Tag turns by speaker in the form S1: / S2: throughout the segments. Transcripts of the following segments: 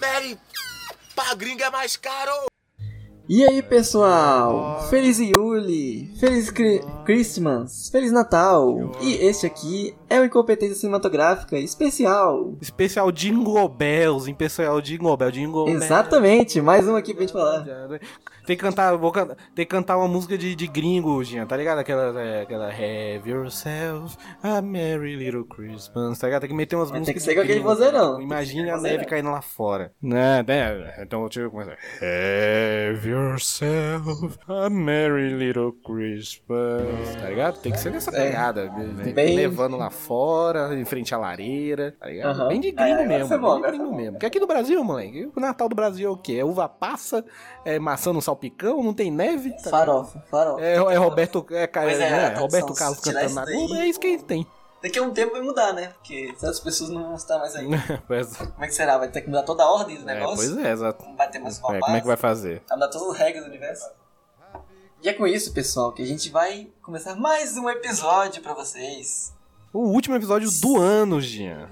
S1: Mary, pra gringa é mais caro.
S2: E aí, pessoal? Feliz Yuli! Feliz Cri- Christmas! Feliz Natal! E este aqui é o Incompetência Cinematográfica Especial!
S3: Especial Jingle Bells, especial Jingle Bell, Jingle Bell.
S2: Exatamente! Mais um aqui pra gente falar.
S3: é, né? Tem que cantar, vou can- tem que cantar uma música de, de gringo, Jean, tá ligado? Aquela, é, aquela Have Yourself a Merry Little Christmas, tá ligado? Tem que meter umas
S2: Mas tem
S3: músicas
S2: que ser
S3: de
S2: com aquele
S3: gringo,
S2: vozeirão.
S3: tipo, Imagine a
S2: Vozeirão.
S3: neve caindo lá fora. Né, né? Então eu tive que começar. Have Yourself a Merry Little Christmas, tá ligado? Tem que ser nessa
S2: É.
S3: pegada, né?
S2: Bem-
S3: levando lá fora, em frente à lareira, tá ligado?
S2: Aham.
S3: Bem de
S2: É,
S3: gringo
S2: agora
S3: mesmo.
S2: foi bom,
S3: bem de
S2: agora
S3: gringo
S2: foi bom.
S3: mesmo. Porque aqui no Brasil, moleque, o Natal do Brasil é o quê? É uva passa, é maçã no salpicão, não tem neve? tá
S2: Farofa,
S3: ligado?
S2: farofa.
S3: É, é Roberto, é, cara,
S2: Pois é,
S3: né?
S2: a tradução,
S3: Roberto Carlos
S2: se tirar
S3: cantando
S2: isso
S3: na
S2: daí-
S3: Globo, é isso que a gente tem.
S2: Daqui a um tempo vai mudar, né? Porque as pessoas não vão estar mais aí.
S3: Pois
S2: Como é que será? Vai ter que mudar toda a ordem do
S3: é, pois é, exato.
S2: Não vai ter mais
S3: É, como é que vai fazer?
S2: Vai mudar todas as regras do universo. E é com isso, pessoal, que a gente vai começar mais um episódio pra vocês.
S3: O último episódio do ano, Jean.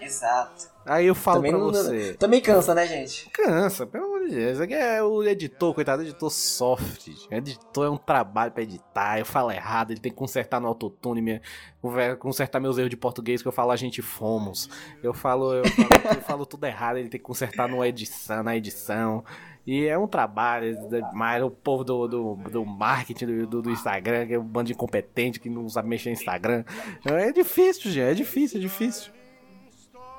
S2: Exato.
S3: Aí eu falo
S2: Também
S3: pra
S2: não-
S3: você.
S2: Também cansa, né, gente?
S3: Cansa, pelo amor de Deus. Isso aqui é o editor, coitado, editor soft. Editor é um trabalho pra editar. Eu falo errado, ele tem que consertar no autotune, minha, conver- consertar meus erros de português, que eu falo a gente fomos. Eu falo, eu falo, eu falo tudo errado, ele tem que consertar no edição, na edição. E é um trabalho, mas o povo do, do, do marketing do, do- do Instagram, que é um bando de incompetente que não sabe mexer no Instagram. É difícil, gente, é difícil, é difícil.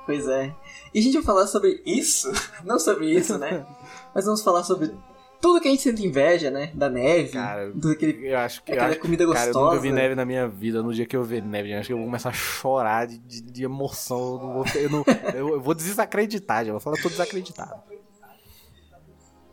S2: Pois é. E a gente vai falar sobre isso, não sobre isso, né? Mas vamos falar sobre tudo que a gente sente inveja, né? Da neve,
S3: Cara,
S2: do aquele,
S3: Eu acho que. eu
S2: aquela
S3: acho
S2: comida
S3: Cara,
S2: gostosa.
S3: eu nunca vi neve na minha vida. No dia que eu ver neve, eu acho que eu vou começar a chorar de, de- de emoção. Eu, não vou, eu, não- eu- eu vou desacreditar, já. Eu vou falar, eu tô desacreditado.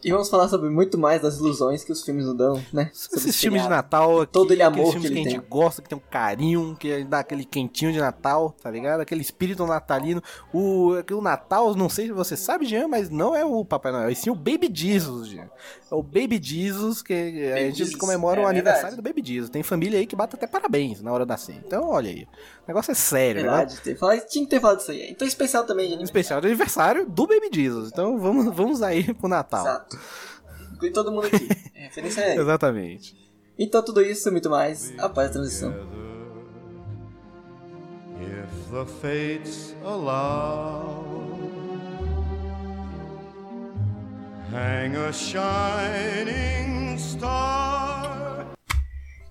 S2: E vamos falar sobre muito mais das ilusões que os filmes não dão, né? Sobre
S3: Esses
S2: esse
S3: filmes de
S2: feriado.
S3: Natal aqui,
S2: Todo ele
S3: aqueles
S2: amor
S3: filmes
S2: que
S3: que,
S2: ele
S3: a gente gosta, que tem um carinho, que dá aquele quentinho de Natal, tá ligado? Aquele espírito natalino. O, o Natal, não sei se você sabe, Jean, mas não é o Papai Noel, e sim o Baby Jesus, Jean. É o Baby Jesus, que eh, a gente
S2: Jesus,
S3: comemora
S2: é
S3: o aniversário
S2: verdade.
S3: do Baby Jesus. Tem família aí que bate até parabéns na hora da ceia. Então, olha aí. O negócio é sério, né?
S2: Verdade, tem que falar- tinha que ter falado isso aí. Então é especial também de
S3: Um
S2: anime.
S3: especial de aniversário do Baby Jesus. Então vamos, vamos aí pro Natal.
S2: Exato. Inclui todo mundo aqui. É referência é
S3: Exatamente.
S2: Então tudo isso e muito mais após a transição.
S4: If the fates allow, hang a shining star.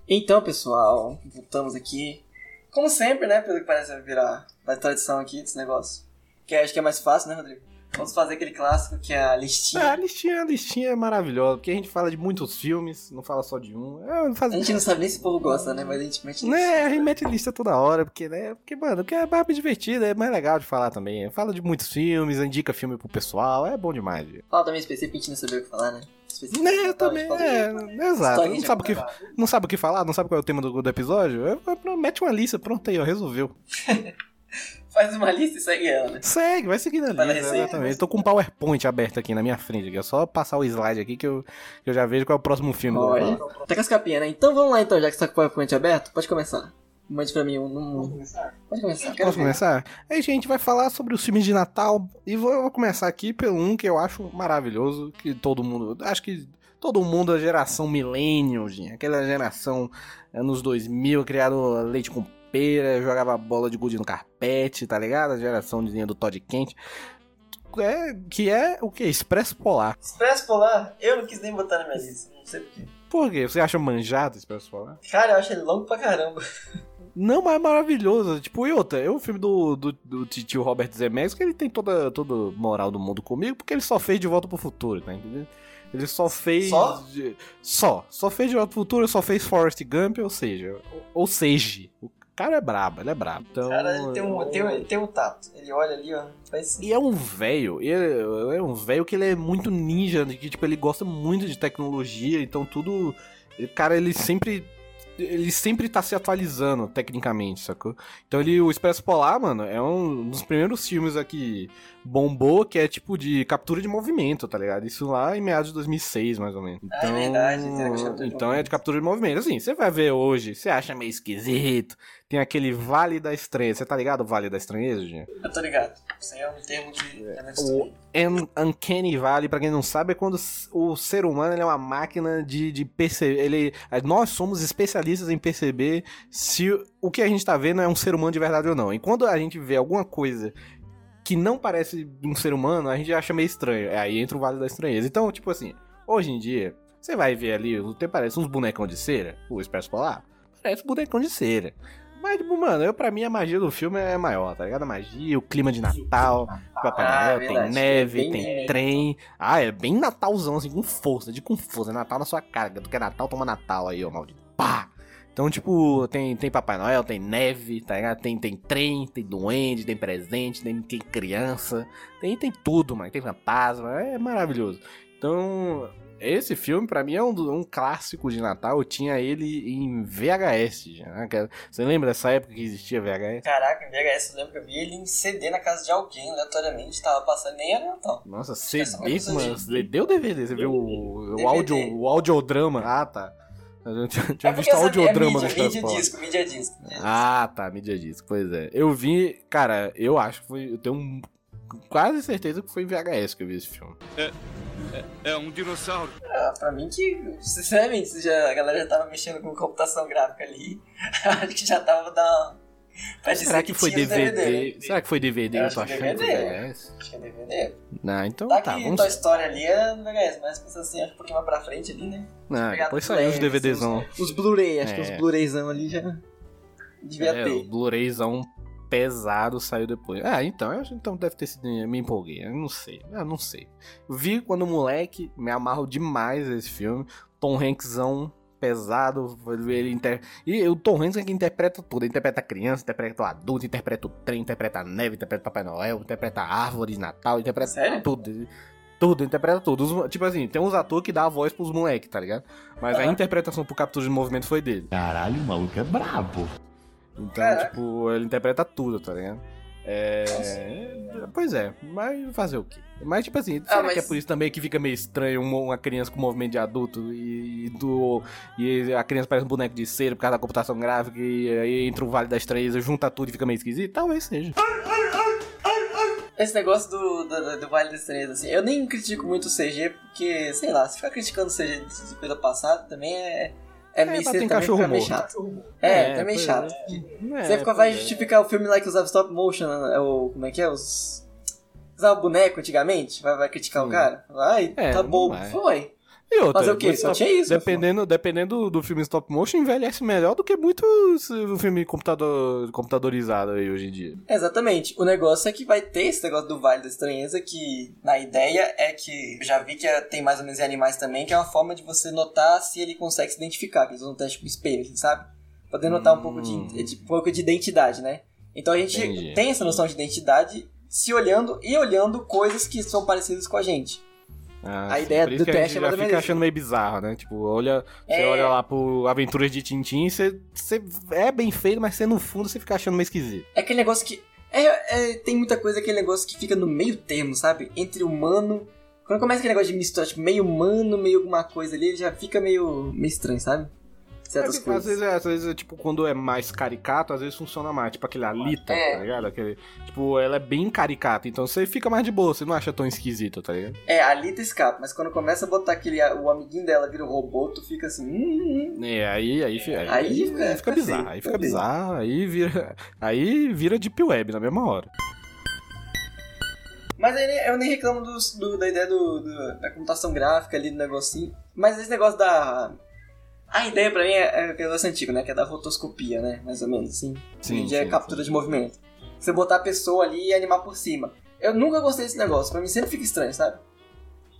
S2: Então, pessoal, voltamos aqui. Como sempre, né? Pelo que parece vai virar vai tradição aqui desse negócio. Que acho que é mais fácil, né, Rodrigo? Vamos fazer aquele clássico que é a listinha.
S3: A listinha, a listinha é maravilhosa, porque a gente fala de muitos filmes, não fala só de um. É, não
S2: A
S3: faz...
S2: gente não sabe nem se o povo gosta, né? Mas a gente mete isso.
S3: Né, a gente mete lista toda hora, porque, né, porque, mano, porque é mais divertido, é mais legal de falar também. Fala de muitos filmes, indica filme pro pessoal, é bom demais. Né,
S2: Fala também específico, a gente não sabia o que falar, né? Específico,
S3: eu também,
S2: fala de-
S3: é, exato.
S2: Historinha
S3: Não
S2: de
S3: sabe, o que,
S2: acabar.
S3: não sabe o que falar, não sabe qual é o tema do, do episódio, é, é, mete uma lista, pronto aí, ó, resolveu.
S2: Faz uma lista e segue ela, né?
S3: Segue, vai seguindo ali.
S2: Vai na
S3: né?
S2: receita,
S3: Exatamente. Tô com um PowerPoint aberto aqui na minha frente. aqui. É só passar o slide aqui que eu, que eu já vejo qual é o próximo filme. que eu vou
S2: Olha.
S3: falar.
S2: Tá com as capinhas, né? Então vamos lá, então, já que você tá com o PowerPoint aberto, pode começar. Mande pra mim um. um... Pode começar. quero
S3: Posso
S2: ver.
S3: começar? Aí, gente, vai falar sobre os filmes de Natal. E vou, eu vou começar aqui pelo um que eu acho maravilhoso. Que todo mundo. Acho que todo mundo, a geração millennial, gente. Aquela geração anos 2000, criado leite com pera, jogava bola de gude no carpete, tá ligado? A geração do Todd Kent. É, que é o que? Expresso Polar.
S2: Expresso Polar, eu não quis nem botar na minha lista. Não sei porquê.
S3: Por quê? Você acha manjado esse pessoal? né?
S2: Cara, eu acho ele longo pra caramba.
S3: Não, mas é maravilhoso. Tipo, e outra, é o filme do, do, do tio Robert Zemeckis que ele tem toda, toda moral do mundo comigo, porque ele só fez De Volta pro Futuro, tá entendendo? Ele só fez...
S2: Só?
S3: de- Só. Só fez De Volta pro Futuro, só fez Forrest Gump, ou seja... Ou, ou seja, o cara é brabo, ele é brabo. Então,
S2: Cara, ele tem um, tem, um, ele tem um tato. Ele olha ali, ó. Faz... assim.
S3: E é um velho, e é é um velho que ele é muito ninja, né, que tipo, ele gosta muito de tecnologia, então tudo. Cara, ele sempre. Ele sempre tá se atualizando tecnicamente, sacou? Então ele, o Expresso Polar, mano, é um dos primeiros filmes aqui bombou, que é tipo de captura de movimento, tá ligado? Isso lá em meados de 2006, mais ou menos.
S2: Ah, é
S3: Então,
S2: verdade, tem a captura de
S3: então é de captura de movimento. Assim, você vai ver hoje, você acha meio esquisito, Tem aquele Vale da Estranheza. Você tá ligado o Vale da Estranheza, gente?
S2: Eu tô ligado. Isso aí é um termo que é muito
S3: O
S2: estranho.
S3: Un- Uncanny Valley, pra quem não sabe, é quando s- o ser humano ele é uma máquina de, de perceber. Ele, a- nós somos especialistas em perceber se o- o que a gente tá vendo é um ser humano de verdade ou não. E quando a gente vê alguma coisa que não parece um ser humano, a gente acha meio estranho. Aí entra o Vale da Estranheza. Então, tipo assim, hoje em dia, você vai ver ali, até parece uns bonecão de cera, o Expresso Polar, parece bonecão de cera. Mas, tipo, mano, eu, pra mim a magia do filme é maior, tá ligado? A magia, o clima de Natal, Papai
S2: Ah,
S3: Noel, tem
S2: verdade.
S3: neve,
S2: É bem
S3: tem
S2: neve.
S3: trem. Ah, é bem Natalzão, assim, com força, de com força. É Natal na sua cara. Tu quer Natal, toma Natal aí, ô maldito. Pá! Então, tipo, tem, tem Papai Noel, tem neve, tá ligado? Tem, tem trem, tem duende, tem presente, tem, tem criança, tem, tem tudo, mano. Tem fantasma, é maravilhoso. Então, esse filme, pra mim, é um, do- um clássico de Natal. Eu tinha ele em VHS, né? cara? Você lembra dessa época que existia VHS?
S2: Caraca, em VHS eu lembro que eu vi ele em CD na casa de alguém, aleatoriamente, tava passando, nem era Natal.
S3: Nossa,
S2: Essa
S3: CD,
S2: coisa
S3: mano.
S2: de-
S3: CD ou DVD? Você viu o, o,
S2: DVD.
S3: áudio, o audiodrama? Ah, tá. Eu tinha, tinha
S2: é
S3: visto
S2: porque eu sabia, é
S3: audiodrama no
S2: mídia, mídia
S3: Transformers.
S2: disco, mídia disco. mídia disco.
S3: Ah, tá, mídia disco, pois é. Eu vi, cara, eu acho que foi. Eu tenho um- quase certeza que foi em VHS que eu vi esse filme.
S5: É um dinossauro.
S2: Ah, pra mim que, sinceramente, já, a galera já tava mexendo com computação gráfica ali, acho que já tava dando... pra dizer
S3: Será que foi
S2: tinha no
S3: DVD?
S2: né?
S3: Será que foi DVD?
S2: Eu
S3: Eu
S2: acho
S3: tô
S2: que
S3: achando que foi
S2: DVD.
S3: VHS.
S2: Acho que é DVD.
S3: Não, então
S2: Tá,
S3: tá,
S2: que
S3: vamos.
S2: Tua História ali é VHS, mas pensa assim, acho que um pouquinho mais pra frente ali, né?
S3: Não,
S2: Obrigado,
S3: depois saiu os
S2: Play,
S3: DVDzão.
S2: Os, os Blu-ray, acho
S3: É.
S2: que os Blu-rayzão ali já devia
S3: É, o
S2: ter.
S3: Blu-rayzão pesado saiu depois. Ah, então, eu acho- então deve ter sido. Me empolguei. Eu não sei. Eu não sei. Vi quando moleque, me amarro demais esse filme. Tom Hanksão pesado. Ele inter... E o Tom Hanks é que interpreta tudo. Ele interpreta criança, interpreta o adulto, interpreta o trem, interpreta a neve, interpreta Papai Noel, interpreta a árvore de Natal, interpreta
S2: Sério?
S3: tudo. Tudo, interpreta tudo. Os mo- tipo assim, tem uns atores que dá a voz pros moleques, tá ligado? Mas a
S2: Aham.
S3: interpretação pro captura de movimento foi dele.
S4: Caralho, o maluco é brabo.
S3: Então,
S2: Caraca.
S3: tipo, ele interpreta tudo, tá ligado? É. Pois é, mas fazer o quê? Mas, tipo assim, será
S2: Ah, mas-
S3: que é por isso também que fica meio estranho um, uma, uma criança com movimento de adulto e, e do, e a criança parece um boneco de cera por causa da computação gráfica e aí entra o Vale das Estranheza, junta tudo e fica meio esquisito? Talvez seja.
S2: Esse negócio do, do, do Vale das Estrelas, assim, eu nem critico muito o CG, porque, sei lá, se ficar criticando o CG de período passado também é. É meio
S3: bater em
S2: cedo também,
S3: cachorro
S2: fica meio
S3: morto.
S2: chato. É, também
S3: pois
S2: chato.
S3: é.
S2: porque
S3: É,
S2: Você fica,
S3: pois
S2: vai
S3: é.
S2: justificar o filme lá que usava stop motion, é o. Como é que é? Os. Usava boneco antigamente? Vai, vai criticar
S3: Hum.
S2: o cara? Vai,
S3: É,
S2: tá
S3: não
S2: bom.
S3: vai.
S2: Foi.
S3: E outra, tá
S2: Fazer o quê?
S3: muito
S2: Só
S3: top-
S2: tinha isso,
S3: Dependendo, dependendo do filme stop motion, envelhece melhor do que muito o filme computador, computadorizado aí hoje em dia.
S2: Exatamente. O negócio é que vai ter esse negócio do Vale da Estranheza, que na ideia é que eu já vi que é- tem mais ou menos em animais também, que é uma forma de você notar se ele consegue se identificar, que eles usam um teste com espelho, assim, sabe? Poder notar um pouco de, de- um pouco de identidade, né? Então a gente
S3: Entendi.
S2: tem essa noção de identidade se olhando e olhando coisas que são parecidas com a gente.
S3: Ah,
S2: A ideia
S3: por isso
S2: do
S3: que
S2: teste é
S3: a gente
S2: mais
S3: já
S2: ou
S3: fica
S2: menos
S3: achando meio bizarro, né? Tipo, olha, você
S2: É.
S3: olha lá pro Aventuras de Tintim, você, você é bem feito, mas você no fundo você fica achando meio esquisito.
S2: É aquele negócio que. É, é- tem muita coisa, aquele negócio que fica no meio termo, sabe? Entre humano. Quando começa aquele negócio de misturar, tipo, meio humano, meio alguma coisa ali, já fica meio, meio estranho, sabe?
S3: É,
S2: Certas
S3: porque às
S2: coisas.
S3: vezes, é- às vezes é, tipo, quando é mais caricato, às vezes funciona mais. Tipo aquele Alita,
S2: É.
S3: tá ligado? Aquele, tipo, ela é bem caricata, então você fica mais de boa, você não acha tão esquisito, tá ligado?
S2: É, a Lita escapa, mas quando começa a botar aquele. O amiguinho dela vira o robô, tu fica assim. Hum, hum, hum.
S3: É, aí, aí, fi- aí,
S2: Aí,
S3: aí
S2: é,
S3: fica
S2: fica
S3: bizarro,
S2: assim,
S3: aí
S2: fica
S3: fica bizarro, aí vira, aí vira Deep Web na mesma hora.
S2: Mas aí né, eu nem reclamo dos- do- da ideia do, do- da computação gráfica ali, do negocinho. Mas esse negócio da. A ideia pra mim é, é aquele negócio antigo, né? Que é da rotoscopia, né? Mais ou menos, assim. Sim, é captura de movimento. Você botar a pessoa ali e animar por cima. Eu nunca gostei desse negócio, pra mim sempre fica estranho, sabe?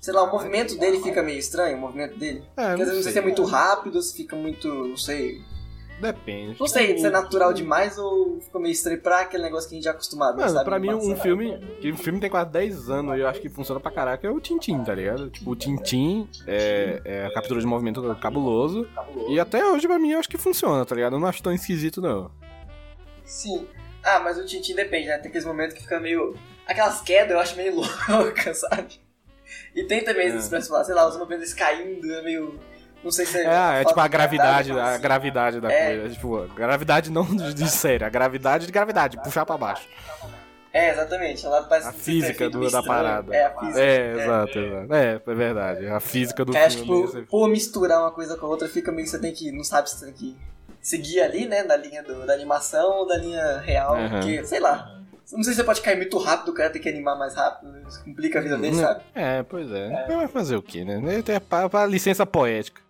S2: Sei lá, o movimento dele fica meio estranho, o movimento dele.
S3: É,
S2: Porque às vezes não sei se é muito rápido, se fica muito. não sei.
S3: Depende.
S2: Não sei, se é natural demais ou fica meio estranho pra aquele negócio que a gente já é acostumado,
S3: Mano,
S2: sabe?
S3: pra mim,
S2: Mas,
S3: um
S2: sei lá.
S3: filme. Que um filme tem quase 10 anos e eu acho que funciona pra caraca é o Tintin, tá ligado? Tipo, o Tintin é, é a captura de movimento cabuloso. E até hoje, pra mim, eu acho que funciona, tá ligado? Eu não acho tão esquisito, não.
S2: Sim. Ah, mas o Tintin depende, né? Tem aqueles momentos que fica meio. Aquelas quedas eu acho meio louca, sabe? E tem também
S3: É.
S2: esses personagens, sei lá, os movimentos caindo, é meio. Não sei se
S3: É, é tipo
S2: falta
S3: a
S2: de
S3: gravidade,
S2: mas
S3: a gravidade da
S2: É.
S3: coisa. Tipo, a gravidade não de, de sério, a gravidade de gravidade, puxar pra baixo.
S2: É, exatamente. Ela parece
S3: A
S2: ter
S3: física
S2: feito
S3: do- da
S2: mistura.
S3: parada.
S2: tá É, a física.
S3: É, exato, exato. É, é verdade. A física do
S2: É,
S3: filme.
S2: tipo, por misturar uma coisa com a outra, fica meio que você tem que. Não sabe se tem que seguir ali, né? Da linha do- da animação ou da linha real.
S3: Aham.
S2: Porque, sei lá. Não sei se você pode cair muito rápido, o cara tem que animar mais rápido. né, Isso complica a vida dele,
S3: Hum.
S2: sabe?
S3: É, pois é. Mas Vai fazer o quê, né? É pra, pra licença poética.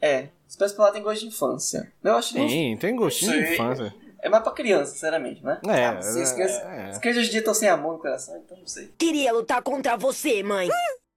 S2: É. Espécie Popular tem gosto de infância. Eu acho que.
S3: Tem, tem gostinho de
S2: Sim.
S3: infância.
S2: É mais pra criança, sinceramente, né?
S3: É,
S2: Ah, se as crianças,
S3: é.
S2: as crianças hoje em dia estão sem amor no coração, então não sei.
S6: Queria lutar contra você, mãe.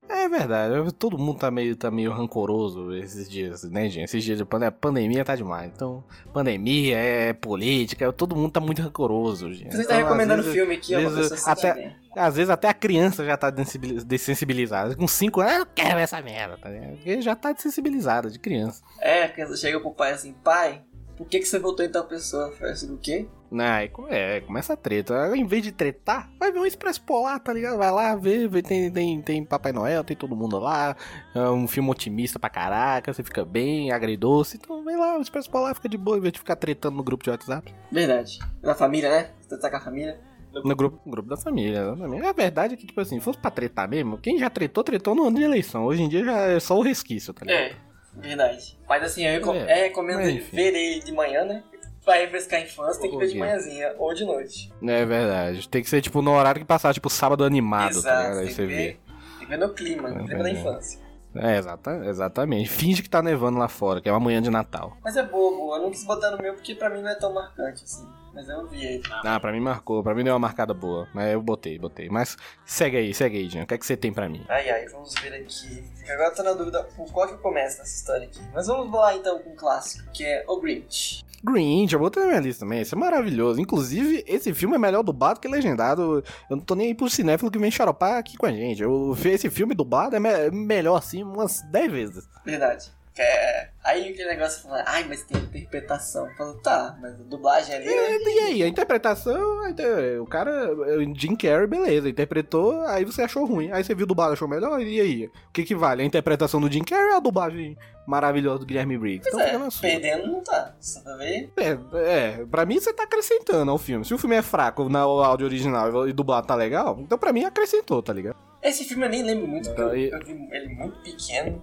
S3: É verdade, eu- todo mundo tá meio, tá meio rancoroso esses dias, né, gente? Esses dias de pandemia, pandemia tá demais. Então, pandemia, é política, todo mundo tá muito rancoroso, gente.
S2: Você
S3: Então,
S2: tá
S3: às
S2: recomendando
S3: vezes-
S2: filme aqui, ó, pra
S3: às vezes-
S2: pessoa assistir,
S3: até-
S2: né?
S3: Às vezes até a criança já tá dessensibiliz- dessensibilizada. Com 5 anos, "Ah, eu não quero essa merda, tá ligado? Porque já tá dessensibilizada de criança.
S2: É, a criança chega pro pai assim, pai, por que, que você voltou em tal pessoa? Eu falei assim, o quê?
S3: Ai, co- é, começa a treta. Em vez de tretar, vai ver um Expresso Polar, tá ligado? Vai lá ver, vê, tem, tem, tem Papai Noel, tem todo mundo lá. É um filme otimista pra caraca, você fica bem, agridoce. Então vem lá, o Expresso Polar fica de boa, em vez de ficar tretando no grupo de WhatsApp.
S2: Verdade. Na família, né? Você tá com a família.
S3: No grupo, no grupo da família, exatamente. A verdade é que, tipo assim, se fosse pra tretar mesmo, quem já tretou, tretou no ano de eleição. Hoje em dia já é só o resquício, tá ligado?
S2: É, verdade. Mas assim, eu recom-
S3: É,
S2: é, recomendo
S3: mas enfim.
S2: ver ele de manhã, né? Pra refrescar a infância, tem que
S3: Ô,
S2: ver de
S3: Gui.
S2: manhãzinha ou de noite.
S3: É verdade. Tem que ser, tipo, no horário que passar, tipo, sábado animado, tá ligado? Aí
S2: tem
S3: você
S2: que
S3: vê.
S2: ver. Tem que ver no clima,
S3: É
S2: no clima da
S3: verdade.
S2: infância.
S3: É, exata, exatamente. Finge que tá nevando lá fora, que é uma manhã de Natal.
S2: Mas é bobo, eu não quis botar no meu porque pra mim não é tão marcante assim. Mas eu vi ele.
S3: Ah, pra mim marcou, pra mim deu uma marcada boa. Mas eu botei, botei. Mas segue aí, segue aí, Jean. O que é que você tem pra mim?
S2: Ai ai, vamos ver aqui. Agora eu tô na dúvida por qual que eu começo nessa história aqui. Mas vamos lá então com um clássico, que é O Grinch.
S3: Grinch, eu botei na minha lista também. Isso é maravilhoso. Inclusive, esse filme é melhor dublado que legendado. Eu não tô nem aí pro cinéfilo que vem xaropar aqui com a gente. Eu vi esse filme dublado, é me- melhor assim umas 10 vezes.
S2: Verdade. Que é- Aí aquele negócio fala, ai, mas tem interpretação. Eu falo, tá, mas a dublagem ali, né?
S3: E aí, a interpretação, a inter- o cara, o Jim Carrey, beleza, interpretou, aí você achou ruim. Aí você viu o dublado, achou melhor, e aí? O que que vale? A interpretação do Jim Carrey ou a dublagem maravilhosa do Guilherme Briggs?
S2: Pois
S3: Então fica na
S2: é,
S3: sua.
S2: perdendo não tá. Só pra ver.
S3: É, é, pra mim você tá acrescentando ao filme. Se o filme é fraco na o áudio original e dublado tá legal, então pra mim acrescentou, tá ligado?
S2: Esse filme eu nem lembro muito, porque eu,
S3: Daí-
S2: eu vi ele muito pequeno.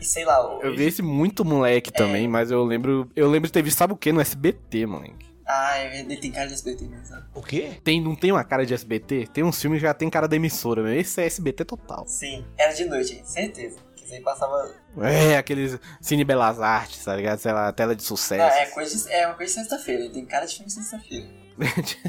S2: E sei lá, o...
S3: Eu vi esse muito moleque
S2: É.
S3: também, mas eu lembro, eu lembro de ter visto, sabe o que, no SBT, moleque.
S2: Ah, é verdade, ele tem cara de SBT mesmo. né?
S1: O quê?
S3: Tem, não tem uma cara de SBT? Tem uns filmes que já tem cara da emissora, meu. Esse é SBT total.
S2: Sim, era de noite, gente, certeza. Porque ele passava
S3: É, aqueles Cine Belas Artes, tá ligado? Sei lá, tela de sucesso.
S2: Não, é, coisa de- é uma coisa de sexta-feira, ele tem cara de filme de sexta-feira. é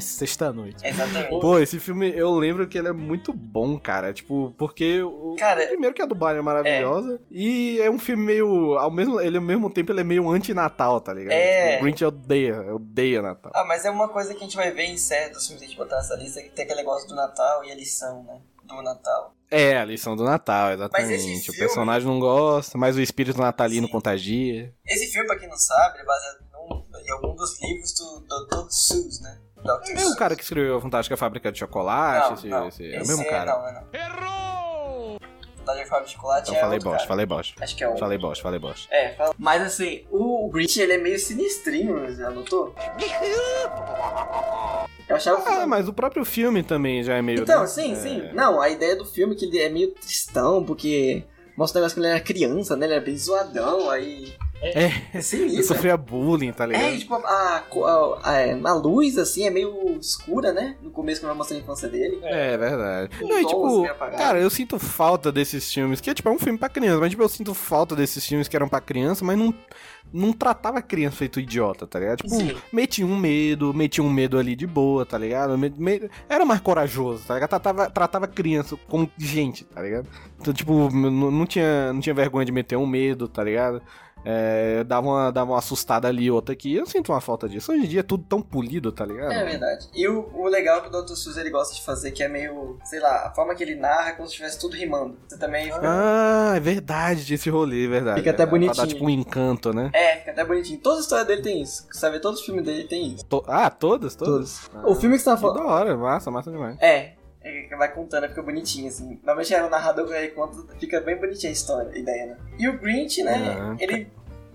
S3: Sexta-noite.
S2: Exatamente.
S3: Pô, esse filme, eu lembro que ele é muito bom, cara. Tipo, porque o.
S2: Cara-
S3: primeiro que a dublagem é maravilhosa. E é um filme meio. Ao mesmo, ele, ao mesmo tempo, ele é meio anti-Natal, tá ligado?
S2: É.
S3: Tipo, o Grinch odeia, odeia Natal.
S2: Ah, mas é uma coisa que a gente vai ver em série dos filmes que a gente botar nessa lista, que tem aquele negócio do Natal e a lição, né? Do Natal.
S3: É, a lição do Natal,
S2: Mas
S3: exatamente.
S2: esse
S3: O
S2: filme-
S3: personagem não gosta, mas o espírito natalino contagia.
S2: Esse filme, pra quem não sabe, ele é baseado num- em algum dos livros do Dr. Seuss, né? Dr.
S3: É o cara que escreveu a Fantástica Fábrica de Chocolate, esse, esse- é o mesmo cara.
S2: Não, é não.
S5: Errou!
S2: Dr. Fábio de Chocolate
S3: Então
S2: é
S3: falei
S2: outro
S3: bosta,
S2: cara.
S3: falei bosta.
S2: Acho que é o...
S3: Falei bosta, falei bosta.
S2: É, fala. Mas assim, o Grinch, ele é meio sinistrinho, né? já notou? Eu achava...
S3: Ah, mas o próprio filme também já é meio.
S2: Então,
S3: né?
S2: sim,
S3: É.
S2: sim. Não, a ideia do filme é que ele é meio tristão, porque mostra o negócio quando ele era criança, né? Ele era bem zoadão, aí.
S3: É.
S2: É sinistro.
S3: Eu sofria bullying, tá ligado?
S2: É, e, tipo, a, a, a- a luz, assim, é meio escura, né? No começo, quando vai mostrar a infância dele.
S3: É, verdade.
S2: Com
S3: Não, e,
S2: tons meio
S3: tipo,
S2: apagados.
S3: cara, eu sinto falta desses filmes, que é tipo, é um filme pra criança, mas tipo, eu sinto falta desses filmes que eram pra criança, mas não, não tratava a criança feito idiota, tá ligado? Tipo,
S2: Sim.
S3: metia um medo, metia um medo ali de boa, tá ligado? Me- me- era mais corajoso, tá ligado? Tratava, tratava criança como gente, tá ligado? Então, tipo, n- n- não tinha, não tinha vergonha de meter um medo, tá ligado? É, dava, uma, dava uma assustada ali, outra aqui. Eu sinto uma falta disso. Hoje em dia é tudo tão polido, tá ligado?
S2: É verdade. E o, o legal é que o Dr. Seuss ele gosta de fazer, que é meio, sei lá, a forma que ele narra é como se estivesse tudo rimando. Você também fica.
S3: Ah, é verdade esse rolê, é verdade.
S2: Fica até
S3: É, Pra dar
S2: bonitinho.
S3: tipo um encanto, né?
S2: É, fica até bonitinho. Toda a história dele tem isso. Você vê todos os filmes dele tem isso.
S3: To- Ah, todas? Todas?
S2: O filme que você tava
S3: Que
S2: falando.
S3: da hora, massa, massa demais.
S2: É. é que vai contando, fica bonitinho, assim. Normalmente era o narrador que aí conta, fica bem bonitinha a história, a ideia, né? E o Grinch, né,
S3: Ah,
S2: ele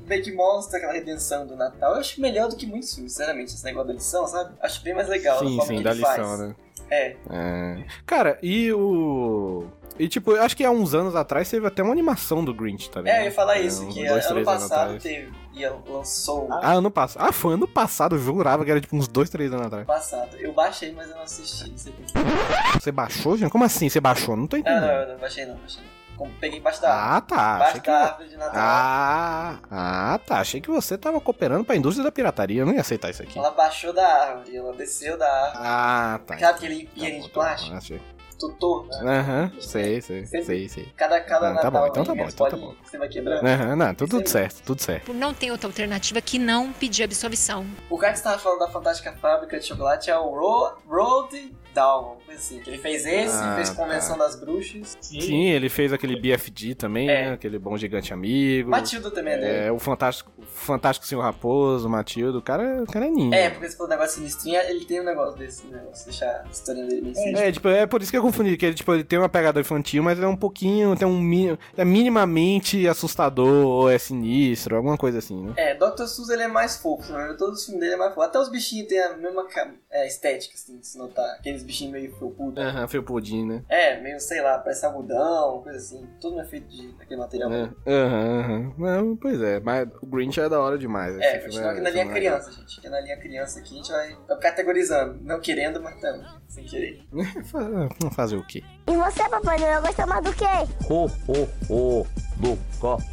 S2: meio que mostra aquela redenção do Natal. Eu acho melhor do que muitos filmes, sinceramente, esse negócio da lição, sabe? Acho bem mais legal a
S3: sim,
S2: forma
S3: sim,
S2: que
S3: dá
S2: ele
S3: lição,
S2: faz.
S3: né?
S2: É,
S3: É. Cara, e o. E tipo, eu acho que há uns anos atrás teve até uma animação do Grinch, tá ligado?
S2: é, eu ia falar isso,
S3: uns
S2: que
S3: dois,
S2: ano
S3: três
S2: passado
S3: atrás.
S2: teve, e lançou um o
S3: Ah, ano passado. Ah, foi ano passado, eu jurava que era tipo uns dois, três anos atrás.
S2: passado. Eu baixei, mas eu não assisti, não sei por
S3: Ah,
S2: quê.
S3: Você baixou, gente? Como assim? Você baixou? Não tô
S2: Ah, Não, não,
S3: entendendo.
S2: eu não baixei não, baixei não. Como- Peguei embaixo da
S3: Ah, tá.
S2: Parte
S3: Achei que...
S2: da árvore de Natal.
S3: Ah, ah, tá. Achei que você tava cooperando pra indústria da pirataria. Eu não ia aceitar isso aqui.
S2: Ela baixou da árvore, ela desceu da árvore.
S3: Ah, tá.
S2: Sabe aquele
S3: Tá
S2: empinho
S3: bom,
S2: de
S3: tá bom,
S2: plástico?
S3: achei.
S2: Tô torto.
S3: Aham, sei, sei,
S2: Sempre.
S3: sei, sei.
S2: Cada, cada
S3: Ah, tá
S2: Natal.
S3: bom, então
S2: aí
S3: tá bom,
S2: vem as
S3: então tá
S2: bolinhas que Você vai quebrando.
S3: Aham, não, tudo, tudo
S2: Sim.
S3: certo, tudo certo.
S7: tipo, Não tem outra alternativa que não pedir absolvição.
S2: O cara que você tava falando da Fantástica Fábrica de Chocolate é o Ro Roald Dahl. uma coisa Assim, que ele fez esse,
S3: Ah,
S2: fez Convenção das Bruxas.
S3: Sim, ele fez aquele BFD também,
S2: É.
S3: né? Aquele bom gigante amigo.
S2: Matilda também é dele.
S3: É, o Fantástico, o Fantástico Senhor Raposo, Matilda, o cara, o cara é ninho.
S2: É, porque você falou um negócio sinistrinho, ele tem um negócio desse negócio, deixar a história dele meio sinistra.
S3: É, tipo, é por isso que eu confundi, que ele, tipo, ele tem uma pegada infantil, mas ele é um pouquinho, tem um mi- é minimamente assustador, ou é sinistro, alguma coisa assim, né?
S2: É, Dr. Seuss ele é mais fofo, né? todos os filmes dele é mais fofo. Até os bichinhos têm a mesma ca- é, estética, assim, se notar. Aqueles bichinhos meio felpudos.
S3: Aham, foi o Pudim, né?
S2: É, meio, sei lá, parece algodão, coisa assim. Tudo é feito de daquele material.
S3: É, Aham, aham. Não, pois é, mas o Grinch é da hora demais.
S2: É,
S3: esse filme
S2: continua aqui na
S3: esse
S2: linha
S3: filme é-
S2: criança, gente. Aqui na linha criança aqui a gente vai vai categorizando. Não querendo, mas tamo, sem querer.
S3: Fa- Vamos fazer o quê?
S8: E você, Papai Noel, gosta mais do quê?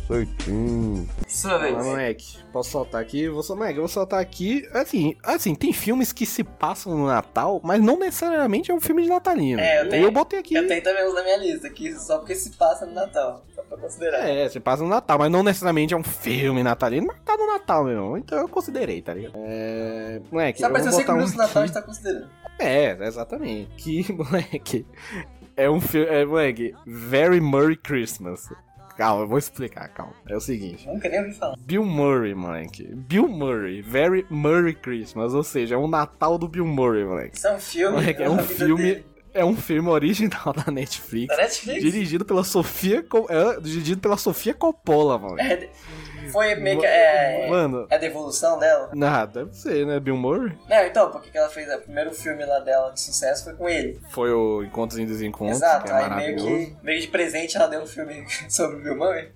S2: Sua vez.
S3: Fala, moleque. Posso soltar aqui? Vou, sol- moleque, eu vou soltar aqui. Assim, assim, tem filmes que se passam no Natal, mas não necessariamente é um filme de natalino.
S2: É, eu tenho-
S3: botei aqui.
S2: Eu tenho também uns na minha lista aqui, só porque se passa no Natal. Só pra considerar.
S3: É, se passa no Natal, mas não necessariamente é um filme natalino, mas tá no Natal mesmo. Então eu considerei, tá ligado? É. Moleque,
S2: Só
S3: eu vou
S2: apareceu 5
S3: botar um
S2: minutos do Natal a
S3: aqui.
S2: gente tá considerando.
S3: É, exatamente. Que, moleque. É um filme. É, moleque, Very Merry Christmas. Calma, eu vou explicar, calma. É o seguinte.
S2: Nunca nem ouvi falar.
S3: Bill Murray, moleque. Bill Murray, Very Murray Christmas, ou seja, é um Natal do Bill Murray, moleque.
S2: Isso é um filme.
S3: Moleque, é
S2: a
S3: um
S2: vida
S3: filme,
S2: dele.
S3: é um filme original da Netflix,
S2: Da Netflix?
S3: dirigido pela Sofia, Co- é, dirigido pela Sofia Coppola, moleque.
S2: É, foi meio que. É,
S3: Mano,
S2: é a devolução dela?
S3: nada, deve ser, né, Bill Murray?
S2: Não, então, porque que ela fez. O primeiro filme lá dela de sucesso foi com ele.
S3: Foi o Encontros em Desencontros,
S2: Exato.
S3: que é
S2: Aí meio
S3: maravilhoso.
S2: que, meio que de presente ela deu um filme sobre o Bill Murray.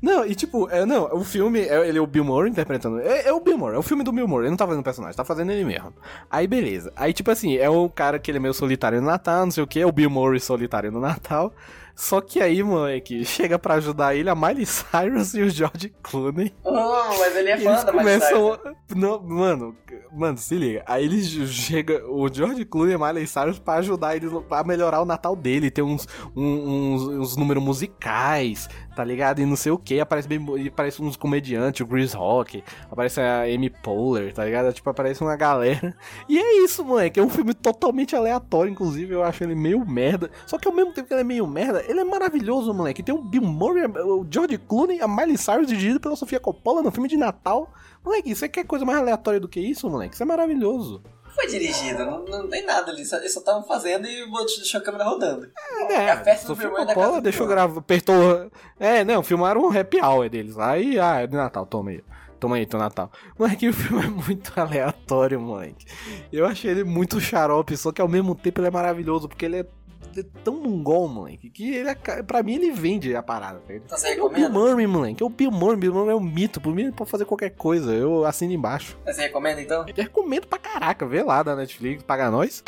S3: Não, e tipo, é, não, o filme, é, ele é o Bill Murray interpretando. É, é o Bill Murray, é o filme do Bill Murray, ele não tá fazendo personagem, tá fazendo ele mesmo. Aí beleza. Aí tipo assim, é o cara que ele é meio solitário no Natal, não sei o que, é o Bill Murray solitário no Natal. Só que aí, moleque, chega pra ajudar ele a Miley Cyrus e o George Clooney.
S2: Oh, mas ele é
S3: E
S2: fã
S3: eles
S2: da Miley Cyrus.
S3: começam. Não, mano, mano, se liga. Aí eles chega o George Clooney e a Miley Cyrus pra ajudar eles a melhorar o Natal dele. Tem uns, um- uns, uns números musicais, tá ligado? E não sei o que. Aparece, bem, e aparece uns comediantes, o Chris Rock, aparece a Amy Poehler, tá ligado? Tipo, aparece uma galera. E é isso, moleque. É um filme totalmente aleatório, inclusive. Eu acho ele meio merda. Só que ao mesmo tempo que ele é meio merda, ele é maravilhoso, moleque. Tem o Bill Murray, o George Clooney, a Miley Cyrus, dirigido pela Sofia Coppola no filme de Natal. Moleque, você quer é coisa mais aleatória do que isso, moleque? Isso é maravilhoso.
S2: foi dirigido, não, não tem nada ali. Só, eles só estavam fazendo e bot- deixou a câmera rodando.
S3: É,
S2: a festa do
S3: Sofia
S2: Bill Murray na casa
S3: Coppola
S2: do
S3: deixou
S2: Bill
S3: gravar, apertou... É, não, filmaram um happy hour deles lá e... Ah, é de Natal, toma aí. Toma aí, teu Natal. Moleque, o filme é muito aleatório, moleque. Eu achei ele muito xarope, só que ao mesmo tempo ele é maravilhoso, porque ele é ele é tão mongol, moleque, que ele, aca- pra mim ele vende a parada. tá ligado?
S2: Então você
S3: É o Bill
S2: recomenda?
S3: Murray, moleque. É o Bill Murray. Bill Murray é um mito. Por mim ele pode fazer qualquer coisa. Eu assino embaixo.
S2: Você recomenda então?
S3: Eu recomendo pra caraca. Vê lá da Netflix, paga nós.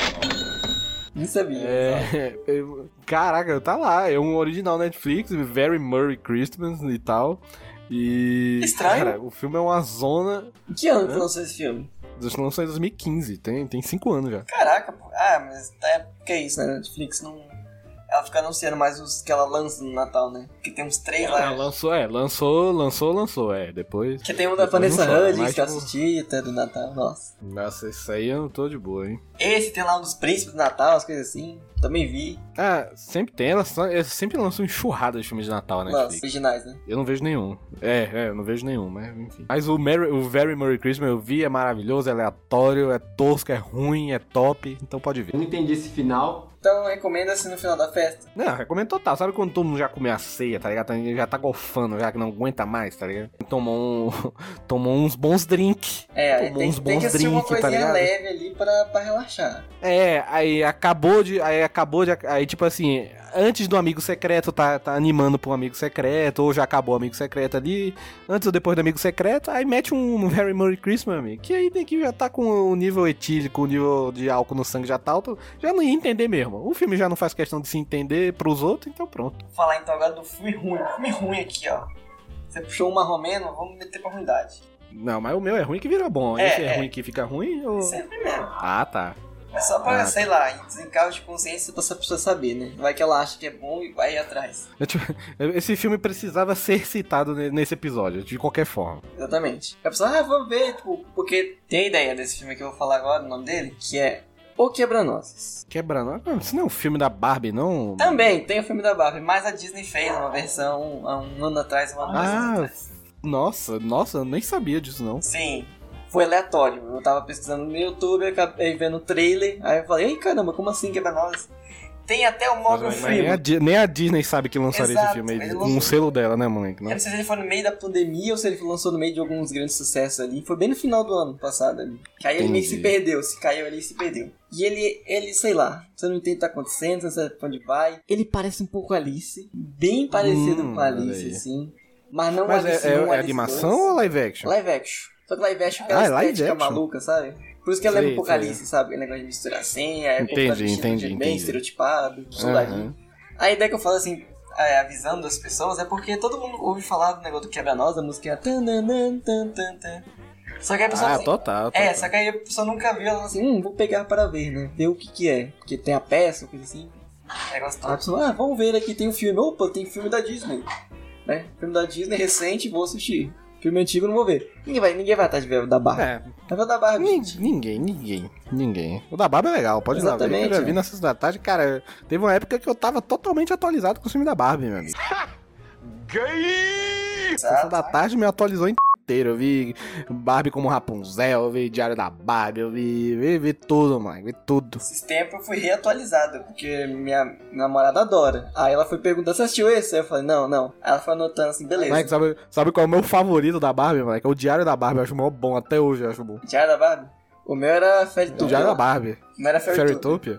S2: Não sabia.
S3: É, eu- caraca, tá lá. É um original Netflix, Very Merry Christmas e tal. E.
S2: Estranho.
S3: Cara, o filme é uma zona
S2: Em Que ano que lançou esse filme?
S3: dos lançou em 2015. Tem, tem cinco anos já.
S2: Caraca, pô. Ah, mas tá, que é isso, né? Netflix não. Ela fica anunciando mais os que ela lança no Natal, né? Porque tem uns três
S3: Ah,
S2: lá.
S3: lançou, é, lançou, lançou, lançou, é. Depois.
S2: Que tem um da
S3: Depois não
S2: Vanessa
S3: fala,
S2: Hudgens
S3: mas,
S2: que eu
S3: tipo,
S2: assisti até do Natal, nossa.
S3: Nossa, isso aí eu não tô de boa, hein?
S2: Esse tem lá um dos príncipes do Natal, as coisas assim. Também vi.
S3: Ah, sempre tem, elas, só- elas sempre lançam enxurrada de filmes de Natal na
S2: Nossa,
S3: Netflix.
S2: originais, né?
S3: Eu não vejo nenhum. É, é, eu não vejo nenhum, mas enfim. Mas o, Merry- o Very Merry Christmas eu vi, é maravilhoso, é aleatório, é tosco, é ruim, é top, então pode ver.
S9: Eu não entendi esse final.
S2: Então recomenda-se no final da festa.
S3: Não, recomendo total. Sabe quando todo mundo já comeu a ceia, tá ligado? Tá- Já tá golfando, já que não aguenta mais, tá ligado? Tomou, um, tomou uns bons drink.
S2: É, aí
S3: Tomou
S2: tem,
S3: uns
S2: tem que
S3: bons
S2: assistir uma
S3: drink, tá
S2: coisinha
S3: ligado?
S2: leve ali pra, pra relaxar.
S3: É, aí acabou de. Aí acabou de. Aí, tipo assim, antes do amigo secreto tá, tá animando pro amigo secreto, ou já acabou o amigo secreto ali, antes ou depois do amigo secreto, aí mete um Very Merry Christmas, amigo. Que aí tem que já tá com o nível etílico, o nível de álcool no sangue já tá alto, já não ia entender mesmo. O filme já não faz questão de se entender pros outros, então pronto.
S2: Vou falar então agora do filme ruim. Filme ruim aqui, ó. Você puxou uma romeno, vamos meter pra ruindade.
S3: Não, mas o meu é ruim que vira bom.
S2: É,
S3: Esse é,
S2: é.
S3: ruim que fica ruim ou.
S2: Isso é ruim mesmo.
S3: Ah, tá.
S2: É só pra,
S3: Ah.
S2: sei lá, em desencargo de consciência pra essa pessoa saber, né? Vai que ela acha que é bom e vai atrás.
S3: Eu, tipo, Esse filme precisava ser citado ne- nesse episódio, de qualquer forma.
S2: Exatamente. A pessoa, ah, vamos ver, tipo, porque tem a ideia desse filme que eu vou falar agora, o nome dele, que é O Quebra-Nozes.
S3: Quebrando. Ah, Isso não é um filme da Barbie, não?
S2: Também tem o filme da Barbie, mas a Disney fez uma versão há um ano atrás, um ano dois anos
S3: Ah,
S2: atrás.
S3: Nossa, nossa, eu nem sabia disso, não.
S2: Sim. Foi aleatório. Eu tava pesquisando no YouTube, acabei vendo o trailer, aí eu falei, ei caramba, como assim quebra-nozes? Tem até o Morgan
S3: Mas nem, a,
S2: Freeman.
S3: Di- nem a Disney sabe que lançaria
S2: Exato, é
S3: esse filme aí,
S2: ele
S3: com
S2: lançou.
S3: o selo dela, né, moleque?
S2: Eu
S3: Não?
S2: não sei se ele foi no meio da pandemia ou se ele lançou no meio de alguns grandes sucessos ali. Foi bem no final do ano passado ali. Que aí ele meio que se
S3: Entendi.
S2: perdeu, se caiu ali e se perdeu. E ele, ele, sei lá, você não entende o que tá acontecendo, você não sabe pra onde vai. Ele parece um pouco Alice, bem parecido
S3: Hum,
S2: com Alice,
S3: olha aí.
S2: assim. Mas não
S3: Mas
S2: Alice
S3: é, é-
S2: 1,
S3: é
S2: Alice
S3: animação
S2: 2.
S3: ou live action?
S2: Live action. Só que live
S3: Ah,
S2: action é aquela
S3: é live
S2: estética
S3: action?
S2: maluca, sabe? Por isso que ela
S3: Sei,
S2: lembra um pouco
S3: sei.
S2: Alice, sabe? Aquele negócio de misturar senha, é
S3: Entendi,
S2: tá vestido
S3: entendi,
S2: de bem
S3: entendi.
S2: estereotipado,
S3: É.
S2: soldadinho. A ideia que eu falo assim, é, avisando as pessoas, é porque todo mundo ouve falar do negócio do quebra-nós, da música. Tan, tan, tan, tan, tan, tan. Só que a pessoa.
S3: Ah,
S2: assim,
S3: total.
S2: é,
S3: total.
S2: só que aí a pessoa nunca viu, ela fala assim, hum, vou pegar para ver, né? Ver o que que é. Porque tem a peça, coisa assim. Negócio todo. A pessoa, ah, vamos ver aqui, tem um filme. Opa, tem filme da Disney. Né? Filme da Disney recente, vou assistir. Filme antigo, não vou ver. Ninguém vai, ninguém vai atrás de ver o da Barbie.
S3: É,
S2: Tá vendo o da Barbie,
S3: nin-
S2: gente?
S3: ninguém, ninguém, ninguém. O da Barbie é legal, pode ir lá ver. que Eu
S2: Exatamente,
S3: já vi
S2: é.
S3: na sexta da tarde, cara, teve uma época que eu tava totalmente atualizado com o filme da Barbie, meu amigo. Sessão da tarde me atualizou inteiro. Eu vi Barbie como Rapunzel, eu vi Diário da Barbie, eu vi, vi, vi tudo, mano, vi tudo.
S2: Esses tempos eu fui reatualizado, porque minha namorada adora. Aí ela foi perguntando, você assistiu esse? Aí eu falei, não, não. Aí ela foi anotando assim, beleza.
S3: Moleque, sabe, sabe qual é o meu favorito da Barbie, moleque? É o Diário da Barbie, eu acho mó bom, até hoje eu acho bom.
S2: Diário da Barbie? O meu era
S3: O
S2: Fairytopia.
S3: Diário da Barbie.
S2: O meu era Fairytopia.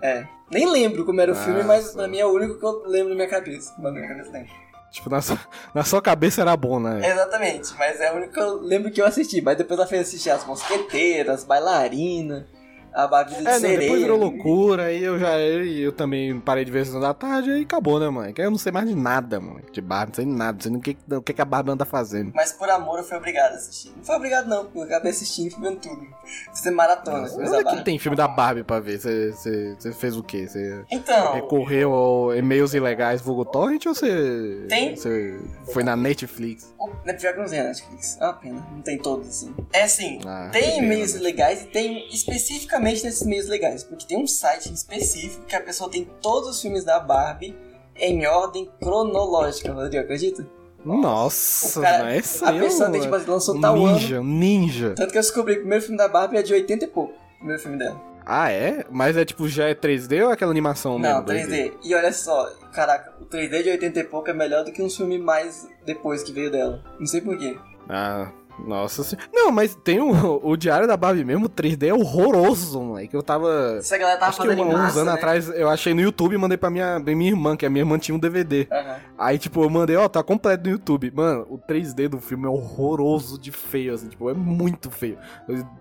S3: Fairytopia?
S2: É. Nem lembro como era o filme, mas
S3: Nossa.
S2: pra mim é o único que eu lembro na minha cabeça. Mas na minha cabeça tem.
S3: Tipo, na, sua- na sua cabeça era bom, né?
S2: Exatamente, mas é o único que eu lembro que eu assisti. Mas depois ela fez assistir as mosqueteiras, bailarina, a Barbie de
S3: É, não,
S2: sereia.
S3: depois virou loucura, aí eu já eu, eu também parei de ver Sessão da Tarde e acabou, né, moleque? Aí eu não sei mais de nada, moleque, de Barbie, não sei nada, não sei nem o que, o que que a Barbie anda fazendo.
S2: Mas por amor eu fui obrigado a assistir. Não foi obrigado não, porque eu acabei assistindo e vendo tudo. Fazer maratona,
S3: Nossa,
S2: coisa
S3: Onde é que
S2: barata.
S3: tem filme da Barbie pra ver? Você- Você você fez o quê? Você É
S2: Então,
S3: recorreu ao e-mails ilegais vulgo torrent ou você,
S2: Tem.
S3: você foi na Netflix?
S2: o- né, pior que não tem na Netflix. É uma pena, não tem todos assim. É assim,
S3: Ah, que
S2: tem
S3: pena,
S2: e-mails
S3: né?
S2: legais e tem especificamente nesses e-mails legais. Porque tem um site em específico que a pessoa tem todos os filmes da Barbie em ordem cronológica, Rodrigo, acredita?
S3: Nossa,
S2: O cara-
S3: mas essa
S2: a
S3: aí é
S2: pessoa
S3: um-
S2: tem, tipo, assim, lançou
S3: um
S2: tal ano.
S3: ninja, um ninja.
S2: Tanto que eu descobri que o primeiro filme da Barbie é de 80 e pouco. O primeiro filme dela.
S3: Ah, é? Mas é tipo, já é 3D ou é aquela animação mesmo?
S2: Não, 3D. E olha só, caraca, o 3D de 80 e pouco é melhor do que um filme mais depois que veio dela. Não sei porquê.
S3: Ah, nossa senhora. Não, mas tem o, o Diário da Barbie mesmo, o 3D é horroroso, moleque. Eu tava.
S2: Essa galera tava
S3: Acho que
S2: falando em
S3: um- uns
S2: massa,
S3: anos
S2: né?
S3: atrás eu achei no YouTube e mandei pra minha, pra minha irmã, que a minha irmã tinha um DVD.
S2: Aham.
S3: Aí, tipo, eu mandei, ó, tá completo no YouTube. Mano, o 3D do filme é horroroso de feio, assim, tipo, é muito feio.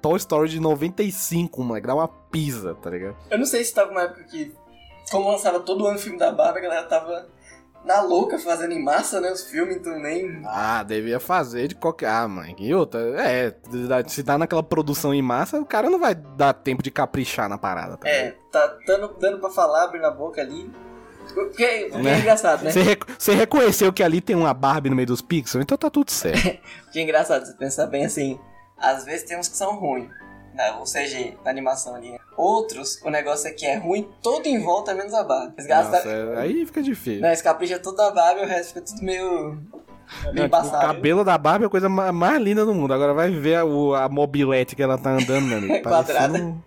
S3: Toy Story de 95, moleque, dá uma pisa, tá ligado?
S2: Eu não sei se tava uma época que, como lançava todo ano o filme da Barbie, a galera tava na louca fazendo em massa, né? Os filmes, então nem.
S3: Ah, devia fazer de qualquer. Ah, mãe, e outra? É, se dá naquela produção em massa, o cara não vai dar tempo de caprichar na parada, tá
S2: É,
S3: ligado?
S2: tá dando, dando pra falar, abrindo a boca ali. Porque, porque é
S3: Né?
S2: engraçado, né?
S3: Você, rec- você reconheceu que ali tem uma Barbie no meio dos pixels, então tá tudo certo.
S2: Que é engraçado, você pensar bem assim, às vezes tem uns que são ruins, né? ou seja, na animação ali. né? Outros, o negócio é que é ruim todo em volta, menos a Barbie. Eles gastam...
S3: Nossa, é- aí fica difícil.
S2: Não, eles capricham tudo na Barbie, o resto fica tudo meio...
S3: Não,
S2: meio
S3: tipo, o
S2: embaçado.
S3: cabelo da Barbie é a coisa ma- mais linda do mundo. Agora vai ver a, o- a mobilete que ela tá andando, né? amigo?
S2: Quadrada.
S3: Parecendo um-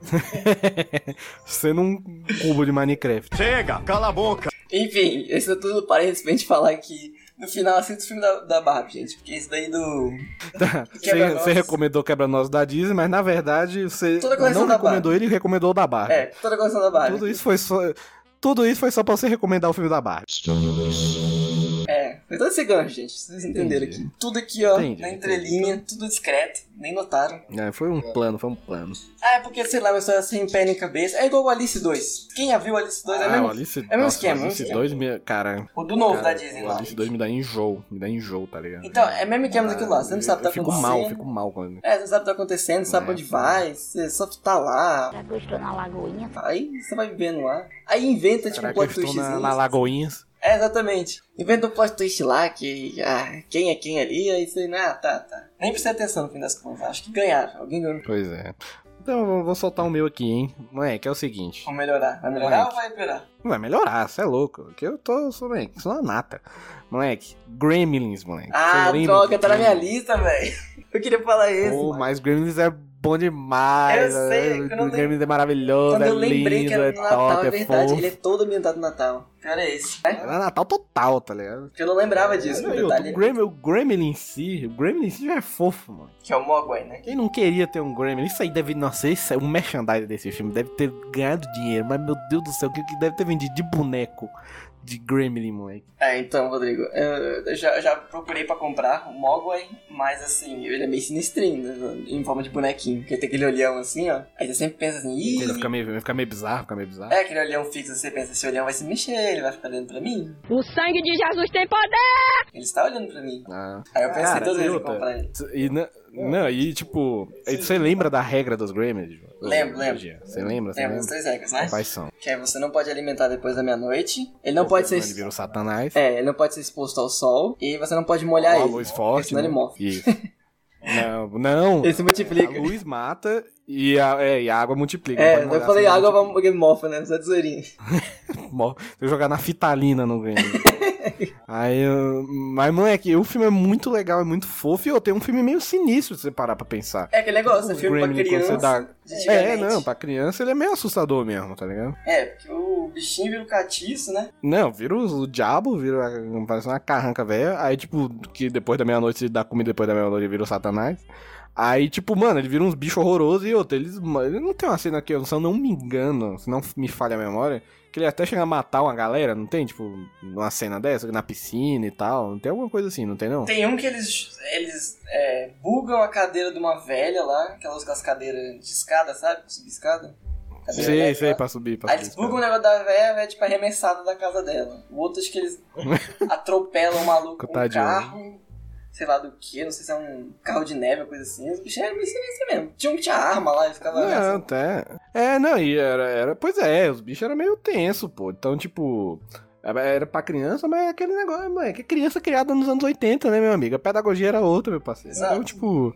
S3: Sendo um cubo de Minecraft.
S5: Chega, cala a boca.
S2: Enfim, isso é tudo parênteses pra gente falar que no final assista o filme da, da Barbie, gente. Porque isso daí do.
S3: Tá, Você
S2: Quebra-nós.
S3: você recomendou Quebra-Nós da Disney, mas na verdade você
S2: Toda a coleção
S3: não
S2: da
S3: recomendou ele e recomendou o da Barbie.
S2: É, toda a coleção da Barbie.
S3: Ah, Tudo isso foi só... Tudo isso foi só pra você recomendar o filme da Barbie.
S2: É, foi todo esse gancho, gente. Vocês entenderam
S3: Entendi.
S2: aqui. Tudo aqui, ó,
S3: Entendi,
S2: na
S3: entendi.
S2: entrelinha, tudo discreto, nem notaram.
S3: É, foi um plano, foi um plano.
S2: Ah, é porque, sei lá, uma história sem pé nem cabeça. É igual o Alice 2. Quem já viu o Alice 2 é
S3: Ah,
S2: mesmo.
S3: o Alice,
S2: mesmo
S3: nossa,
S2: esquema, é
S3: o Alice
S2: mesmo esquema.
S3: 2 me... Cara,
S2: O do novo da
S3: cara,
S2: Disney
S3: o
S2: lá.
S3: Alice é 2 me dá enjoo, me dá enjoo, tá ligado?
S2: Então, é mesmo esquema daquilo lá, você não sabe o que tá
S3: eu fico mal,
S2: acontecendo.
S3: fico mal com ele.
S2: É, você não sabe o que tá acontecendo, você sabe
S3: É.
S2: onde vai, você só tá lá.
S8: Já que eu estou na lagoinha,
S2: Aí você vai vivendo lá. Aí inventa, tipo,
S3: Caraca,
S2: um
S3: eu
S2: plot
S3: estou
S2: twist.
S3: na, na Lagoinhas.
S2: É, exatamente. Inventa um plot twist lá, que ah, quem é quem ali, aí você, ah, tá, tá. Nem precisa atenção no fim das contas, acho que ganharam, alguém ganhou.
S3: Pois é. Então eu vou- vou soltar o meu aqui, hein. Moleque, é o seguinte.
S2: Vou melhorar, vai melhorar
S3: Mike.
S2: ou vai piorar?
S3: Vai melhorar, você é louco. Porque eu tô, sou, moleque, sou uma nata. Moleque, Gremlins, moleque.
S2: Ah,
S3: Você lembra
S2: droga,
S3: do
S2: tá na minha
S3: Gremlins?
S2: lista, velho. Eu queria falar esse.
S3: Pô,
S2: mano.
S3: mas Gremlins é bom demais.
S2: Eu sei,
S3: né?
S2: quando eu lem-
S3: Gremlins é maravilhoso,
S2: Quando
S3: é
S2: eu lembrei
S3: lindo,
S2: que era
S3: é
S2: do Natal,
S3: top,
S2: é
S3: é
S2: verdade,
S3: fofo.
S2: ele é todo ambientado no Natal. Cara, é esse. né?
S3: Era Natal total, tá ligado?
S2: Porque eu não lembrava disso,
S3: Não,
S2: no
S3: e outro,
S2: detalhe. é
S3: o, Gremlin, o Gremlin em si, o Gremlin em si já é fofo, mano.
S2: Que é o Mogwai, né?
S3: Quem não queria ter um Gremlin? Isso aí deve, nossa, isso é um merchandising desse filme, deve ter ganhado dinheiro, mas meu Deus do céu, o que, que deve ter vendido de boneco de Gremlin, moleque?
S2: Ah, então, Rodrigo, eu eu já, eu já procurei pra comprar o Mogwai, mas assim, ele é meio sinistrinho, né, em forma de bonequinho. Porque tem aquele olhão assim, ó. Aí você sempre pensa assim, ih.
S3: Ele fica meio, fica meio bizarro, fica meio bizarro.
S2: É aquele olhão fixo, você pensa, esse olhão vai se mexer, ele vai ficar olhando pra mim.
S6: O sangue de Jesus tem poder!
S2: Ele está olhando pra mim.
S3: Ah.
S2: Aí eu pensei
S3: Cara,
S2: todas as vezes em
S3: outra.
S2: comprar ele.
S3: E na- não, e tipo, aí você lembra da regra dos Gremlins? João?
S2: Lembro, lembro.
S3: Gia? Você lembra? Você
S2: Tem as
S3: lembra?
S2: três regras, né?
S3: Quais são?
S2: Que aí você não pode alimentar depois da meia-noite. Ele não pode ser.
S3: Ele vira o Satanás.
S2: É, ele não pode ser exposto ao sol. E você não pode molhar
S3: a
S2: ele.
S3: luz forte.
S2: senão ele
S3: né?
S2: morre.
S3: Isso. não, não.
S2: Ele se multiplica.
S3: A luz mata e a, é, e a água multiplica.
S2: É,
S3: Não pode
S2: eu
S3: molhar, assim, tipo
S2: falei
S3: senão
S2: água
S3: multiplica.
S2: vai mofa, né? Só de zoeirinha.
S3: Mó- Se eu jogar na fitalina no game. Aí, eu- mas moleque, o filme é muito legal, é muito fofo e eu tenho um filme meio sinistro se você parar pra pensar.
S2: É aquele negócio, é
S3: Os
S2: filme pra
S3: Gremlin, quando
S2: criança.
S3: você dá-
S2: de
S3: É,
S2: antigamente.
S3: não, pra criança ele é meio assustador mesmo, tá ligado?
S2: É, porque o bichinho vira o catiço, né?
S3: Não, vira o, o diabo, vira a- parece uma carranca velha. Aí, tipo, que depois da meia-noite, ele dá comida depois da meia-noite, ele vira o satanás. Aí, tipo, mano, ele vira uns bichos horrorosos e outro. Eles, ele não tem uma cena que eu se eu não me engano, se não me falha a memória, que ele até chega a matar uma galera, não tem? Tipo, uma cena dessa, na piscina e tal. Não tem alguma coisa assim, não tem não?
S2: Tem um que eles, eles é, bugam a cadeira de uma velha lá, que ela usa aquelas cadeiras de escada, sabe? Pra Subir escada. Cadeira
S3: Sei,
S2: elétrica
S3: sei,
S2: lá.
S3: pra subir, pra
S2: é, Aí
S3: subir.
S2: eles bugam o negócio da velha, a velha tipo arremessada da casa dela. O outro acho que eles atropelam o maluco com um
S3: Coitadinho, né?
S2: carro, sei lá do que, não sei se é um carro de neve ou coisa assim. Os bichos eram meio sinistros mesmo. Tinha um que tinha arma lá e ficava
S3: Não,
S2: ameaçando.
S3: até. É, não, e era, era. Pois é, os bichos eram meio tenso, pô. Então, tipo. Era era pra criança, mas é aquele negócio, mano, é que criança criada nos anos 80, né, meu amigo? A pedagogia era outra, meu parceiro.
S2: Exato.
S3: Então, tipo,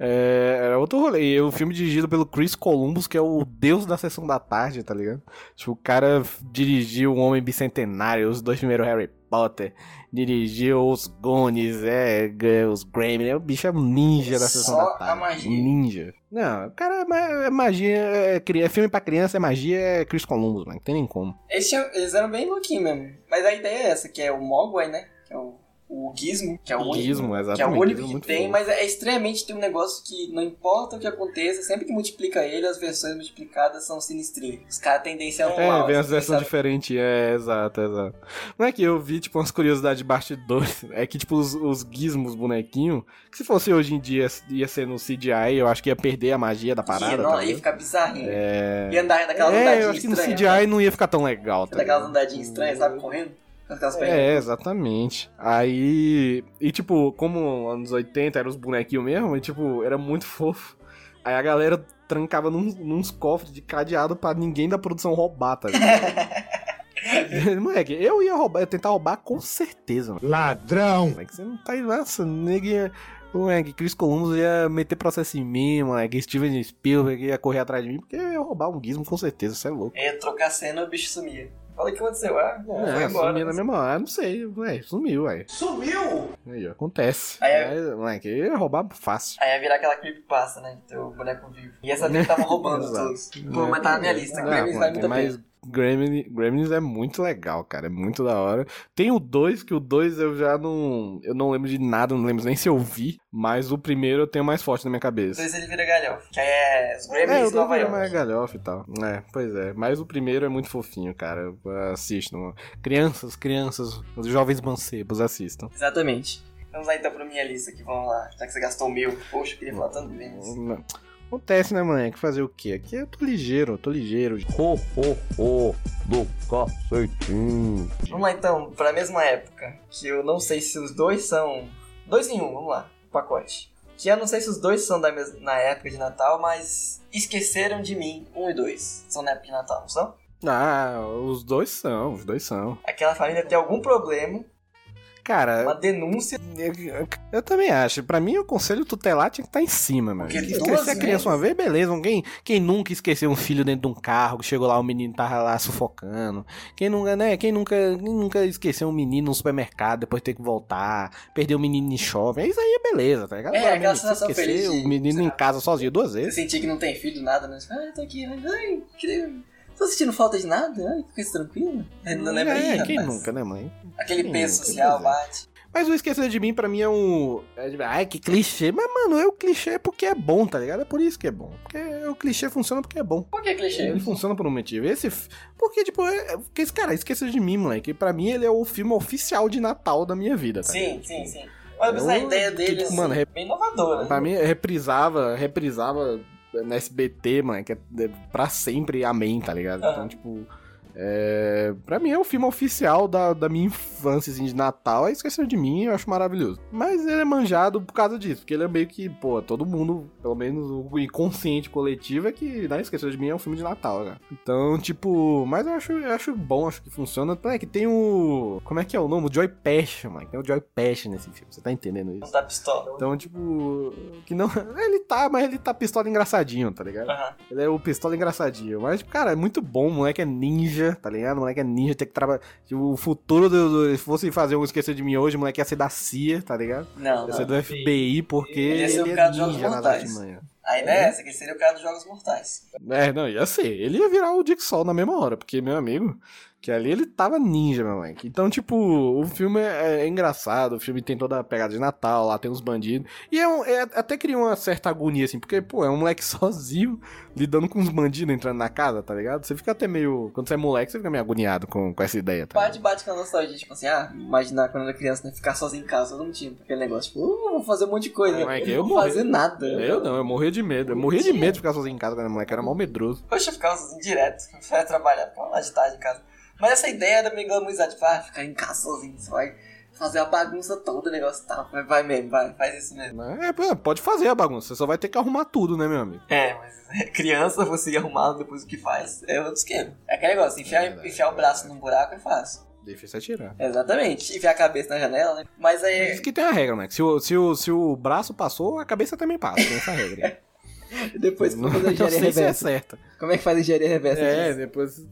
S3: é, era outro rolê. E o filme dirigido pelo Chris Columbus, que é o deus da sessão da tarde, tá ligado? Tipo, o cara f- dirigiu O Homem Bicentenário, os dois primeiros Harry Potter, dirigiu Os Goonies, é, g- os Grammy, né? o bicho é um ninja da sessão
S2: Só
S3: da tarde. um
S2: a magia.
S3: Ninja. Não, o cara é, ma- é magia, é, cri- é filme pra criança, é magia, é Chris Columbus, mano, não tem nem como.
S2: Eles, tinham- é, eles eram bem louquinhos mesmo. Mas a ideia é essa, que é o Mogwai, né? Que é o, o Gizmo, que é o único.
S3: Guismo, exatamente.
S2: Que é o único
S3: Gizmo
S2: que
S3: muito
S2: tem,
S3: fofo.
S2: mas é extremamente tem um negócio que não importa o que aconteça, sempre que multiplica ele, as versões multiplicadas são sinistrinhas. Os caras têm tendência a um
S3: É,
S2: alto,
S3: vem a
S2: sabe?
S3: versão diferente, é, exato, exato. Não é que eu vi, tipo, umas curiosidades de bastidores, é que, tipo, os, os gizmos, bonequinho, que se fosse hoje em dia, ia ser no CGI, eu acho que ia perder a magia da
S2: Ia,
S3: parada,
S2: não,
S3: tá
S2: ia
S3: ligado?
S2: ficar bizarrinho.
S3: É,
S2: Ia andar naquelas
S3: é eu
S2: andadinhas
S3: acho que no
S2: estranhas. né?
S3: CGI não ia ficar tão legal, tá
S2: Daquelas
S3: ligado?
S2: andadinhas estranhas, sabe? Correndo. Com aquelas perninhas.
S3: É, exatamente. Aí. E tipo, como anos 80 eram os bonequinhos mesmo, e tipo, era muito fofo. Aí a galera trancava num- nos cofres de cadeado pra ninguém da produção roubar, tá ligado? Moleque, eu ia roubar, ia tentar roubar com certeza, mano.
S4: Ladrão!
S3: Moleque, você não tá. Nossa, nega ia. Moleque, Chris Columbus ia meter processo em mim, moleque. Steven Spielberg ia correr atrás de mim, porque eu ia roubar um gizmo com certeza, você é louco.
S2: Ia trocar a cena e o bicho sumia. Fala o que aconteceu. Ah,
S3: É,
S2: foi embora.
S3: sumiu na mesma hora. Não sei, ué, sumiu, ué.
S1: Sumiu!
S3: Aí, ó, acontece.
S2: Aí, é-
S3: Aí, moleque, ia roubar fácil.
S2: Aí ia virar aquela creepypasta, né? Que teu boneco vivo. E essa dele tava roubando
S3: Exato.
S2: todos. Pô, mas tá na minha lista.
S3: Não,
S2: Gremlins vai
S3: moleque,
S2: muito
S3: mas
S2: bem.
S3: Gremlin- Gremlins é muito legal, cara. É muito da hora. Tem o 2, que o 2 eu já não. Eu não lembro de nada, não lembro nem se eu vi. Mas o primeiro eu tenho mais forte na minha cabeça.
S2: Depois ele vira galhofa. Que aí é os
S3: É,
S2: Gremlins
S3: o
S2: de Nova
S3: Dover é
S2: York.
S3: mais galhofa e tal. É, pois é. Mas o primeiro é muito fofinho, cara. Assistam. Crianças, crianças, os jovens mancebos, assistam.
S2: Exatamente. Vamos lá então pra minha lista aqui, vamos lá. Já que você gastou o meu. Poxa, eu queria falar tanto bem. disso.
S3: Acontece, né, moleque? Fazer o quê? Aqui eu tô ligeiro, eu tô ligeiro.
S9: Ho, ho, ho, do cacetinho.
S2: Vamos lá então, pra mesma época. Que eu não sei se os dois são. Dois em um, vamos lá. o Pacote. Que eu não sei se os dois são da mes... na época de Natal, mas esqueceram de mim, um e dois. São na época de Natal, não são?
S3: Ah, os dois são, os dois são.
S2: Aquela família tem algum problema,
S3: Cara,
S2: uma denúncia.
S3: Eu, eu também acho. Pra mim, o conselho tutelar tinha que estar em cima, mano.
S2: Porque
S3: Se
S2: duas né?
S3: Esquecer a
S2: vezes-
S3: criança uma vez, beleza. Alguém, quem nunca esqueceu um filho dentro de um carro, que chegou lá, o menino tava lá sufocando. Quem nunca, né? Quem nunca, quem nunca esqueceu um menino no supermercado, depois ter que voltar, perder o menino em shopping. Isso aí é beleza, tá ligado?
S2: É,
S3: Agora,
S2: aquela
S3: menino, se
S2: sensação
S3: esquecer
S2: feliz de-
S3: o menino em casa sozinho duas
S2: Você
S3: vezes.
S2: sentir que não tem filho, nada, né? Você fala, Ah, tô aqui, mas ai, que... tô sentindo falta de nada, ai, que coisa tranquila. Aí Não lembra
S3: é,
S2: aí,
S3: quem
S2: rapaz.
S3: nunca, né, mãe?
S2: Aquele
S3: Quem
S2: peso
S3: nunca, pois
S2: social
S3: é.
S2: bate.
S3: Mas o Esquecer de Mim, pra mim, é um. é de- Ai, que clichê. Mas, mano, é o clichê porque é bom, tá ligado? É por isso que é bom. Porque o clichê funciona porque é bom.
S2: Por que clichê?
S3: Ele funciona por um motivo. Esse. f- Porque, tipo, é... é- porque esse cara esqueceu de mim, moleque. Pra mim, ele é o filme oficial de Natal da minha vida, tá?
S2: Sim, sim, sim. Mas
S3: Eu-
S2: a ideia
S3: É um que-
S2: dele
S3: que,
S2: assim,
S3: mano,
S2: é
S3: rep-
S2: bem inovadora. né?
S3: Pra mim, reprisava, reprisava na SBT, mano, que é é pra sempre amém, tá ligado?
S2: Aham.
S3: Então, tipo. É... Pra mim é o filme oficial da, da minha infância, assim, de Natal. Aí esqueceu de mim, eu acho maravilhoso. Mas ele é manjado por causa disso, porque ele é meio que, pô, todo mundo, pelo menos o inconsciente coletivo, é que né, Esqueceu de mim é um filme de Natal, cara. Então, tipo, mas eu acho, eu acho bom, acho que funciona. Tanto É que tem o. Como é que é o nome? O Joy Pesci, mano. Tem o Joy Pesci nesse filme, você tá entendendo isso?
S2: Não tá pistola.
S3: Então, tipo, que não. Ele tá, mas ele tá pistola engraçadinho, tá ligado?
S2: Aham.
S3: Ele é o pistola engraçadinho. Mas, tipo, cara, é muito bom. O moleque é ninja, tá ligado? O moleque é ninja, tem que trabalhar. Tipo, o futuro do. do- Se fosse fazer um Esquecer de Mim hoje, o moleque ia ser da CIA, tá ligado?
S2: Não,
S3: Ia ser
S2: não.
S3: do FBI, porque
S2: Ele ia ser o
S3: ele é
S2: cara dos Jogos
S3: ninja nas
S2: Mortais.
S3: artimanhas.
S2: A ideia é essa, que ele seria o cara dos Jogos Mortais.
S3: É, não, ia ser. Ele ia virar o Dick Sol na mesma hora, porque, meu amigo, que ali ele tava ninja, meu moleque. Então, tipo, o filme é, é engraçado, o filme tem toda a pegada de Natal, lá tem uns bandidos. E é, um- é- até cria uma certa agonia, assim, porque, pô, é um moleque sozinho, lidando com uns bandidos entrando na casa, tá ligado? Você fica até meio. Quando você é moleque, você fica meio agoniado com, com essa ideia, tá?
S2: Bate,
S3: ligado?
S2: bate com a nostalgia, tipo assim, ah, imaginar quando eu era criança, né, ficar sozinho em casa, todo mundo tinha aquele negócio, tipo, uh, vou fazer um monte de coisa,
S3: Não, é que
S2: eu
S3: eu
S2: não vou
S3: morri.
S2: fazer nada.
S3: Eu não, eu morria de medo. Eu morria de medo de ficar sozinho em casa quando eu era moleque, eu era mal medroso.
S2: Poxa, eu ficava sozinho direto, eu ia trabalhar, ficava lá de tarde em casa. Mas essa ideia da minha glamorizar, tipo, ah, ficar em casa sozinho, você vai fazer a bagunça toda, o negócio tá, vai, vai mesmo, vai, faz isso mesmo.
S3: É, pô, pode fazer a bagunça, você só vai ter que arrumar tudo, né, meu amigo?
S2: É, mas criança, você ir arrumado depois o que faz, é outro esquema. É aquele negócio, enfiar,
S3: Verdade,
S2: enfiar o braço num buraco é fácil.
S3: Difícil atirar.
S2: Exatamente. Enfiar a cabeça na janela, né? Mas
S3: Diz
S2: aí,
S3: que tem a regra, né? Que Se o, se, o, se o braço passou, a cabeça também passa. Tem essa regra.
S2: depois como fazer
S3: não
S2: engenharia
S3: sei se é
S2: reversa.
S3: certa.
S2: Como é que faz engenharia reversa? disso?
S3: depois.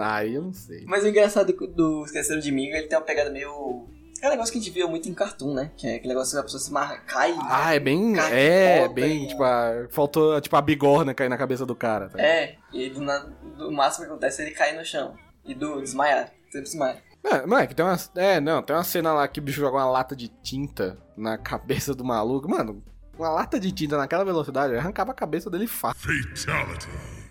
S3: Aí eu não sei.
S2: Mas o engraçado do- do Esqueceram de Mim, ele tem uma pegada meio... É um negócio que a gente via muito em cartoon, né? Que é aquele negócio que a pessoa se marra, cai...
S3: Ah, é bem.
S2: Cara,
S3: É,
S2: foda,
S3: bem.
S2: hein?
S3: Tipo, a, faltou tipo, a bigorna cair na cabeça do cara. Tá?
S2: É, e do, na- do máximo que acontece é ele cair no chão. E do desmaiar, sempre desmaia.
S3: Não, moleque, tem uma. É, não, tem uma cena lá que o bicho joga uma lata de tinta na cabeça do maluco. Mano, uma lata de tinta naquela velocidade eu arrancava a cabeça dele fácil.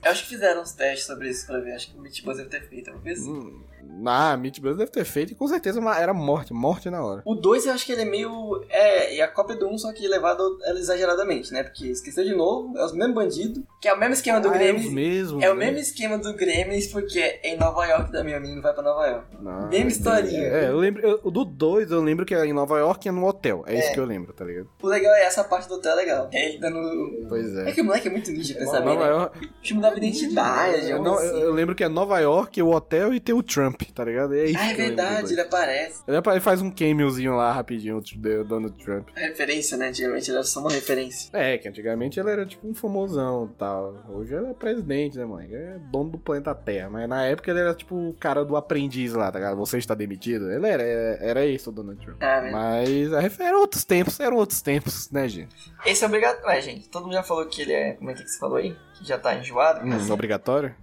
S2: Eu acho que fizeram uns testes sobre isso pra ver, acho que o Meatballs deve ter feito, talvez.
S3: Hum, Ah, Meatbus deve ter feito e com certeza uma- era morte, morte na hora.
S2: O 2 eu acho que ele é meio. É, e a cópia do 1, um, só que levado ela exageradamente, né? Porque esqueceu de novo, é os mesmos bandidos, que é o mesmo esquema do
S3: Ah, é os
S2: Grêmio.
S3: mesmos,
S2: É o
S3: né?
S2: mesmo esquema do Grêmins, porque é em Nova York também, o menino vai pra Nova York.
S3: Não,
S2: Mesma historinha.
S3: Ah, É, eu lembro. eu- o do 2 eu lembro que é em Nova York e é no hotel. É, isso que eu lembro, tá ligado?
S2: O legal é essa parte do hotel é legal. É ele dando.
S3: Pois
S2: É
S3: é.
S2: que o moleque é muito ninja pra saber.
S3: Nova
S2: né?
S3: York.
S2: O time dava identidade,
S3: eu, é
S2: algo
S3: não-
S2: assim.
S3: eu lembro que é Nova York, o hotel e tem o Trump. Trump, tá ligado? E é isso
S2: Ah, é
S3: que eu lembro do
S2: verdade,
S3: dois.
S2: ele aparece.
S3: Ele apa- ele faz um cameozinho lá rapidinho tipo, do Donald Trump.
S2: É referência, né? Antigamente ele era só uma referência.
S3: É, que antigamente ele era tipo um famosão e tal. Hoje ele é presidente, né, mãe? Ele É dono do planeta Terra. Mas na época ele era tipo o cara do aprendiz lá, tá ligado? Você está demitido. Ele era, era, era isso, o Donald Trump.
S2: Ah, né?
S3: Mas a ref- eram outros tempos, eram outros tempos, né, gente?
S2: Esse é obrigado. Ué, gente, todo mundo já falou que ele é. Como é que você falou aí? Que já tá enjoado?
S3: Hum, obrigatório?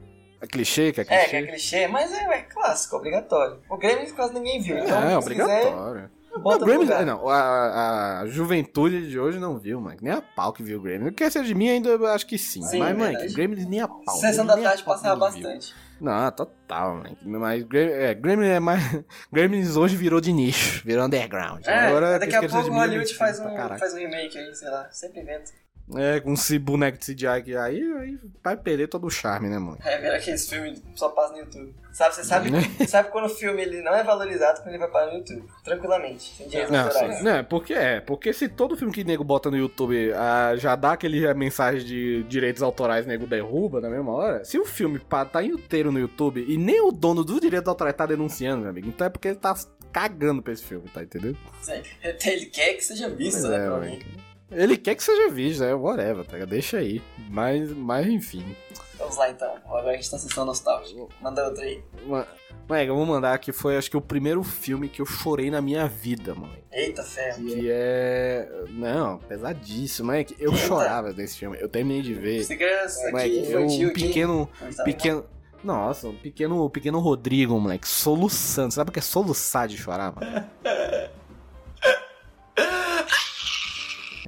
S3: É clichê, que é
S2: É,
S3: clichê?
S2: que é clichê, mas é, é clássico, obrigatório. O Grêmio quase ninguém viu. Então,
S3: é,
S2: se Quiser,
S3: obrigatório. Não,
S2: bota
S3: o
S2: no
S3: Grammy,
S2: lugar.
S3: não, a, a juventude de hoje não viu, mano. Nem a pau que viu o Grammy. Quer ser de mim, ainda eu acho que sim.
S2: Sim,
S3: mas, mãe,
S2: verdade.
S3: o Grammy nem a pau. Grammy
S2: Sessão da
S3: nem a
S2: tarde
S3: pau que
S2: passava
S3: é ninguém viu.
S2: bastante.
S3: Não, total, mano. Mas Grammy, é, Grammy é mais. Grammys hoje virou de nicho, virou underground.
S2: É,
S3: Agora,
S2: daqui
S3: quem
S2: a
S3: quer ser
S2: pouco
S3: de
S2: o
S3: mim, é
S2: Hollywood
S3: mainstream
S2: faz
S3: pra
S2: um,
S3: caralho.
S2: faz um remake aí, sei lá, sempre inventa.
S3: É, com esse boneco de CGI que aí, aí vai perder todo o charme, né, mano? É.
S2: É, ver aqueles filmes que só passa no YouTube. Sabe, você sabe,
S3: Uhum.
S2: sabe quando o filme ele não é valorizado quando ele vai parar no YouTube, tranquilamente, sem direitos
S3: Não,
S2: autorais.
S3: sim. Não, é porque é, porque se todo filme que nego bota no YouTube ah, já dá aquele a mensagem de direitos autorais, nego derruba na mesma hora, se o filme pá, tá inteiro no YouTube e nem o dono dos direitos autorais tá denunciando, meu amigo, então é porque ele tá cagando pra esse filme, tá entendendo?
S2: Sim. Até ele quer que seja visto,
S3: Pois
S2: né,
S3: é,
S2: pra
S3: ué.
S2: mim.
S3: Ele quer que seja visto, é whatever, tá? ligado? Deixa aí. Mas, mas enfim.
S2: Vamos lá então, agora a gente tá sessão nostálgica. Manda outra aí.
S3: Ma- Moleque, eu vou mandar que foi acho que o primeiro filme que eu chorei na minha vida, mano.
S2: Eita ferro.
S3: Que é. Não, pesadíssimo, é que eu chorava nesse filme. Eu terminei de ver.
S2: Você quer isso aqui,
S3: Moleque, eu,
S2: infantil
S3: um
S2: aqui? Tá
S3: pequeno,
S2: Não sabe,
S3: pequeno... Nossa, um pequeno, um pequeno Rodrigo, moleque, soluçando. Sabe o que é soluçar de chorar, mano?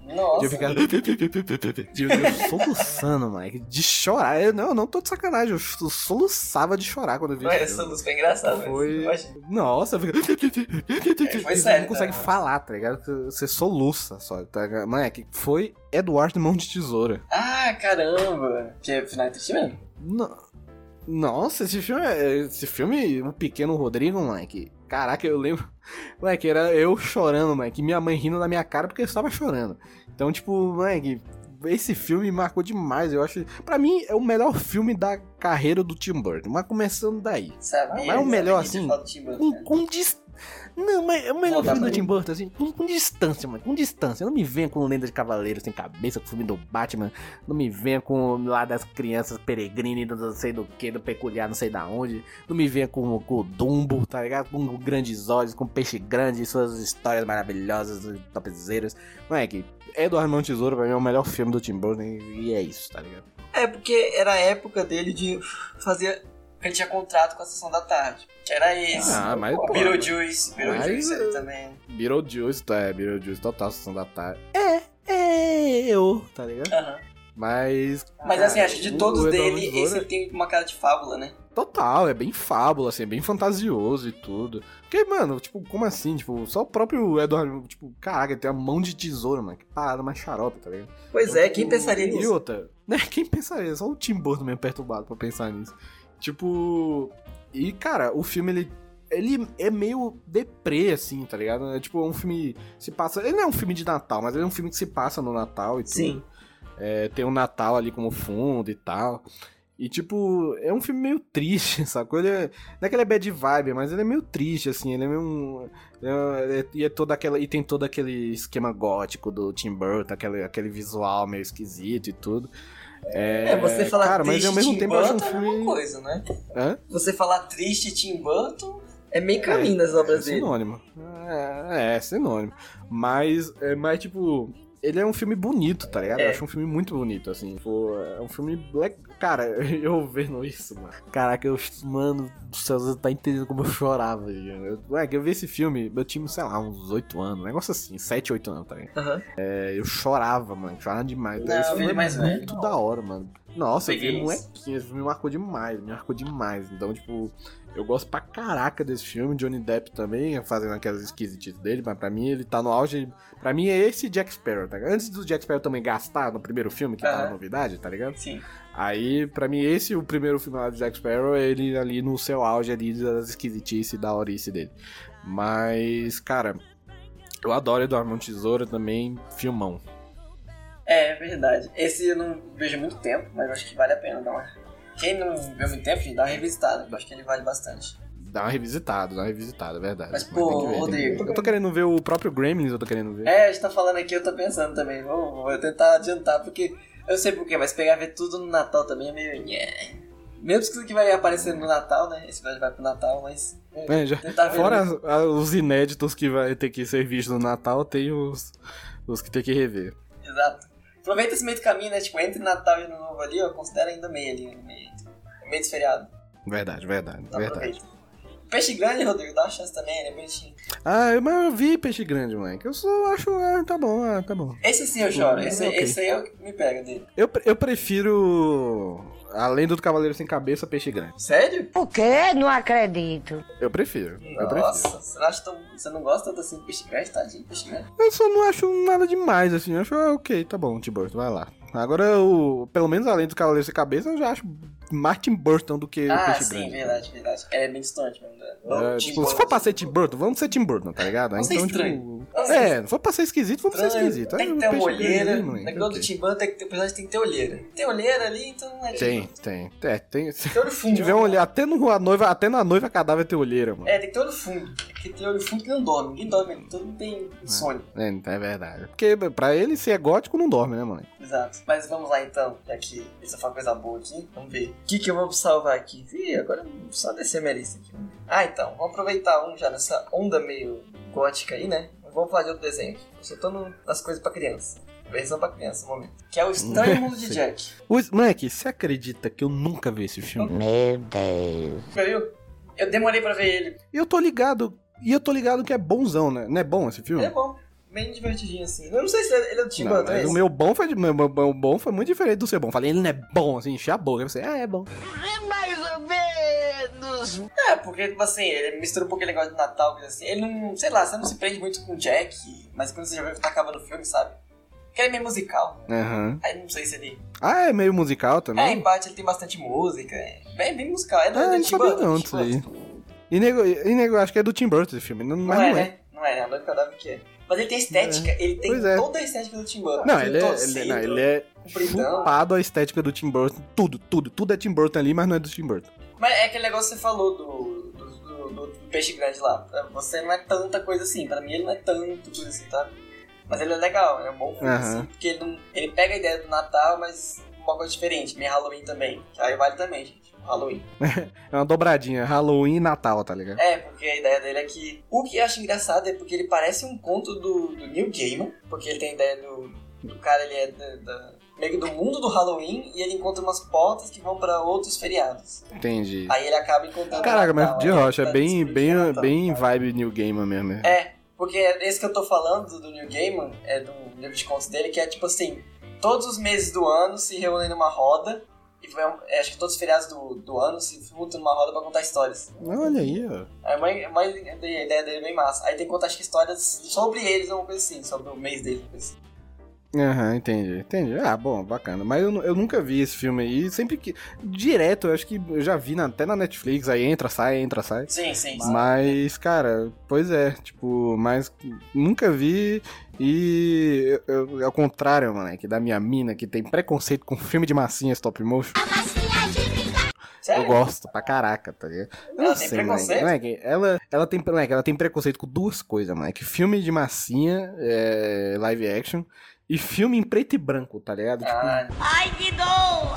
S2: não. Nossa.
S3: De eu ficar... De eu soluçando, moleque, de chorar. Eu, não, eu não tô de sacanagem, eu so- soluçava de chorar quando eu vi
S2: Ué,
S3: esse
S2: é essa
S3: filme.
S2: luz foi engraçada.
S3: Foi...
S2: mas- né? Imagina.
S3: Nossa, eu fico...
S2: É, foi
S3: Você
S2: sério,
S3: não consegue
S2: né?
S3: falar, tá ligado? Você soluça só, tá ligado? Moleque, foi Eduardo Mão de Tesoura.
S2: Ah, caramba. Que é final triste mesmo?
S3: No- Nossa, esse filme, é- esse filme, o Pequeno Rodrigo, moleque. Caraca, eu lembro. Moleque, era eu chorando, moleque. e Minha mãe rindo na minha cara porque eu estava chorando. Então, tipo, moleque, esse filme marcou demais. Eu acho. Pra mim, é o melhor filme da carreira do Tim Burton. Mas começando daí.
S2: Sabia.
S3: Mas é o
S2: sabia
S3: melhor,
S2: que tinha
S3: assim,
S2: falado de Timbaland,
S3: Com,
S2: né?
S3: com dis- Não, mas é o melhor
S2: Não dá
S3: filme
S2: pra
S3: do
S2: mim.
S3: Tim Burton, assim, com, com distância, mano. Com distância. Não me venha com Lenda de Cavaleiro sem cabeça, com o filme do Batman. Não me venha com lá das crianças peregrine, do não sei do que, do peculiar, não sei da onde. Não me venha com, com o Dumbo, tá ligado? Com grandes olhos, com peixe grande, suas histórias maravilhosas, topzeiras. Moleque, Eduardo Mão Tesouro, pra mim, é o melhor filme do Tim Burton e é isso, tá ligado?
S2: É, porque era a época dele de fazer. Ele tinha contrato com a sessão da tarde. Que era esse.
S3: Ah, mas,
S2: o
S3: pô,
S2: Beetlejuice.
S3: mas,
S2: Beetlejuice ele
S3: eh,
S2: também.
S3: Beetlejuice, tá, é, Beetlejuice total, Sessão da Tarde. É, é, eu, tá ligado?
S2: Aham.
S3: Mas.
S2: Mas
S3: cara,
S2: assim, acho que de
S3: o
S2: todos
S3: Eduardo
S2: dele,
S3: Mão de Tesoura
S2: esse tem uma cara de fábula, né?
S3: é Total, é bem fábula, assim, é bem fantasioso e tudo. Porque, mano, tipo, como assim? Tipo, só o próprio Eduardo, tipo, caraca, tem a mão de tesoura, mano. Que parada mais xarope, tá ligado?
S2: Pois é, quem pensaria
S3: E
S2: nisso?
S3: outra, né? Quem pensaria? Só o Tim Burton meio perturbado pra pensar nisso. Tipo. E, cara, o filme, ele. Ele é meio deprê, assim, tá ligado? É tipo, é um filme. Se passa. Ele não é um filme de Natal, mas ele é um filme que se passa no Natal e tudo.
S2: Sim.
S3: É, tem o Natal ali como fundo e tal. E, tipo, é um filme meio triste, sacou? Ele é, não é que ele é bad vibe, mas ele é meio triste, assim. Ele é meio um... é- é- e, é toda aquela, e tem todo aquele esquema gótico do Tim Burton, aquele, aquele visual meio esquisito e tudo. É,
S2: É, você falar
S3: Cara,
S2: triste
S3: mas ao mesmo
S2: Tim
S3: tempo eu acho um
S2: Burton é uma
S3: filme...
S2: coisa, né?
S3: Hã?
S2: Você falar triste Tim Burton é meio caminho das
S3: É
S2: obras dele.
S3: sinônimo. É, é sinônimo. Mas, é, mas, tipo, ele é um filme bonito, tá ligado?
S2: É.
S3: Eu acho um filme muito bonito, assim. Tipo, é um filme. Black... Cara, eu vendo isso, mano. Caraca, eu. Mano do céu, você tá entendendo como eu chorava. gente. Eu, ué, que eu vi esse filme, eu tinha, sei lá, uns 8 anos, um negócio assim, 7, 8 anos, tá ligado?
S2: Aham.
S3: É, eu chorava, mano, chorava demais.
S2: Não,
S3: Esse
S2: eu vi
S3: filme é
S2: mais velho,
S3: muito
S2: não.
S3: da hora, mano. Nossa, eu vi
S2: Peguei
S3: molequinho, esse filme me marcou demais, me marcou demais. Então, tipo, eu gosto pra caraca desse filme. Johnny Depp também, fazendo aquelas esquisitices dele, mas pra mim ele tá no auge. Pra mim é esse Jack Sparrow, tá ligado? Antes do Jack Sparrow também gastar no primeiro filme, que tá
S2: Aham.
S3: na novidade, tá ligado?
S2: Sim.
S3: Aí, pra mim, esse, o primeiro filme lá do Jack Sparrow, ele ali no seu auge ali das esquisitices e da horice dele. Mas, cara, eu adoro Eduardo Mão de Tesoura também, filmão.
S2: É, é verdade. Esse eu não vejo há muito tempo, mas eu acho que vale a pena dar uma. Quem não vê há muito tempo, gente, dá uma revisitada. Eu acho que ele vale bastante.
S3: Dá uma revisitada, dá uma revisitada, é verdade.
S2: Mas, pô,
S3: tem que ver, tem que
S2: Rodrigo-
S3: ver. Eu tô querendo ver o próprio Gremlins, eu tô querendo ver.
S2: É, a gente tá falando aqui, eu tô pensando também. Vou, vou tentar adiantar, porque eu sei porquê, mas pegar e ver tudo no Natal também é meio. nhé. Mesmo que isso aqui vai aparecer no Natal, né? Esse vai vai pro Natal, mas. é,
S3: É, já-
S2: Tentar ver
S3: Fora as- a- os inéditos que vai ter que ser visto no Natal, tem os, os que tem que rever.
S2: Exato. Aproveita esse meio do caminho, né? Tipo, entre Natal e Ano Novo ali, ó, considera ainda meio ali, no meio. No meio do feriado.
S3: Verdade, verdade,
S2: Então
S3: verdade.
S2: aproveita. Peixe grande, Rodrigo, dá uma chance também, né? Peixinho.
S3: Ah, eu- mas eu vi Peixe Grande, moleque. Eu só acho, ah, tá bom, ah, tá bom.
S2: Esse sim eu choro.
S3: Hum,
S2: Esse,
S3: ok.
S2: esse aí é o que me pega dele.
S3: Eu, pre- eu prefiro. Além do Cavaleiro Sem Cabeça, Peixe Grande.
S2: Sério?
S8: O quê? Não acredito.
S3: Eu prefiro, eu prefiro.
S2: Nossa, você não, acha tão- você não gosta tanto assim do peixe grande, tadinho, peixe grande.
S3: Eu só não acho nada demais, assim. Eu acho, ah, ok, tá bom, Tim Burton, vai lá. Agora, o, pelo menos além do Cavaleiro Sem Cabeça, eu já acho mais Tim Burton do que
S2: ah,
S3: Peixe
S2: sim,
S3: Grande.
S2: verdade, verdade. É bem distante mesmo. né?
S3: É,
S2: Bom,
S3: tipo,
S2: bom,
S3: se for pra ser Tim Burton, vamos ser Tim Burton, tá ligado?
S2: Vamos ser estranho.
S3: tipo.
S2: Vamos ser
S3: É, se for pra ser esquisito, vamos ser
S2: estranho,
S3: esquisito.
S2: Tem
S3: É,
S2: que ter uma
S3: peixe grande,
S2: olheira.
S3: né, moleque?
S2: Naquela do
S3: Ok.
S2: Timban, tem que ter, o personagem tem que ter olheira. Tem olheira ali, então não é
S3: Tem, tem. É, tem. Se
S2: Tem olho fundo.
S3: tiver um olho, até, no, a noiva, até na noiva cadáver tem olheira, mano.
S2: É, tem que ter olho fundo. Tem que ter olho fundo que não dorme. Ninguém dorme ali. Todo mundo tem insônia.
S3: É, é verdade. Porque pra ele, se é gótico, não dorme, né, mano?
S2: Exato. Mas vamos lá então, já que essa foi uma coisa boa aqui. Vamos ver. O que, que eu vou salvar aqui? Ih, agora eu só descer minha lista aqui. Ah, então. Vamos aproveitar um já nessa onda meio gótica aí, né? Vamos falar de outro desenho. Eu só tô no- nas coisas pra criança. Versão pra criança, no momento. Que é o Estranho Mundo de
S3: Sim.
S2: Jack.
S3: Os, moleque, você acredita que eu nunca vi esse filme?
S9: Meu Deus.
S2: Já viu? Eu demorei pra ver ele.
S3: E eu tô ligado. E eu tô ligado que é bonzão, né? Não é bom esse filme?
S2: Ele é bom. Bem divertidinho assim. Eu não sei se ele é do Tim
S3: Não,
S2: Burton.
S3: mas
S2: é
S3: o
S2: esse?
S3: meu bom foi de- meu, meu- meu bom foi muito diferente do seu bom. Falei, ele não é bom, assim, encher a boca. Aí Você, ah, é bom.
S2: É, porque, tipo assim, ele mistura um pouco aquele negócio de Natal, coisa assim. Ele não, sei lá, você não se prende muito com o Jack, mas quando você já vê que tá acabando o filme, sabe? Porque ele é meio musical.
S3: Aham.
S2: Aí não sei se ele.
S3: Ah, é meio musical também?
S2: É, em parte ele tem bastante música. É bem, bem musical. É do,
S3: Ah,
S2: do
S3: eu não
S2: Tim
S3: sabia
S2: Burton,
S3: não
S2: Tim
S3: disso aí.
S2: Burton.
S3: E nego, e nego, acho que é do Tim Burton esse filme, não,
S2: Não
S3: mas
S2: é,
S3: não é.
S2: né? Não é, é a noite cadáver que é. Mas ele tem estética, ele tem
S3: Pois é.
S2: toda a estética do Tim Burton.
S3: Não,
S2: Tem
S3: ele é,
S2: torcido,
S3: ele, não, ele é
S2: compridão.
S3: chupado a estética do Tim Burton. Tudo, tudo, tudo é Tim Burton ali, mas não é do Tim Burton.
S2: Mas é aquele negócio que você falou do, do, do- do- do peixe grande lá. Pra Você não é tanta coisa assim. Pra mim ele não é tanto coisa assim, tá? Mas ele é legal, ele é um bom filme,
S3: Aham.
S2: assim. Porque ele, não, ele pega a ideia do Natal, mas uma coisa diferente. Meio Halloween também. que Aí vale também, gente. Halloween.
S3: É uma dobradinha, Halloween e Natal, tá ligado?
S2: É, porque a ideia dele é que... O que eu acho engraçado é porque ele parece um conto do, do Neil Gaiman. Porque ele tem a ideia do... Do cara, ele é da... da- meio que do mundo do Halloween. E ele encontra umas portas que vão pra outros feriados.
S3: Entendi.
S2: Aí ele acaba encontrando... o
S3: Caraca,
S2: Natal,
S3: mas de
S2: aí ele
S3: rocha, é
S2: tá
S3: bem,
S2: descobrindo
S3: bem,
S2: o Natal,
S3: bem
S2: cara.
S3: vibe New Gamer mesmo. É.
S2: É, porque esse que eu tô falando do New Gaiman, é do livro de contos dele, que é tipo assim, todos os meses do ano se reúnem numa roda, e vão- é, acho que todos os feriados do, do ano se juntam numa roda pra contar histórias.
S3: Olha aí, ó.
S2: É uma, é uma ideia dele é bem massa. Aí tem que contar acho que histórias sobre eles, alguma coisa assim, sobre o mês dele. alguma coisa assim.
S3: Aham, entendi, entendi. Ah, bom, bacana. Mas eu, nu- eu nunca vi esse filme aí. Sempre que. Direto, eu acho que eu já vi na- até na Netflix, aí entra, sai, entra, sai.
S2: Sim, sim, sim.
S3: Mas, cara, pois é, tipo, mas nunca vi e eu- eu- ao contrário, moleque, da minha mina que tem preconceito com filme de massinha stop motion, eu
S2: Sério?
S3: gosto pra caraca, tá ligado? Eu
S2: Ela
S3: não é
S2: tem
S3: sei, moleque,
S2: preconceito?
S3: moleque, ela, ela tem, moleque, ela tem preconceito com duas coisas, moleque, filme de massinha, é, live action, e filme em preto e branco, tá ligado? Tipo,
S2: Ah,
S8: Ai, que dor!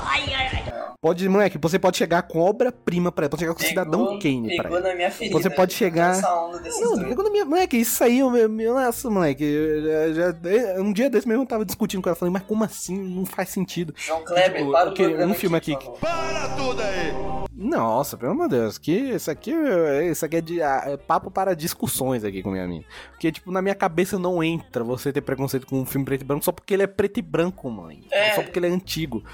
S8: Ai, ai, ai.
S3: pode, moleque, você pode chegar com obra-prima pra ela, pode chegar com
S2: pegou-
S3: um Cidadão Kane pra
S2: Pegou
S3: ela.
S2: na minha ferida.
S3: Você pode chegar-
S2: Essa onda desses
S3: Não,
S2: dois.
S3: pegou na minha. Moleque, isso aí, eu, eu, eu- nossa, moleque. eu já- já- um dia desse mesmo eu tava discutindo com ela, falei, mas como assim? Não faz sentido.
S2: João Kleber,
S3: Tipo,
S2: para o
S3: ok, um
S2: programa
S3: filme
S2: aqui,
S3: aqui
S2: por favor.
S3: Nossa, pelo amor de Deus, que isso aqui, é- isso aqui é, de, ah, é papo para discussões aqui com minha amiga. Porque, tipo, na minha cabeça não entra você ter preconceito com um filme preto e branco só porque ele é preto e branco, mãe.
S2: É.
S3: Só porque ele é antigo.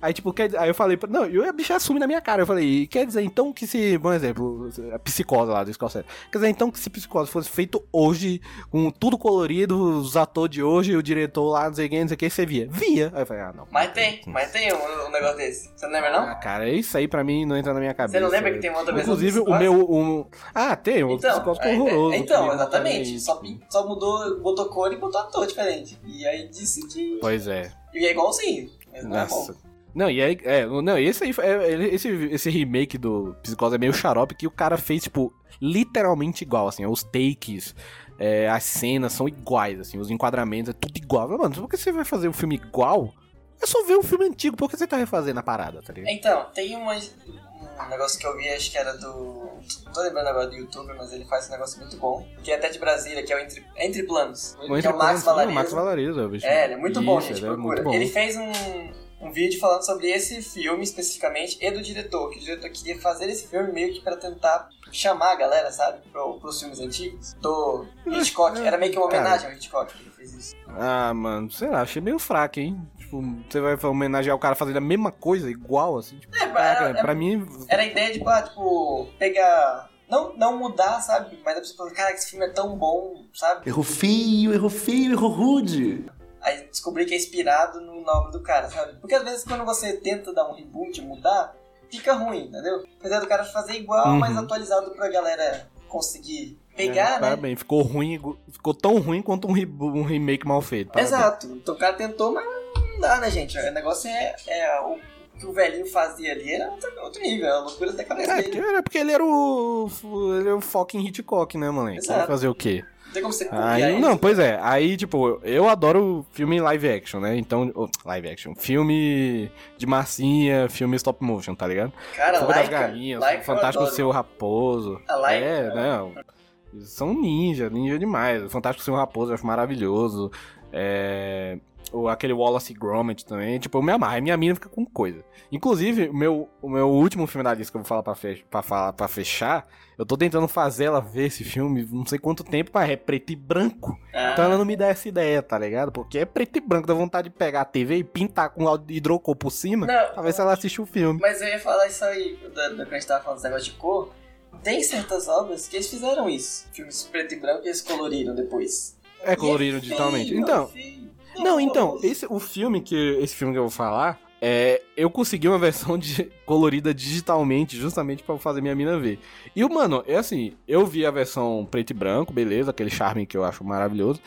S3: Aí, tipo, quer, dizer- aí eu falei, pra- não, e a bicha assume na minha cara. Eu falei, "E quer dizer então que se, bom exemplo, a psicose lá do Scorsese. Quer dizer então que se psicose fosse feito hoje, com tudo colorido, os atores de hoje, o diretor lá, não sei quem, não sei quem, você via. Via. Aí eu falei, ah, não.
S2: Mas tem, mas tem um, um negócio desse. Você não lembra, não?
S3: Ah, cara, isso aí pra mim não entra na minha cabeça.
S2: Você não lembra que tem uma outra versão
S3: Inclusive,
S2: do
S3: o meu. o- Ah, tem, o
S2: Então,
S3: psicólogo
S2: é,
S3: horroroso.
S2: é, então,
S3: que-
S2: exatamente. Só, pin- só mudou, botou cor e botou ator diferente. E aí disse que.
S3: Pois é.
S2: E é igualzinho. Mas não é bom.
S3: Nossa. Não, e aí, é, não, esse aí, foi- é, ele- esse, esse remake do Psicose é meio xarope que o cara fez, tipo, literalmente igual, assim, os takes, é, as cenas são iguais, assim, os enquadramentos, é tudo igual. Mas, Mano, por que você vai fazer um filme igual? É só ver um filme antigo, por que você tá refazendo a parada, tá ligado?
S2: Então, tem uma- um negócio que eu vi, acho que era do. Tô lembrando agora do youtuber, mas ele faz um negócio muito bom. Que é até de Brasília, que é o Entre, Entre Planos. que é o Max
S3: Não,
S2: Valarezo.
S3: Max Valarizo, bicho.
S2: É, ele é muito bom,
S3: Tipo, Isso,
S2: gente.
S3: ele é
S2: Procura.
S3: muito bom.
S2: Ele fez um, um vídeo falando sobre esse filme especificamente e do diretor, que o diretor queria fazer esse filme meio que pra tentar chamar a galera, sabe, pro, pros filmes antigos do Hitchcock. Era meio que uma
S3: É, Cara.
S2: homenagem ao Hitchcock que ele fez isso.
S3: Ah, mano, sei lá, achei meio fraco, hein? Tipo, você vai homenagear o cara fazendo a mesma coisa, igual, assim, tipo,
S2: É,
S3: caraca,
S2: era- é-
S3: pra mim.
S2: Era a ideia de, pá, tipo, pegar. Não, não mudar, sabe? Mas a pessoa falou, cara, esse filme é tão bom, sabe?
S4: Errou feio, errou feio, errou rude.
S2: Aí descobrir que é inspirado no nome do cara, sabe? Porque às vezes quando você tenta dar um reboot, mudar, fica ruim, entendeu? Apesar do cara fazer igual,
S3: Uhum.
S2: mas atualizado pra galera conseguir pegar,
S3: é,
S2: né?
S3: Parabéns, ficou ruim, igu- ficou tão ruim quanto um, re- um remake mal feito. parabéns.
S2: Exato. Então o cara tentou, mas não dá, né, gente? O negócio é, é o o que o velhinho fazia ali era outro, outro nível, é a loucura da cabeça
S3: É, porque,
S2: dele.
S3: é porque ele era o. Ele era o fucking Hitchcock, né, mano?
S2: Exato.
S3: Vai fazer o quê?
S2: Não tem como você copiar
S3: Aí,
S2: ele.
S3: Ah, não, pois é. Aí, tipo, eu adoro filme live action, né? Então, oh, live action. Filme de massinha, filme stop motion, tá ligado?
S2: Cara,
S3: Fogo das
S2: Laika-
S3: Galinhas,
S2: Laika eu
S3: um Fantástico
S2: adoro. Ah, né?
S3: Seu Raposo.
S2: A Laika,
S3: É, não. São ninja, ninja demais. O Fantástico Seu Raposo, eu acho maravilhoso. É, o, aquele Wallace e Gromit também. Tipo, eu me amarro. Aí minha mina fica com coisa. Inclusive, o meu, o meu último filme da lista que eu vou falar pra, fe pra, falar, pra fechar, eu tô tentando fazer ela ver esse filme não sei quanto tempo, mas é preto e branco.
S2: Ah.
S3: Então ela não me dá essa ideia, tá ligado? Porque é preto e branco, dá vontade de pegar a TV e pintar com hidrocor por cima,
S2: Não.
S3: pra ver se ela assiste o filme.
S2: Mas eu ia falar isso aí, da, da, quando a gente tava falando desse negócio de cor. Tem certas obras que eles fizeram isso. Filmes preto e branco que eles coloriram depois.
S3: É colorido
S2: E é feio,
S3: digitalmente.
S2: é
S3: Então,
S2: feio.
S3: não, então,
S2: horroroso.
S3: esse, o filme que esse filme que eu vou falar, é, eu consegui uma versão de- colorida digitalmente, justamente pra fazer minha mina ver. E o mano, é assim, eu vi a versão preto e branco, beleza, aquele charme que eu acho maravilhoso.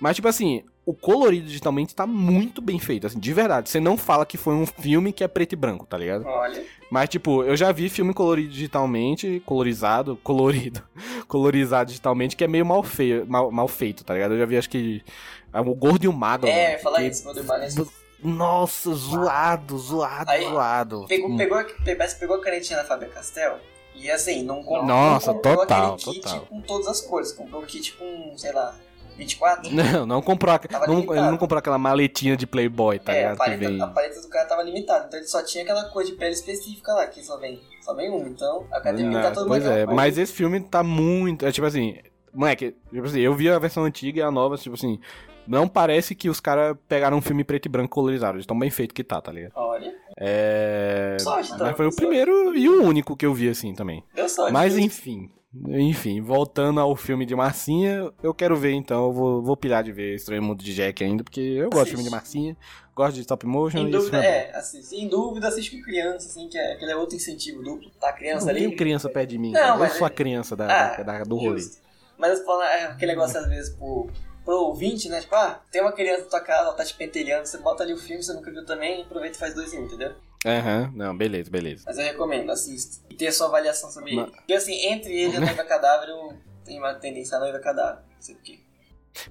S3: Mas tipo assim, o colorido digitalmente tá muito bem feito, assim, de verdade. Você não fala que foi um filme que é preto e branco, tá ligado?
S2: Olha,
S3: Mas, tipo, eu já vi filme colorido digitalmente, colorizado, colorido, colorizado digitalmente, que é meio mal, feio, mal, mal feito, tá ligado? Eu já vi, acho que, ah, o Gordo e o Mago.
S2: É, eu ia
S3: mano,
S2: falar
S3: que-
S2: isso, Gordo e o Mago, isso.
S3: Nossa, zoado, zoado,
S2: Aí,
S3: zoado.
S2: pegou,
S3: Hum.
S2: pegou, pegou, pegou a canetinha da Fábio Castel e assim, não comprou,
S3: Nossa,
S2: não comprou
S3: total,
S2: aquele kit
S3: total.
S2: com todas as cores. Comprou o kit com, sei lá, 24?
S3: Não, não comprou, a-
S2: Tava
S3: não,
S2: limitado.
S3: ele não comprou aquela maletinha de Playboy, tá
S2: é, a
S3: ligado? Que vem.
S2: paleta, a paleta do cara tava limitada, então ele só tinha aquela cor de pele específica lá, que só vem, só vem uma. Então, a academia
S3: Não,
S2: tá todo
S3: pois
S2: mundo.
S3: é, mas esse filme tá muito. É tipo assim, moleque, tipo assim, eu vi a versão antiga e a nova, tipo assim, não parece que os caras pegaram um filme preto e branco colorizado, de tão bem feito que tá, tá ligado?
S2: Olha,
S3: É.
S2: sorte, então.
S3: Mas foi o
S2: sorte.
S3: primeiro e o único que eu vi assim também.
S2: Deu sorte.
S3: Mas
S2: viu?
S3: enfim. Enfim, voltando ao filme de Massinha, eu quero ver então, eu vou, vou pilhar de ver Estranho Mundo de Jack ainda, porque eu gosto de filme de Massinha, gosto de stop motion e
S2: Em
S3: isso né,
S2: dúvida, é, assiste, em dúvida, assiste com criança, assim, que é, aquele é outro incentivo duplo. Tá a criança
S3: Não
S2: ali.
S3: tem criança perto de mim,
S2: Não,
S3: cara, eu
S2: mas-
S3: sou a criança da,
S2: Ah,
S3: da- da- do rolê.
S2: Justo. Mas eu falo, é, aquele negócio às vezes pro, pro ouvinte, né? Tipo, ah, tem uma criança na tua casa, ela tá te pentelhando, você bota ali o filme, você nunca viu também, aproveita e faz dois em um, entendeu?
S3: Aham, não, beleza, beleza.
S2: Mas eu recomendo, assista. E ter a sua avaliação sobre
S3: Mas-
S2: ele. Porque assim, entre ele e a noiva cadáver, eu tenho uma tendência à noiva cadáver. Não sei porquê.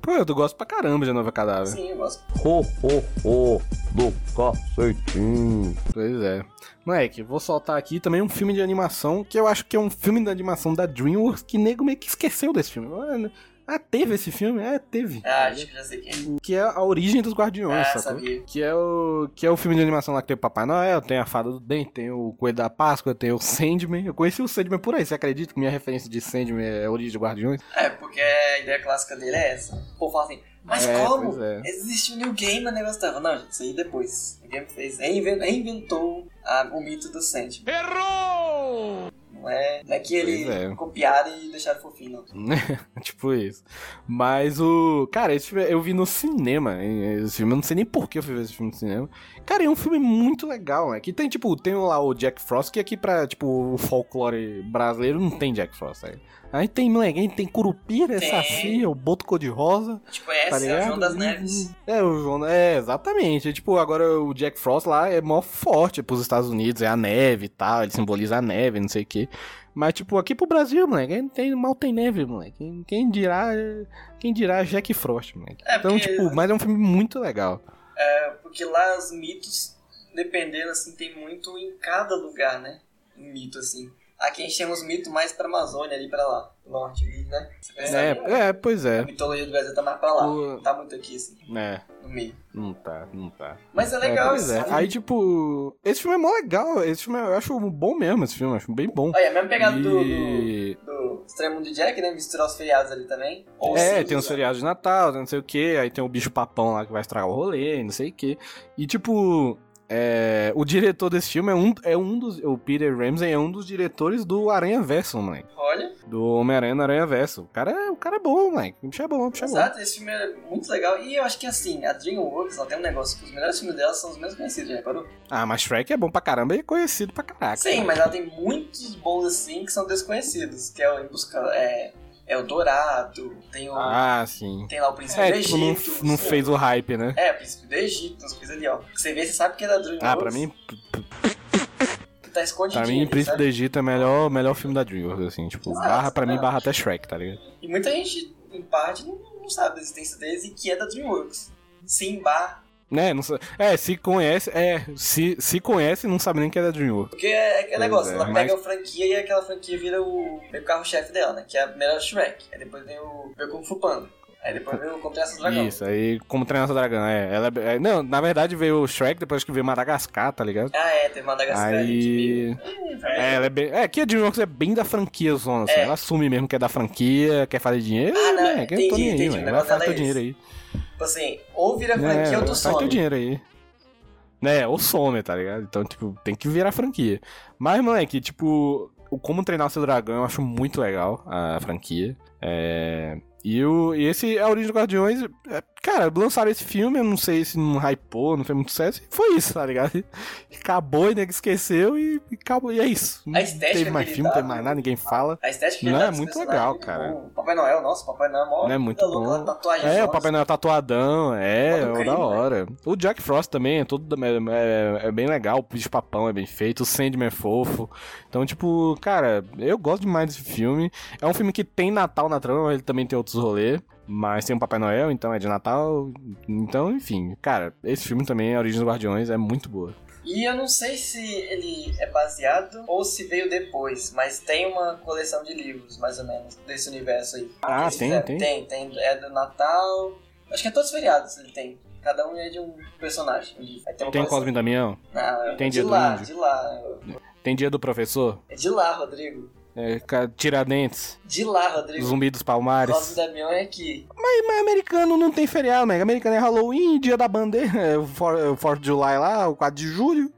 S3: Pô, eu gosto pra caramba de Nova Cadáver.
S2: Sim, eu gosto.
S9: Ho, ho, ho, do cacetinho.
S3: Pois é. Moleque, vou soltar aqui também um filme de animação, que eu acho que é um filme de animação da DreamWorks, que nego meio que esqueceu desse filme. Mano, Ah, teve esse filme? É, teve.
S2: Ah, acho que já sei quem. é.
S3: Que é a origem dos Guardiões,
S2: Ah,
S3: sacou?
S2: sabia.
S3: Que é, o, que é o filme de animação lá que tem o Papai Noel, tem a Fada do Dente, tem o Coelho da Páscoa, tem o Sandman. Eu conheci o Sandman por aí, você acredita que minha referência de Sandman é a origem dos Guardiões?
S2: É, porque a ideia clássica dele é essa. O povo fala assim, mas
S3: É,
S2: como?
S3: pois é.
S2: Existe um New Game, mas o negócio tava. Não, gente, isso aí é depois. O Game fez, reinven- reinventou a- o mito do Sandman.
S5: Errou!
S2: Não é, não é que ele
S3: Pois é.
S2: copiaram e deixaram fofinho, não.
S3: tipo isso. Mas o. Cara, esse filme eu vi no cinema. hein, Esse filme, eu não sei nem por que eu fui ver esse filme no cinema. Cara, é um filme muito legal, né? Que tem, tipo, tem lá o Jack Frost, que aqui pra, tipo, o folclore brasileiro não tem Jack Frost. Né? Aí tem moleque, tem curupira,
S2: Tem.
S3: saci, o boto cor-de-rosa.
S2: Tipo, essa
S3: Tá
S2: é o
S3: ligado?
S2: João das Neves.
S3: É, o João, é, exatamente. É, tipo, agora o Jack Frost lá é mó forte pros Estados Unidos, é a neve e tal, ele simboliza a neve, não sei o quê. Mas, tipo, aqui pro Brasil, moleque, aí não tem, mal tem neve, moleque. Quem- Quem dirá, quem dirá Jack Frost, moleque.
S2: É,
S3: então,
S2: porque-
S3: tipo, mas é um filme muito legal.
S2: Porque lá os mitos, dependendo, assim, tem muito em cada lugar, né? Um mito, assim. Aqui a gente tem uns mitos mais pra Amazônia, ali pra lá, norte, ali, né?
S3: É,
S2: Você
S3: Tipo,
S2: percebe?
S3: é, pois
S2: A
S3: é.
S2: mitologia do Brasil tá mais pra lá.
S3: O-
S2: Tá muito aqui, assim,
S3: É,
S2: no meio.
S3: não tá, não tá.
S2: Mas é
S3: é,
S2: legal
S3: pois
S2: isso.
S3: é. Aí, tipo, esse filme é mó legal. Esse filme eu acho bom mesmo, esse filme, eu acho bem bom.
S2: Olha, é a mesma pegada do, do,
S3: E-
S2: do Extremo do Jack, né? Misturar os feriados ali também. Ou
S3: É,
S2: sim,
S3: tem os
S2: né?
S3: feriados de Natal, não sei o que, aí tem o bicho papão lá que vai estragar o rolê, não sei o que. E tipo, é, o diretor desse filme é um, é um dos. O Peter Ramsey é um dos diretores do Aranha Verso, moleque.
S2: Olha,
S3: Do Homem-Aranha no Aranha Verso. O cara, é- o cara é bom, moleque. O bicho é bom, o bicho é bom.
S2: exato, esse filme é muito legal. E eu acho que assim, a DreamWorks ela tem um negócio que os melhores filmes dela são os menos conhecidos, já reparou?
S3: Ah, mas Shrek é bom pra caramba e é conhecido pra caraca.
S2: Sim, mas ela tem muitos bons assim que são desconhecidos, que é o Em Busca... É, é o Dourado, tem, o,
S3: Ah, sim.
S2: tem lá o Príncipe do
S3: É, tipo,
S2: Egito.
S3: não, não
S2: sim.
S3: fez o hype, né?
S2: É, Príncipe do Egito, umas coisas ali, ó. Que Você vê, você sabe que é da DreamWorks.
S3: Ah, pra mim,
S2: Tá escondidinho
S3: pra mim,
S2: ali,
S3: Príncipe
S2: sabe?
S3: do Egito é o melhor, melhor filme da DreamWorks, assim. Tipo,
S2: Exato,
S3: barra pra mim,
S2: né?
S3: barra até Shrek, tá ligado?
S2: E muita gente, em parte, não, não sabe da existência deles e que é da DreamWorks. Simba.
S3: Né, não sa- É, se conhece, é, se, se conhece, não sabe nem que é da DreamWorks.
S2: Porque é aquele
S3: Pois
S2: negócio,
S3: é,
S2: ela
S3: mas-
S2: pega a franquia e aquela franquia vira o meio carro-chefe dela, né? Que é a primeira Shrek. Aí depois vem o meu Kung Fu Panda. Aí depois vem o Como Criança Dragão.
S3: Isso, aí como treinar seu dragão, é, ela é- é, não, na verdade veio o Shrek, depois que veio Madagascar, tá ligado?
S2: Ah, é, teve Madagascar ali que
S3: Aí,
S2: veio.
S3: é, ela é bem, é, que a DreamWorks é bem da franquia zona, assim,
S2: É.
S3: ela assume mesmo que é da franquia, quer fazer dinheiro,
S2: Ah, não,
S3: né, que eu tô
S2: entendi,
S3: nem aí,
S2: entendi,
S3: mano, vai
S2: o negócio
S3: faz
S2: dela
S3: teu
S2: é
S3: dinheiro aí.
S2: Tipo assim, ou vira franquia
S3: É,
S2: ou tu
S3: faz teu
S2: some.
S3: dinheiro aí. Né, ou some, tá ligado? Então, tipo, tem que virar franquia. Mas, moleque, tipo, o Como Treinar o Seu Dragão eu acho muito legal, a franquia. É, E, o, e esse A Origem dos Guardiões, é, cara, lançaram esse filme, eu não sei se não hypou, não fez muito sucesso, e foi isso, tá ligado? E acabou, e nego esqueceu, e, e acabou, e é isso. Não
S2: A estética
S3: teve mais
S2: que ele
S3: filme, não
S2: dá,
S3: teve mais
S2: né?
S3: nada, ninguém fala.
S2: A estética que
S3: Não,
S2: ele dá
S3: é
S2: dos
S3: muito
S2: personagens,
S3: legal,
S2: tipo,
S3: cara.
S2: o Papai Noel, nossa, o Papai Noel é mó
S3: Não é muito
S2: vida louca,
S3: bom.
S2: uma tatuagem
S3: É,
S2: só,
S3: o Papai Noel tatuadão, é,
S2: Todo
S3: é o
S2: crime,
S3: da hora. O Jack Frost também é, todo, é, é- é bem legal, o bicho papão é bem feito, o Sandman é fofo. Então, tipo, cara, eu gosto demais desse filme. É um filme que tem Natal na trama, mas ele também tem outros rolês. Mas tem o Papai Noel, então é de Natal. Então, enfim, cara, esse filme também, A Origem dos Guardiões, é muito boa.
S2: E eu não sei se ele é baseado ou se veio depois, mas tem uma coleção de livros, mais ou menos, desse universo aí.
S3: Ah,
S2: Eles
S3: tem,
S2: fizeram.
S3: tem?
S2: Tem, tem. É do Natal. Acho que é todos os feriados ele tem. Cada um é de um personagem. Aí tem uma
S3: Tem um o
S2: coleção.
S3: Cosme e Damião,
S2: Não,
S3: tem
S2: de
S3: Dia do
S2: lá,
S3: Índio.
S2: de lá.
S3: tem Dia do Professor,
S2: É de lá, Rodrigo.
S3: é, ca- Tiradentes,
S2: De lá, Rodrigo.
S3: Zumbi dos Palmares.
S2: Cosme e Damião é aqui.
S3: Mas americano não tem feriado, né? Americano é Halloween, dia da bandeira, é, o 4 de July lá, o 4 de julho,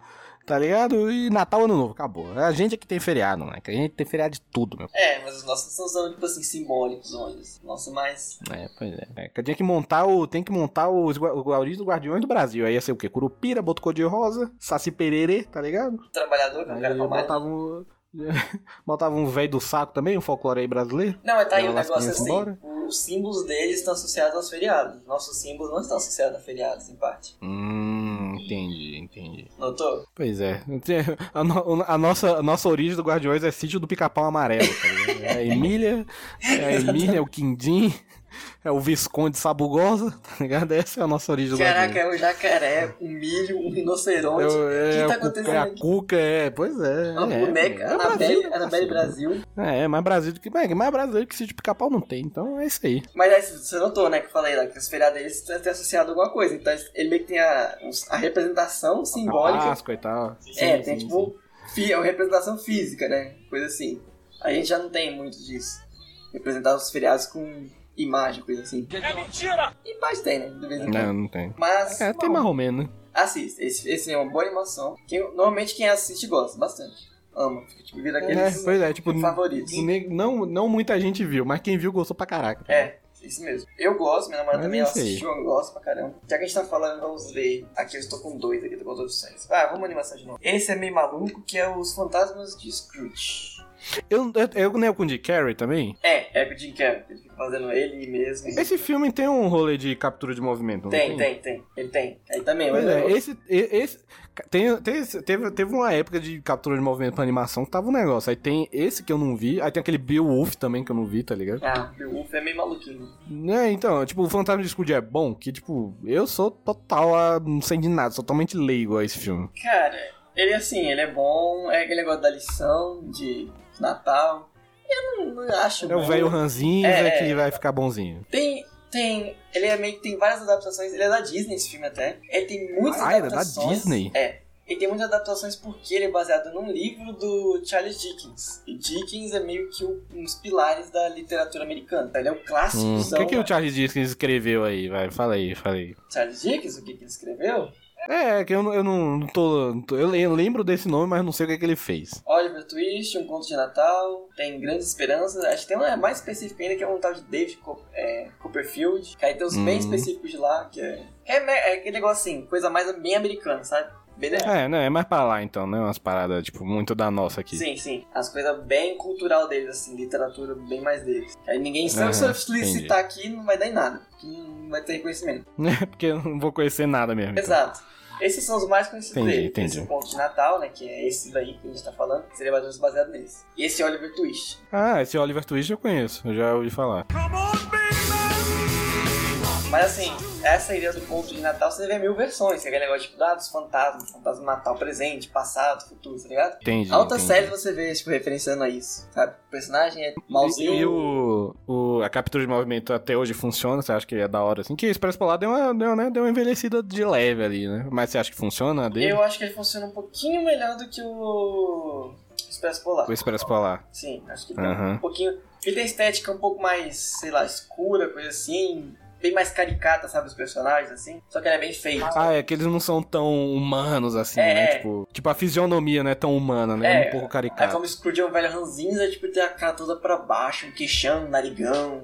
S3: tá ligado? E Natal, Ano Novo, acabou. A gente é que tem feriado, né? Que a gente tem feriado de tudo, meu.
S2: É, mas os nossos são, são tipo assim, simbólicos, olhos. Nossa, mas.
S3: É, pois é. é que tem que montar o, tem que montar os, gua- o Guardiões do Guardiões do Brasil. Aí ia ser o quê? Curupira, Botocô de Rosa, Saci Pererê, tá ligado?
S2: Trabalhador, que eu
S3: Aí
S2: quero falar.
S3: botava um... Botava um velho do saco também, um folclore aí brasileiro.
S2: Não, mas tá aí
S3: Ela
S2: um
S3: lasca
S2: negócio
S3: criança
S2: assim.
S3: embora?
S2: Os símbolos deles estão associados aos feriados. Nossos símbolos não estão associados a feriados, em parte.
S3: Hum, entendi, entendi.
S2: Notou?
S3: Pois é. A, no- a nossa, a nossa origem do Guardiões é sítio do pica-pau amarelo. Tá ligado? é a Emília, é a Emília, é o Quindim, é o Visconde Sabugosa, tá ligado? Essa é a nossa origem do
S2: Caraca,
S3: Guardiões.
S2: é um jacaré, um milho, um rinoceronte.
S3: Eu- é,
S2: que tá
S3: o cu-
S2: acontecendo
S3: é a
S2: aqui?
S3: Cuca, é, pois é.
S2: Uma
S3: é,
S2: boneca,
S3: é,
S2: Anabelle,
S3: Brasil, né,
S2: Anabelle
S3: parceiro?
S2: Brasil.
S3: É, mais Brasil do que. Mais, mais brasileiro que sítio do pica-pau não tem, então é isso aí.
S2: Mas aí você notou, né, que eu falei lá, que os feriados deles devem ter associado a alguma coisa. Então ele meio que tem a, a representação simbólica.
S3: Páscoa e tal.
S2: é,
S3: Sim, sim,
S2: tem
S3: sim.
S2: tipo fi- uma representação física, né? Coisa assim. A gente já não tem muito disso. Representar os feriados com imagem, coisa assim. É mentira! Imagem tem, né? De vez em quando.
S3: Não, não tem.
S2: Mas.
S3: É, tem
S2: bom,
S3: mais ou menos, né?
S2: Assista. Esse, esse é uma boa animação. Quem- normalmente quem assiste gosta bastante. Ama. Fica, tipo, vira
S3: É,
S2: aqueles
S3: pois é, tipo.
S2: favoritos.
S3: ne- Não, não muita gente viu, mas quem viu gostou pra caraca.
S2: É, isso mesmo. Eu gosto, minha namorada
S3: Mas
S2: também
S3: é
S2: ela
S3: isso aí.
S2: assistiu, eu gosto pra caramba. Já que a gente tá falando, vamos ver. Aqui eu estou com dois aqui, tô com as opções. Ah, vamos animação de novo. Esse é meio maluco, que é os fantasmas de Scrooge.
S3: Eu, eu, eu nem é com o Jim Carrey também.
S2: É, é com o Jim Carrey. Ele fica fazendo ele mesmo.
S3: Esse é filme tem um rolê de captura de movimento, não
S2: Tem, tem, tem. Ele tem. Aí também.
S3: Pois
S2: mas
S3: é,
S2: eu-
S3: esse, e- esse tem, tem esse- teve, teve uma época de captura de movimento pra animação que tava um negócio. Aí tem esse que eu não vi, aí tem aquele Beowulf também que eu não vi, tá ligado?
S2: Ah, o Wolf é meio maluquinho.
S3: Né, então, tipo, o Fantasma de Scooby é bom, que tipo, eu sou total, ah, não sei de nada, sou totalmente leigo a esse filme.
S2: Cara, ele assim, ele é bom, é aquele negócio da lição de Natal. Eu não, não acho
S3: É o
S2: bom.
S3: velho ranzinho
S2: É,
S3: é,
S2: é.
S3: que vai ficar bonzinho.
S2: Tem. Tem. Ele é meio que tem várias adaptações. Ele é da Disney esse filme até. Ele tem muitas
S3: Ah, ele é da
S2: adaptações.
S3: Disney?
S2: É. Ele tem muitas adaptações porque ele é baseado num livro do Charles Dickens. E Dickens é meio que um- um dos pilares da literatura americana. Ele é um clássico.
S3: Hum, O que, que o Charles Dickens escreveu aí, vai? Fala aí, fala aí.
S2: Charles Dickens, o que, que ele escreveu?
S3: É, que eu, não- eu não não tô, não tô- Eu le- eu lembro desse nome, mas não sei o que, é que ele fez.
S2: Oliver Twist, Um Conto de Natal, Tem Grandes Esperanças. Acho que tem uma mais específica ainda, que é um tal de David Co- é, Copperfield. Que aí tem uns bem
S3: Hum.
S2: específicos de lá, que é... É, me- é aquele negócio assim, coisa mais bem americana, sabe? Bem legal.
S3: É, né? É mais pra lá então, né? Umas paradas, tipo, muito da nossa aqui.
S2: Sim, sim. As coisas bem cultural deles, assim, literatura bem mais deles. Aí ninguém, se
S3: Aham,
S2: eu se eu citar aqui, não vai dar em nada, porque não vai ter reconhecimento.
S3: Né? Porque eu não vou conhecer nada mesmo. então.
S2: Exato. Esses são os mais conhecidos
S3: Entendi,
S2: dele.
S3: entendi.
S2: Esse Conto de Natal, né, que é esse daí que a gente tá falando, que seria mais ou menos baseado nesse. E esse Oliver Twist.
S3: Ah, esse Oliver Twist eu conheço, eu já ouvi falar.
S2: Mas assim, essa ideia do Conto de Natal você vê mil versões, que é aquele negócio tipo, ah, dos fantasmas, fantasma do Natal, presente, passado, futuro, tá ligado?
S3: Entendi.
S2: Altas
S3: entendi.
S2: séries você vê, tipo, referenciando a isso, sabe? O personagem é mauzinho.
S3: E, e o, o- a captura de movimento até hoje funciona? Você acha que é da hora assim? Que Expresso Polar deu uma, deu, né, deu uma envelhecida de leve ali, né? Mas você acha que funciona a dele?
S2: Eu acho que ele funciona um pouquinho melhor do que o Expresso Polar.
S3: O Expresso Polar.
S2: Sim, acho que tem
S3: Aham.
S2: um pouquinho. Ele tem estética um pouco mais, sei lá, escura, coisa assim. Bem mais caricata, sabe? Os personagens, assim. Só que ele é bem feito.
S3: Ah, é que eles não são tão humanos assim,
S2: É,
S3: né?
S2: é.
S3: Tipo, tipo, a fisionomia não é tão humana, né? É,
S2: É,
S3: um pouco
S2: Aí,
S3: caricata.
S2: como explodir um velho ranzinza, tipo, tem a cara toda pra baixo, um queixão, um narigão.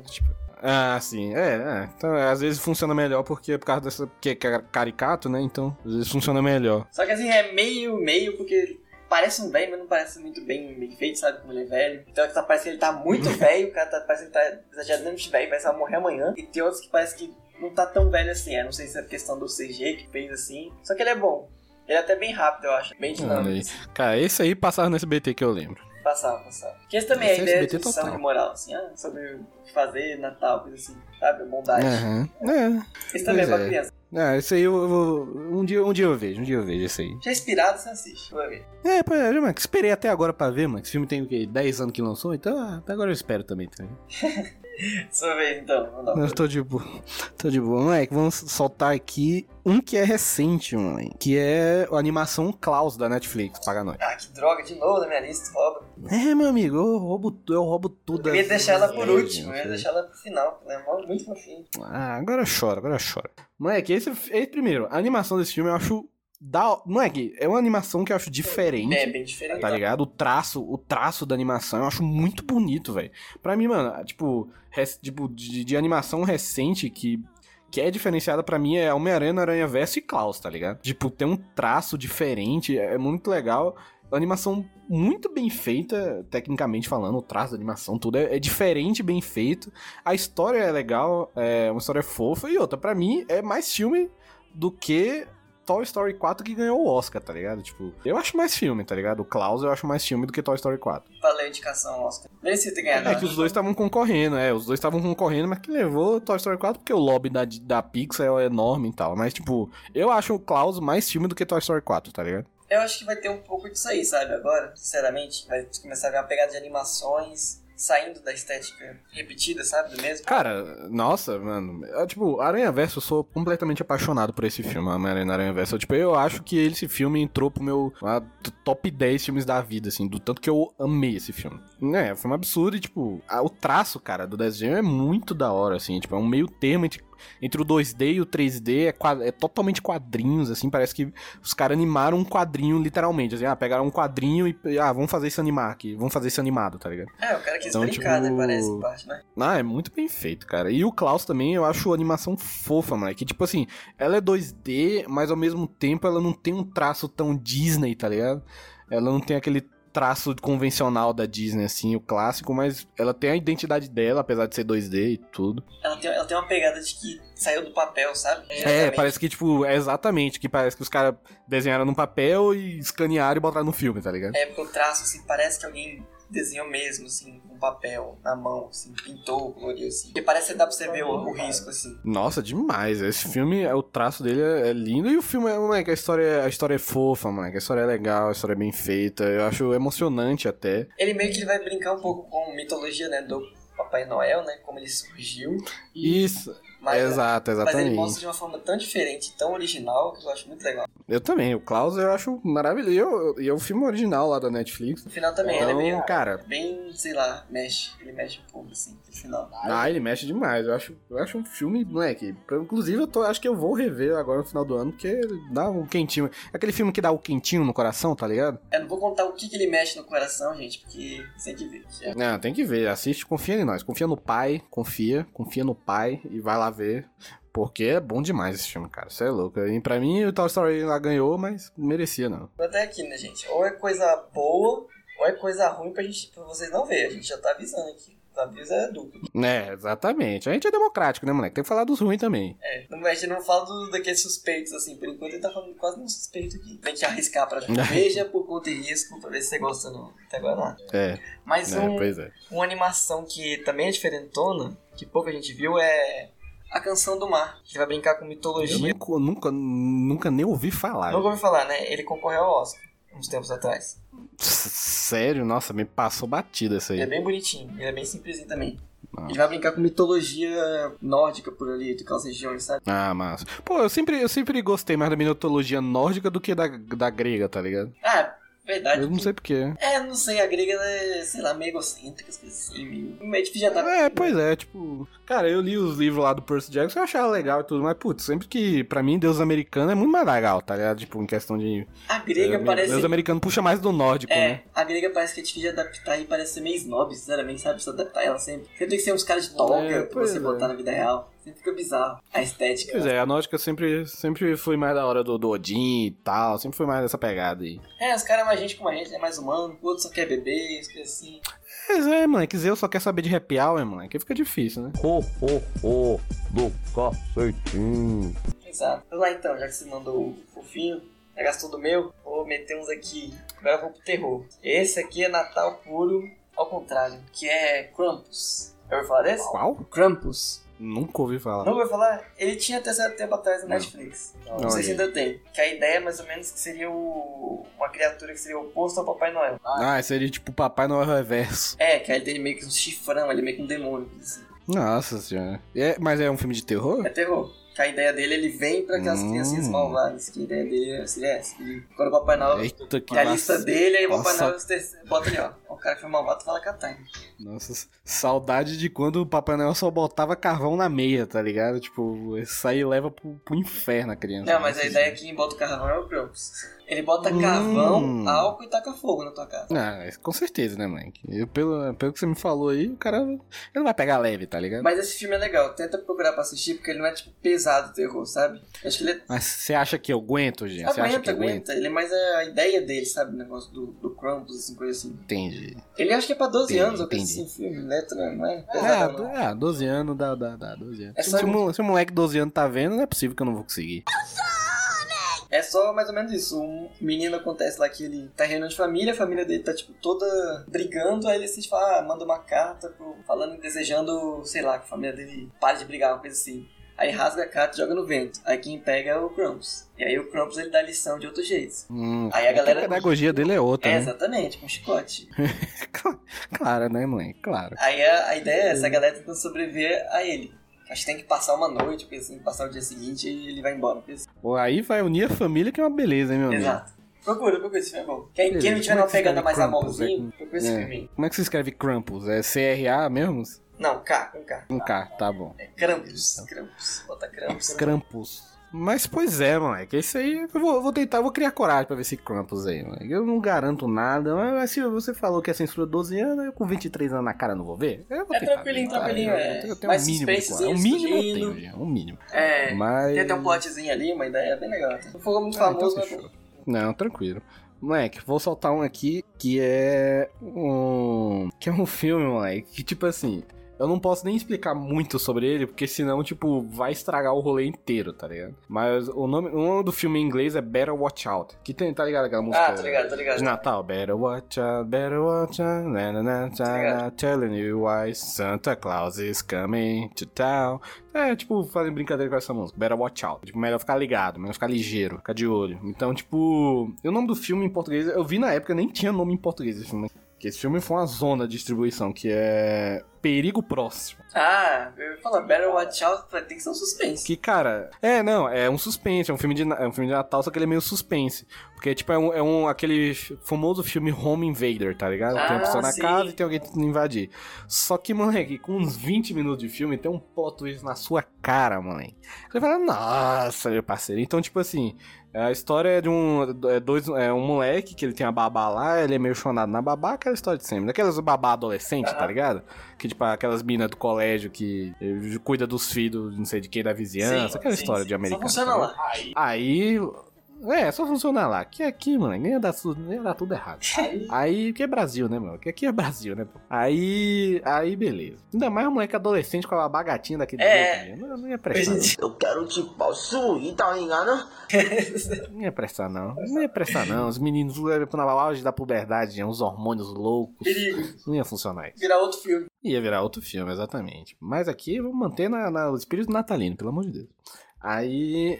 S3: Ah, sim. É, é. Então, é, às vezes funciona melhor porque é por causa dessa. que é car- caricato, né? Então, às vezes funciona melhor.
S2: Só que assim, é meio, meio, porque parece um velho, mas não parece muito bem, bem feito, sabe? Como ele é velho. Então que tá, parece que ele tá muito velho, o cara tá, parece que ele tá exageradamente velho, parece que vai morrer amanhã. E tem outros que parece que não tá tão velho assim. Eu não sei se é questão do CG que fez assim. Só que ele é bom. Ele é até bem rápido, eu acho.
S3: Olha
S2: Bem
S3: aí.
S2: dinâmico. assim.
S3: Cara, esse aí passava no SBT que eu lembro.
S2: Passava, passava. Porque esse também é a
S3: Esse é
S2: ideia de
S3: SBT
S2: lição
S3: total.
S2: de moral, assim, ah, sobre o que fazer, Natal, coisa assim, sabe? Bondade.
S3: Aham. É.
S2: Esse também é
S3: pois
S2: pra
S3: é.
S2: criança.
S3: Ah, esse aí eu, eu vou. Um dia, um dia eu vejo, um dia eu vejo esse aí.
S2: Já é inspirado, você assiste. Vai ver.
S3: É, pô, é, Max, esperei até agora pra ver, mano. Esse filme tem o quê? 10 anos que lançou, então ah, até agora eu espero também. Tá? ligado?
S2: Sua vez, então. Vamos lá.
S3: Eu tô de boa. Tô de boa, moleque. Vamos soltar aqui um que é recente, moleque. Que é a animação Klaus da Netflix, paga nós.
S2: Ah, que droga, de novo na minha lista, rouba.
S3: É, meu amigo, eu roubo, eu roubo tudo.
S2: Eu ia
S3: assim,
S2: deixar ela por
S3: né,
S2: último, eu ia
S3: gente?
S2: deixar ela pro final, né? Mó- Muito fofinho.
S3: Ah, agora chora, agora chora. Moleque, esse, esse primeiro, a animação desse filme eu acho. Da... Moleque, é uma animação que eu acho diferente.
S2: É, bem diferente.
S3: Tá ligado? O traço, o traço da animação eu acho muito bonito, velho. Pra mim, mano, tipo, res- tipo de, de animação recente que, que é diferenciada pra mim é Homem-Aranha, Aranha Verso e Klaus, tá ligado? Tipo, tem um traço diferente, é é muito legal. A animação muito bem feita, tecnicamente falando, o traço da animação, tudo é, é diferente, bem feito. A história é legal, é uma história fofa e outra, pra mim, é mais filme do que Toy Story 4 que ganhou o Oscar, tá ligado? Tipo, eu acho mais filme, tá ligado? O Klaus eu acho mais filme do que Toy Story 4.
S2: Valeu a indicação, Oscar. Merecia ter ganhado. né?
S3: É que os dois estavam concorrendo, é, os dois estavam concorrendo, mas que levou Toy Story 4 porque o lobby da, da Pixar é enorme e tal. Mas, tipo, eu acho o Klaus mais filme do que Toy Story 4, tá ligado?
S2: Eu acho que vai ter um pouco disso aí, sabe? Agora, sinceramente, vai começar a ver uma pegada de animações saindo da estética repetida, sabe? Do mesmo.
S3: Cara, nossa, mano. é, tipo, Aranha Verso, eu sou completamente apaixonado por esse filme, Homem-Aranha no Aranha Verso. Eu, Tipo, eu acho que esse filme entrou pro meu ah, t- top 10 filmes da vida, assim, do tanto que eu amei esse filme. É, foi um absurdo e, tipo, a- o traço, cara, do desenho é muito da hora, assim. Tipo, é um meio termo entre, entre o 2D e o 3D, é, qua- é totalmente quadrinhos, assim. Parece que os caras animaram um quadrinho, literalmente. Assim, ah, pegaram um quadrinho e, ah, vamos fazer isso animar aqui, vamos fazer isso animado, tá ligado?
S2: É, o cara quis
S3: Então,
S2: brincar,
S3: tipo,
S2: né? Parece, em parte, né?
S3: Ah, é muito bem feito, cara. E o Klaus também, eu acho a animação fofa, mano. Que, tipo assim, ela é 2D, mas ao mesmo tempo ela não tem um traço tão Disney, tá ligado? Ela não tem aquele traço convencional da Disney, assim, o clássico, mas ela tem a identidade dela, apesar de ser 2D e tudo.
S2: Ela tem, ela tem uma pegada de que saiu do papel, sabe?
S3: É, parece que, tipo, é exatamente, que parece que os caras desenharam num papel e escanearam e botaram no filme, tá ligado?
S2: É, porque o traço, assim, parece que alguém desenhou mesmo, assim, com papel na mão, assim, pintou, coloriu, assim. Porque parece que dá pra você ver o, o risco, assim.
S3: Nossa, demais. Esse filme, é- o traço dele é é lindo e o filme é, moleque, a história, a história é fofa, moleque. A história é legal, a história é bem feita. Eu acho emocionante até.
S2: Ele meio que vai brincar um pouco com mitologia, né, do Papai Noel, né, como ele surgiu.
S3: Isso.
S2: Mas,
S3: Exato,
S2: né? mas ele
S3: exatamente.
S2: mostra de uma forma tão diferente, tão original, que eu acho muito legal.
S3: Eu também, o Klaus eu acho maravilhoso. E eu- E é o filme original lá da Netflix.
S2: No final também,
S3: Então,
S2: ele é bem,
S3: cara,
S2: bem, sei lá, mexe. Ele mexe um pouco, assim, no final.
S3: ah, ele mexe demais. Eu acho, eu acho um filme, moleque. pra- Inclusive, eu tô- acho que eu vou rever agora no final do ano, porque dá um quentinho. É Aquele filme que dá o quentinho no coração, tá ligado?
S2: Eu não vou contar o que, que ele mexe no coração, gente, porque tem que ver. Já.
S3: Não, Ah, tem que ver. Assiste, confia em nós. Confia no pai, confia, confia no pai e vai lá ver. Porque é bom demais esse filme, cara. Isso é louco. E pra mim, o Toy Story lá ganhou, mas não merecia, não.
S2: Vou até aqui, né, gente? Ou é coisa boa, ou é coisa ruim pra, gente, pra vocês não ver. A gente já tá avisando aqui. Os avisos é duplo.
S3: É, exatamente. A gente é democrático, né, moleque? Tem que falar dos ruins também.
S2: É. Não, a gente não fala do, daqueles suspeitos, assim. Por enquanto ele tá falando quase um suspeito aqui. Tem que arriscar pra ver. Veja por conta e risco pra ver se você gosta ou não. Até agora não.
S3: É,
S2: Mas
S3: né,
S2: um,
S3: pois é.
S2: uma animação que também é diferentona, que pouca gente viu, é A Canção do Mar. Que vai brincar com
S3: Eu
S2: mitologia.
S3: nunca, nunca, nunca nem ouvi falar.
S2: Nunca ouvi falar, né? Ele concorreu ao Oscar uns tempos atrás.
S3: S- Sério, nossa, me passou batida isso aí.
S2: Ele é bem bonitinho, ele é bem simplesinho também.
S3: Ah.
S2: Ele vai brincar com mitologia nórdica por ali, daquelas regiões, sabe?
S3: Ah, massa. Pô, eu sempre, eu sempre gostei mais da mitologia nórdica do que da, da grega, tá ligado?
S2: Ah, verdade.
S3: Eu não sei porquê.
S2: É, não sei, a grega ela é, sei lá, meio egocêntrica, as coisas assim, meio. meio difícil de adaptar.
S3: É, pois é, tipo. Cara, eu li os livros lá do Percy Jackson, eu achava legal e tudo, mas putz, sempre que, pra mim, Deus americano é muito mais legal, tá ligado? Tipo, em questão de.
S2: A grega
S3: Deus-
S2: parece.
S3: É, Deus americano puxa mais do nórdico, né?
S2: É, a grega parece que é difícil de adaptar e parece ser meio snob, sinceramente, sabe? Se adaptar ela sempre. Sempre tem que ser uns caras de toga
S3: É,
S2: pra
S3: pois
S2: você
S3: é.
S2: botar na vida real. Sempre fica bizarro. A estética.
S3: Pois é, a nórdica sempre, sempre foi mais da hora do, do Odin e tal, sempre foi mais dessa pegada aí.
S2: É, os caras é mais gente como a gente, é mais humano. O outro só quer beber, as coisas assim.
S3: Mas é, moleque, Zeus só quer saber de happy hour, moleque, aí fica difícil, né?
S9: Ho, ho, ho, do cacetinho.
S2: Exato. Vamos lá então, já que você mandou o fofinho, já gastou do meu, vou meter uns aqui. Agora eu vou pro terror. Esse aqui é Natal puro, ao contrário, que é Krampus. Já ouviu falar desse?
S3: Qual?
S2: Krampus.
S3: Nunca ouvi falar.
S2: Não vou falar? Ele tinha até certo tempo atrás na
S3: Não.
S2: Netflix. Não,
S3: Olha
S2: sei se
S3: aí.
S2: ainda tem. Que a ideia é mais ou menos que seria o... uma criatura que seria oposto ao Papai Noel.
S3: Ah, seria tipo Papai Noel Reverso.
S2: É, que aí ele tem meio que um chifrão, ele é meio que um demônio. Assim.
S3: Nossa senhora. É, mas é um filme de terror?
S2: É terror. Que a ideia dele, ele vem pra aquelas
S3: Hum.
S2: crianças malvadas. Que a ideia dele é seria essa. Ele- Quando o Papai Noel
S3: Eita, que
S2: Que é a
S3: massa.
S2: lista dele, aí o Papai
S3: Nossa.
S2: Noel os terceiros- bota ali, ó. O cara que foi malvado fala Catarina.
S3: Nossa, saudade de quando o Papai Noel só botava carvão na meia, tá ligado? Tipo, isso aí leva pro, pro inferno a criança. né?
S2: Não, mas a
S3: Nossa,
S2: ideia é que quem bota o carvão é o Krampus. Ele bota
S3: Hum.
S2: carvão, álcool e taca fogo na tua casa.
S3: Ah, com certeza, né, moleque? Eu, pelo, pelo que você me falou aí, o cara ele não vai pegar leve, tá ligado? Mas,
S2: Mas esse filme é legal, tenta procurar pra assistir, porque ele não é tipo pesado o terror, sabe? Acho que ele é.
S3: você acha que eu aguento, gente? Você acha que
S2: Aguenta,
S3: eu aguento?
S2: aguenta. Ele é mais a ideia dele, sabe? O negócio do, do Krampus, assim, coisa assim.
S3: Entendi.
S2: Ele acho que é pra 12
S3: Entendi,
S2: anos, ou coisa
S3: entendi.
S2: assim, filme, né? Não é
S3: Ah,
S2: pesado,
S3: do-
S2: não.
S3: ah, 12 anos, dá, dá, dá, 12 anos.
S2: É
S3: se,
S2: só
S3: se o mo- se o moleque de 12 anos tá vendo, não é possível que eu não vou conseguir.
S2: É só mais ou menos isso. Um menino acontece lá que ele tá em reunião de família, a família dele tá, tipo, toda brigando, aí ele decide falar, ah, manda uma carta pro, falando, desejando, sei lá, que a família dele pare de brigar, uma coisa assim. Aí rasga a carta e joga no vento. Aí quem pega é o Krampus. E aí o Krampus ele dá lição de outro jeito.
S3: Hum,
S2: Aí a
S3: porque
S2: galera-
S3: pedagogia dele é outra,
S2: É,
S3: né?
S2: exatamente, com chicote.
S3: Claro, né, moleque? Claro.
S2: Aí a, a ideia é essa, a galera tentando sobreviver a ele. Acho que tem que passar uma noite, porque assim, passar o dia seguinte e ele vai embora. coisa assim.
S3: Pô, Aí vai unir a família, que é uma beleza, hein, meu amigo?
S2: Exato. Procura, procura esse filme, é bom. Quem, quem
S3: Beleza,
S2: não tiver
S3: como é
S2: uma
S3: que escreve
S2: pegada mais
S3: Krampus, é?
S2: amorzinho, procura esse
S3: É.
S2: filme. aí.
S3: Como é que se escreve Krampus? É CRA mesmo?
S2: Não, K, com K.
S3: Um K, tá bom.
S2: É Krampus. Krampus. Bota Krampus.
S3: Krampus. Mas pois é, moleque. Isso aí. Eu vou, eu vou tentar, eu vou criar coragem pra ver esse Krampus aí, moleque. Eu não garanto nada, mas, mas se você falou que é censura 12 anos, eu com 23 anos na cara não vou ver. Eu vou
S2: É
S3: tentar
S2: tranquilinho,
S3: ver, tá?
S2: tranquilinho,
S3: Eu-
S2: é.
S3: Eu tenho
S2: Mais
S3: um mínimo de coragem. Um
S2: suspensezinho,
S3: mínimo eu tenho,
S2: estudinho.
S3: gente. Um mínimo.
S2: É. um
S3: Mas.
S2: Tem até um plotzinho ali, uma ideia bem legal. Não for muito
S3: Ah, então
S2: famoso, mas
S3: fechou. Não, tranquilo. Moleque, vou soltar um aqui que é um. Que é um filme, moleque. Que tipo assim. Eu não posso nem explicar muito sobre ele, porque senão, tipo, vai estragar o rolê inteiro, tá ligado? Mas o nome, o nome do filme em inglês é Better Watch Out. Que tem, tá ligado aquela música?
S2: Ah, tá ligado, tá ligado.
S3: De Natal, Better Watch Out, Better Watch Out, na, na, na, na, na,
S2: ligado.
S3: telling you why Santa Claus is coming to town. É, tipo, fazem brincadeira com essa música, Better Watch Out. Tipo, melhor ficar ligado, melhor ficar ligeiro, ficar de olho. Então, tipo, e o nome do filme em português, eu vi na época, nem tinha nome em português esse filme. Que esse filme foi uma zona de distribuição, que é Perigo Próximo.
S2: Ah, eu ia falar Better Watch Out, falei, tem que ser um suspense.
S3: Que, cara, é, não, é um suspense, é um filme de, na- é um filme de Natal, só que ele é meio suspense. Porque, tipo, é um, é um- aquele famoso filme Home Invader, tá ligado? tem
S2: Ah,
S3: uma pessoa na
S2: sim.
S3: casa e tem alguém tentando invadir. Só que, moleque, com uns 20 minutos de filme, tem um plot twist na sua cara, moleque. Você fala, nossa, meu parceiro. Então, tipo assim, a história é de um, é dois, é um moleque que ele tem a babá lá, ele é meio chonado na babá, aquela história de sempre. Daquelas babá adolescente,
S2: Ah.
S3: tá ligado? Que, tipo, aquelas minas do colégio que eh, cuida dos filhos, não sei de quem, da vizinhança.
S2: Sim,
S3: aquela
S2: sim,
S3: história
S2: sim.
S3: de americano.
S2: Só funciona
S3: tá
S2: lá.
S3: ligado? Aí... É, só funciona lá. Que aqui, mano, nem ia dar, su- nem ia dar tudo errado. Aí, que é Brasil, né, mano? Que aqui é Brasil, né, pô? Aí, aí, beleza. Ainda mais um moleque adolescente com a bagatinha daquele
S2: É.
S3: jeito, né? não, não ia prestar, não.
S1: Eu quero te
S3: tipo,
S1: possuir, tá ligado?
S3: não ia prestar, não. Não ia prestar, não. Os meninos é, na auge da puberdade, uns hormônios loucos.
S2: Perigo,
S3: Não ia funcionar isso.
S2: virar outro filme.
S3: Ia virar outro filme, exatamente. Mas aqui vamos manter na, na- o espírito natalino, pelo amor de Deus. Aí.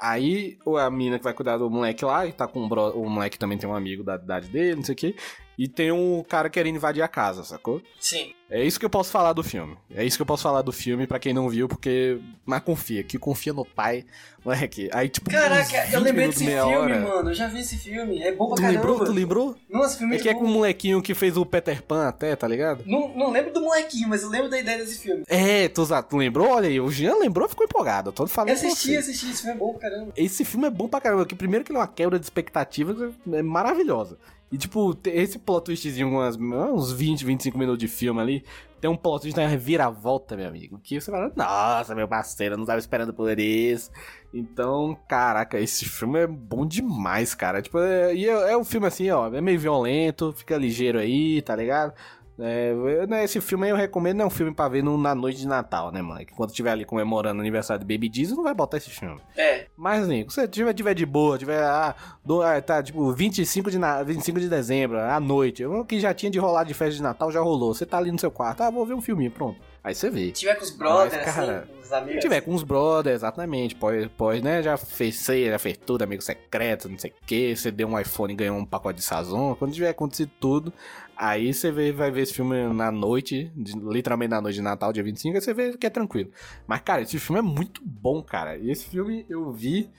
S3: Aí ou a mina que vai cuidar do moleque lá, e tá com um bro, o moleque também tem um amigo da idade dele, não sei o quê. E tem um cara querendo invadir a casa, sacou?
S2: Sim.
S3: É isso que eu posso falar do filme. É isso que eu posso falar do filme pra quem não viu, porque. Mas confia, que confia no pai, moleque. Aí, tipo, uns
S2: Caraca, eu
S3: 20
S2: lembrei
S3: minutos,
S2: desse
S3: meia
S2: filme,
S3: hora.
S2: mano. Eu já vi esse filme. É bom pra
S3: Tu
S2: caramba.
S3: lembrou? Tu lembrou?
S2: Nossa, filme
S3: É que é com o molequinho que fez o Peter Pan até, tá ligado?
S2: não, não lembro do molequinho, mas eu lembro da ideia desse filme.
S3: É, tu, za- tu lembrou? Olha aí, o Jean lembrou ficou empolgado. Eu tô falando
S2: Eu
S3: Tá com
S2: assisti,
S3: você.
S2: assisti, esse filme é bom pra caramba.
S3: Esse filme é bom pra caramba, que primeiro que ele é uma quebra de expectativas é maravilhosa. E tipo, tem esse plot twistzinho, umas, uns 20, 25 minutos de filme ali, tem um plot twist na reviravolta, meu amigo. Que você fala, nossa, meu parceiro, eu não tava esperando por isso. Então, caraca, esse filme é bom demais, cara. Tipo, é, e é, é um filme assim, ó, é meio violento, fica ligeiro aí, tá ligado? É, eu- né, esse filme aí eu recomendo, não é um filme pra ver no- na noite de Natal, né, mano? Que quando tiver ali comemorando o aniversário do Baby Jesus, não vai botar esse filme.
S2: É,
S3: Mas, nego, se tiver, tiver de boa, tiver, ah, do- ah, tá, tipo, 25 de, na- 25 de dezembro, à noite, o que já tinha de rolar de festa de Natal já rolou. Você tá ali no seu quarto, ah, vou ver um filminho, pronto. Aí você vê.
S2: se tiver com os brothers,
S3: Mas, cara,
S2: assim, com os amigos.
S3: Se tiver com os brothers, exatamente, pós, pós, né, já fez ceia, já fez tudo, amigo secreto, não sei o que, você deu um iPhone e ganhou um pacote de Sazon, quando tiver acontecido tudo, aí você vê, vai ver esse filme na noite, de- literalmente na noite de Natal, dia 25, aí você vê que é tranquilo. Mas, cara, esse filme é muito bom, cara, e esse filme eu vi...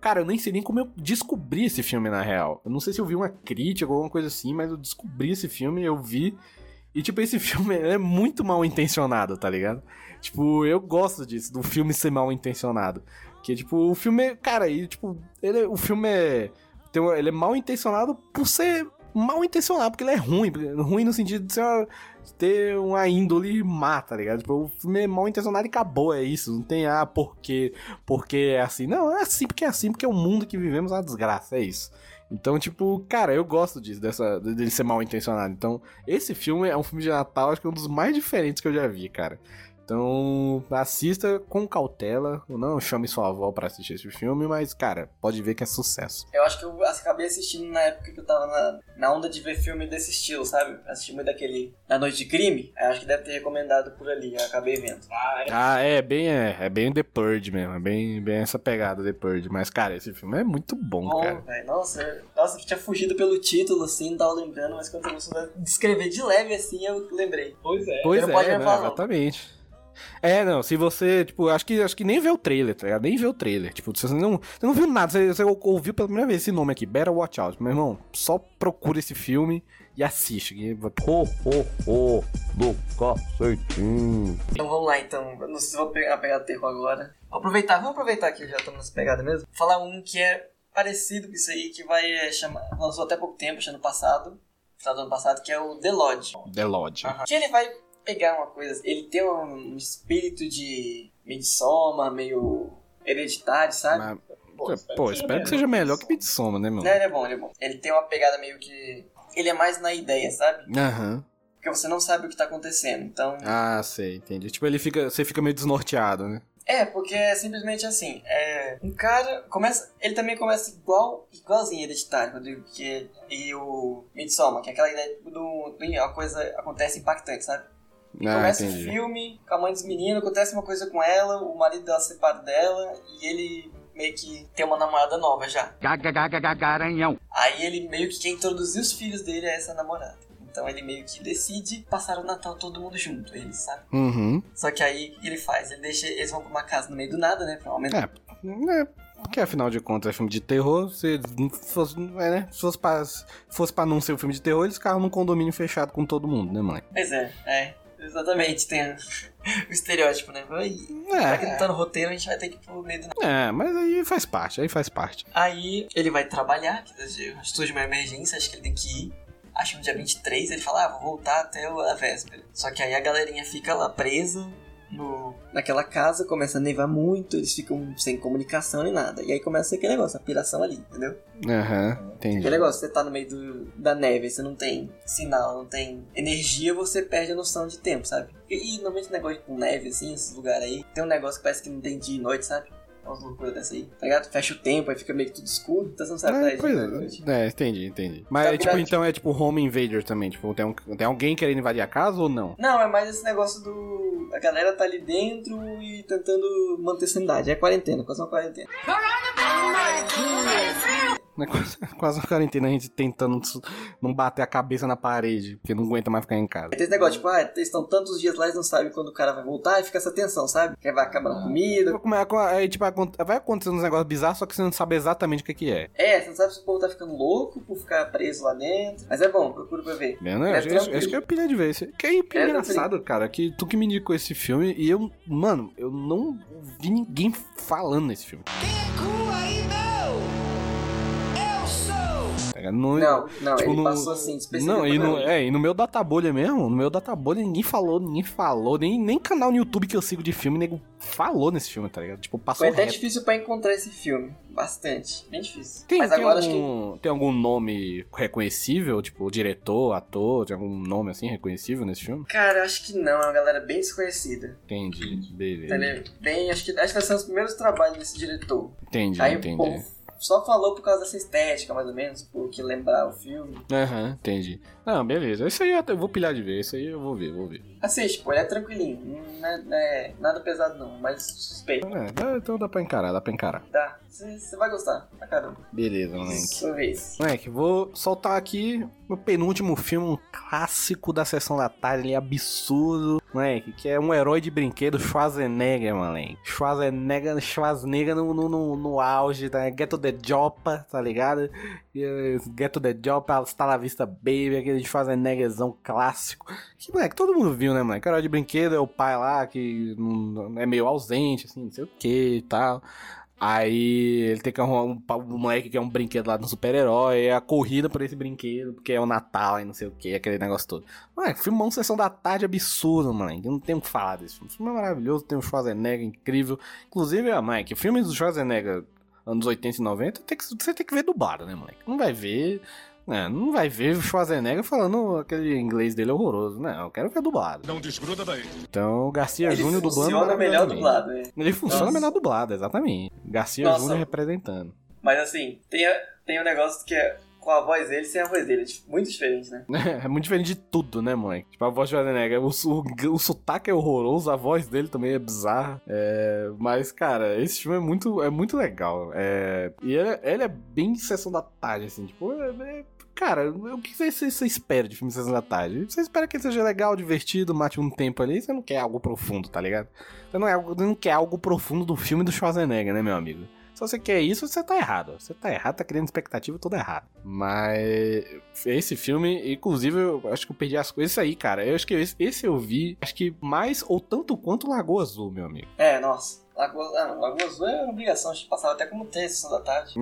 S3: Cara, eu nem sei nem como eu descobri esse filme, na real. Eu não sei se eu vi uma crítica ou alguma coisa assim, mas eu descobri esse filme, eu vi... E, tipo, esse filme é muito mal intencionado, tá ligado? Tipo, eu gosto disso, do filme ser mal intencionado. Que, tipo, o filme é. Cara, e, tipo, ele, é- o filme é. tem uma- Ele é mal intencionado por ser mal intencionado, porque ele é ruim. porque- Ruim no sentido de ser uma- ter uma índole má, tá ligado? Tipo, o filme é mal intencionado e acabou, é isso. Não tem, ah, por quê? Porque é assim. Não, é assim porque é assim, porque é o mundo que vivemos é uma desgraça, é isso. Então, tipo, cara, eu gosto disso, dessa, dele ser mal intencionado. Então, esse filme é um filme de Natal, acho que é um dos mais diferentes que eu já vi, cara. Então, assista com cautela. Não chame sua avó pra assistir esse filme, mas, cara, pode ver que é sucesso.
S2: Eu acho que eu acabei assistindo na época que eu tava na, na onda de ver filme desse estilo, sabe? Assisti muito daquele Da Noite de Crime. Aí acho que deve ter recomendado por ali, eu acabei vendo.
S3: Ah, é bem, é, é bem The Purge mesmo. É bem, bem essa pegada The Purge. Mas, cara, esse filme é muito bom,
S2: Bom,
S3: cara.
S2: velho. Nossa, eu- nossa, eu tinha fugido pelo título, assim, não tava lembrando, mas quando eu comecei a descrever de leve, assim, eu lembrei. Pois é.
S3: Pois
S2: não
S3: é,
S2: pode
S3: né?
S2: falar, não.
S3: exatamente. É, não, se você, tipo, acho que, acho que nem vê o trailer, tá ligado? Nem vê o trailer. Tipo, se você não, você não viu nada, você, você ouviu pela primeira vez esse nome aqui, Better Watch Out. Meu irmão, só procura esse filme e assiste. que-
S9: Ho, ho, ho, do cacetinho.
S2: Então vamos lá, então. Eu não sei se vou pegar, pegar terror agora. Vou aproveitar, vamos aproveitar que eu já tô nessa pegada mesmo. Falar um que é parecido com isso aí, que vai é, chamar. Lançou até pouco tempo, acho ano passado. Final do ano passado, que é o The Lodge.
S3: The Lodge.
S2: Que ele vai pegar uma coisa. Ele tem um espírito de meio de soma, meio hereditário, sabe?
S3: Mas-
S2: boa.
S3: Pô, espero que seja melhor que Midsommar, né, meu?
S2: Não, ele é bom, ele é bom. Ele tem uma pegada meio que. Ele é mais na ideia, sabe?
S3: Aham.
S2: Porque você não sabe o que tá acontecendo. Então.
S3: Ah, sei, entendi. Tipo, ele fica, você fica meio desnorteado, né?
S2: É, porque é simplesmente assim, é, um cara começa, ele também começa igual, igualzinho hereditário, Rodrigo, que e o Midsommar, que é aquela ideia tipo, do, do uma coisa acontece impactante, sabe?
S3: Ah,
S2: começa o
S3: entendi.
S2: filme com a mãe dos meninos, acontece uma coisa com ela, o marido dela se separa dela e ele meio que tem uma namorada nova já.
S5: Garanhão.
S2: Aí ele meio que quer introduzir os filhos dele a essa namorada. Então ele meio que decide passar o Natal todo mundo junto, ele sabe?
S3: Uhum.
S2: Só que aí o que ele faz? Ele deixa. Eles vão pra uma casa no meio do nada, né? Pra aumentar.
S3: É, né? Porque afinal de contas é filme de terror. Se não fosse, não é, né? se fosse, pra, se fosse pra não ser um filme de terror, eles ficavam num condomínio fechado com todo mundo, né, mãe?
S2: Pois é, é. Exatamente, tem o estereótipo, né? Vai- Já que
S3: É,
S2: não tá no roteiro, a gente vai ter que ir pro meio do nada.
S3: é, mas aí faz parte, aí faz parte.
S2: Aí ele vai trabalhar, que é surge uma emergência, acho que ele tem que ir. Acho que no dia 23 ele fala, ah, vou voltar até o- a véspera. Só que aí a galerinha fica lá presa no... naquela casa, começa a nevar muito, eles ficam sem comunicação nem nada. E aí começa aquele negócio, a piração ali, entendeu?
S3: Aham, entendi.
S2: Que negócio, você tá no meio do- da neve, você não tem sinal, não tem energia, você perde a noção de tempo, sabe? E, e normalmente negócio com neve, assim, esses lugares aí, tem um negócio que parece que não tem dia e noite, sabe? É Umas loucuras dessa aí, tá ligado? Fecha o tempo, aí fica meio que tudo escuro, então você não sabe pra
S3: É,
S2: onde
S3: pois
S2: é dia e noite.
S3: é. é, entendi, entendi. Mas,
S2: Sabe,
S3: tipo,
S2: né?
S3: então é tipo Home Invader também. Tipo, tem, um, tem alguém querendo invadir a casa ou não?
S2: Não, é mais esse negócio do. A galera tá ali dentro e tentando manter sanidade. É quarentena, quase uma quarentena.
S3: É quase, quase uma quarentena a gente tentando s- não bater a cabeça na parede, porque não aguenta mais ficar em casa.
S2: Aí tem esse negócio, tipo, ah, eles estão tantos dias lá, eles não sabem quando o cara vai voltar, e fica essa tensão, sabe? Que vai acabar na comida,
S3: Como é- como é- Aí, tipo, acon- vai acontecendo uns negócios bizarros, só que você não sabe exatamente o que, que é.
S2: É, você não sabe se o povo tá ficando louco por ficar preso lá dentro. Mas é bom, procura pra ver.
S3: Vendo?
S2: É
S3: acho, acho- acho que eu pilhei de vez. Que é
S2: É,
S3: engraçado, cara, que tu que me indicou esse filme e eu, mano, eu não vi ninguém falando nesse filme. Tá ligado? Não,
S2: Não, não,
S3: Tipo,
S2: ele
S3: no-
S2: passou assim, especialmente.
S3: Não, e no, é, e no meu databolha mesmo, no meu databolha ninguém falou, ninguém falou, nem, nem canal no YouTube que eu sigo de filme, nego falou nesse filme, tá ligado? Tipo, passou
S2: Foi até
S3: reto.
S2: difícil pra encontrar esse filme. Bastante. Bem difícil.
S3: Tem, um-
S2: Mas
S3: tem
S2: agora acho que.
S3: algum, tem algum nome reconhecível, tipo, diretor, ator, tem algum nome assim reconhecível nesse filme?
S2: Cara, acho que não, é uma galera bem desconhecida.
S3: Entendi,
S2: Tá
S3: beleza.
S2: ligado? Bem, acho que acho que vai ser os primeiros trabalhos desse diretor.
S3: Entendi,
S2: Aí o
S3: entendi.
S2: povo só falou por causa dessa estética, mais ou menos, por que lembrar o filme.
S3: Aham, entendi. Não, beleza. Isso aí eu, até- eu vou pilhar de ver, isso aí eu vou ver, vou ver.
S2: Assiste, pô, ele é tranquilinho. Não é, não é nada pesado não, mas suspeito.
S3: É, dá- então dá pra encarar, dá pra encarar.
S2: Tá, você vai gostar pra caramba.
S3: Beleza, moleque.
S2: Sua vez.
S3: Moleque, vou soltar aqui meu penúltimo filme, um clássico da sessão da tarde, ele é absurdo, moleque, que é um herói de brinquedo, Schwarzenegger, moleque. Schwarzenegger, Schwarzenegger no, no, no, no auge, tá? Ghetto the Joppa, tá ligado? E, eh, Ghetto the Joppa, Hasta la Vista Baby, aquele Schwarzeneggerzão clássico. Que, moleque, todo mundo viu, né, moleque? O herói de brinquedo é o pai lá que não- é meio ausente, assim, não sei o que e tal. Aí ele tem que arrumar um, pa- um moleque que é um brinquedo lá do super-herói, é a corrida por esse brinquedo, porque é o Natal e não sei o que, aquele negócio todo. Mano, filmão Sessão da Tarde absurdo, moleque. Eu não tenho o que falar desse filme. O filme é maravilhoso, tem o Schwarzenegger incrível. Inclusive, ah, moleque, filmes do Schwarzenegger anos 80 e 90, tem que- você tem que ver dublado, né, moleque? Não vai ver. né, não vai ver o Schwarzenegger falando aquele inglês dele horroroso. Não, eu quero ver dublado.
S5: Não desgruda daí.
S3: Então, Garcia
S2: Ele
S3: Júnior dublando.
S2: funciona melhor
S3: maravilhosamente.
S2: dublado, é.
S3: Ele funciona
S2: Nossa.
S3: melhor dublado, exatamente. Garcia
S2: Nossa.
S3: Júnior representando.
S2: Mas assim, tem, a- tem um negócio que é com a voz dele e sem a voz dele. é dif- Muito diferente, né?
S3: É muito diferente de tudo, né, moleque? Tipo, a voz de Schwarzenegger, o, su- o sotaque é horroroso, a voz dele também é bizarra. É, mas, cara, esse filme é muito, é muito legal. É, e ele, ele é bem sessão da tarde, assim, tipo, é- é- cara, o que você, você- você espera de filme sessão da tarde? Você espera que ele seja legal, divertido, mate um tempo ali, você não quer algo profundo, tá ligado? Você não, é, algo- não quer algo profundo do filme do Schwarzenegger, né, meu amigo? Se você quer isso, você tá errado. Você tá errado, tá criando expectativa toda errada. Mas esse filme, inclusive, eu acho que eu perdi as coisas Esse aí, cara. Eu acho que esse, esse eu vi, acho que mais ou tanto quanto Lagoa Azul, meu amigo.
S2: É, nossa. Lagoa, ah, não, Lagoa Azul
S3: Hum.
S2: é obrigação, a gente passava até como terça sessão da tarde.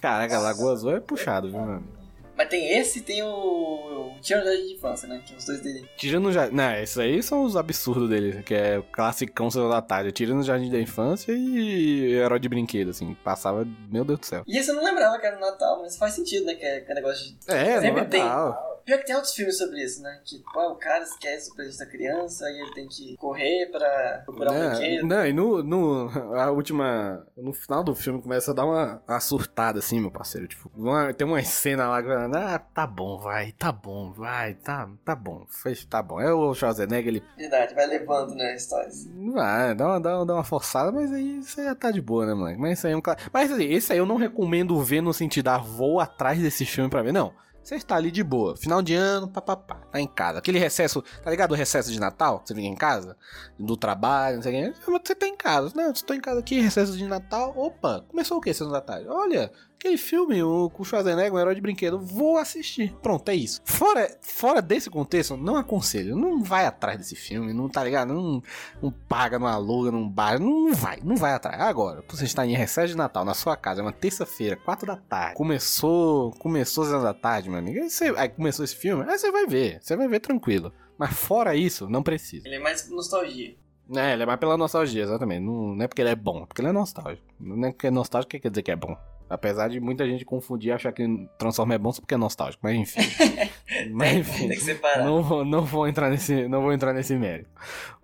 S3: Caraca, Lagoa Azul é puxado, viu, meu amigo?
S2: Mas tem esse e tem o. o Tiro de Infância, né? Que é os dois dele.
S3: Tirando o jardim. Não, isso aí são os absurdos dele, que é o classicão Sessão da tarde. Tirando o jardim da infância e herói de brinquedo, assim. Passava, meu Deus do céu.
S2: E esse eu não lembrava que era no Natal, mas faz sentido, né? Que é, que é negócio de.
S3: É,
S2: Sempre
S3: não é
S2: tem.
S3: tal.
S2: Pior que tem outros filmes sobre isso, né? Que pô, o cara esquece o presente da criança e ele tem que correr pra procurar um
S3: É,
S2: brinquedo.
S3: não, e no, no. A última. No final do filme começa a dar uma, uma surtada, assim, meu parceiro. Tipo, uma- tem uma cena lá. que, Ah, tá bom, vai, tá bom, vai, tá, tá bom. Fez, tá bom. É o Schwarzenegger, ele
S2: Verdade, vai levando, né? Histórias.
S3: Vai, dá uma, dá, uma, dá uma forçada, mas aí você já tá de boa, né, moleque? Mas isso aí é um cla- Mas assim, esse aí eu não recomendo ver no sentido, ah, vou atrás desse filme pra ver, não. Você está ali de boa, final de ano, papapá, tá em casa. Aquele recesso, tá ligado? O recesso de Natal, que você fica em casa, do trabalho, não sei o que, mas você tá em casa. Não, você tá em casa aqui, recesso de Natal, opa, começou o que, sessão da tarde? Olha, aquele filme, o com o Schwarzenegger, um herói de brinquedo, vou assistir. Pronto, é isso. Fora, fora desse contexto, não aconselho, não vai atrás desse filme, não tá ligado? Não, não paga, não aluga, não bar, não vai, não vai atrás. Agora, você está em recesso de Natal na sua casa, é uma terça-feira, quatro da tarde. Começou, começou às da tarde, meu amigo. Aí, você- aí começou esse filme, aí você vai ver, você vai ver tranquilo. Mas fora isso, não precisa.
S2: Ele é mais nostalgia.
S3: É, ele é mais pela nostalgia, exatamente. Não, não é porque ele é bom, é porque ele é nostálgico. Não é porque é nostálgico que quer dizer que é bom. Apesar de muita gente confundir e achar que Transforma é bom só porque é nostálgico, mas enfim. mas
S2: É, Tem
S3: enfim.
S2: que separar.
S3: Não vou, não vou entrar nesse, não vou entrar nesse mérito.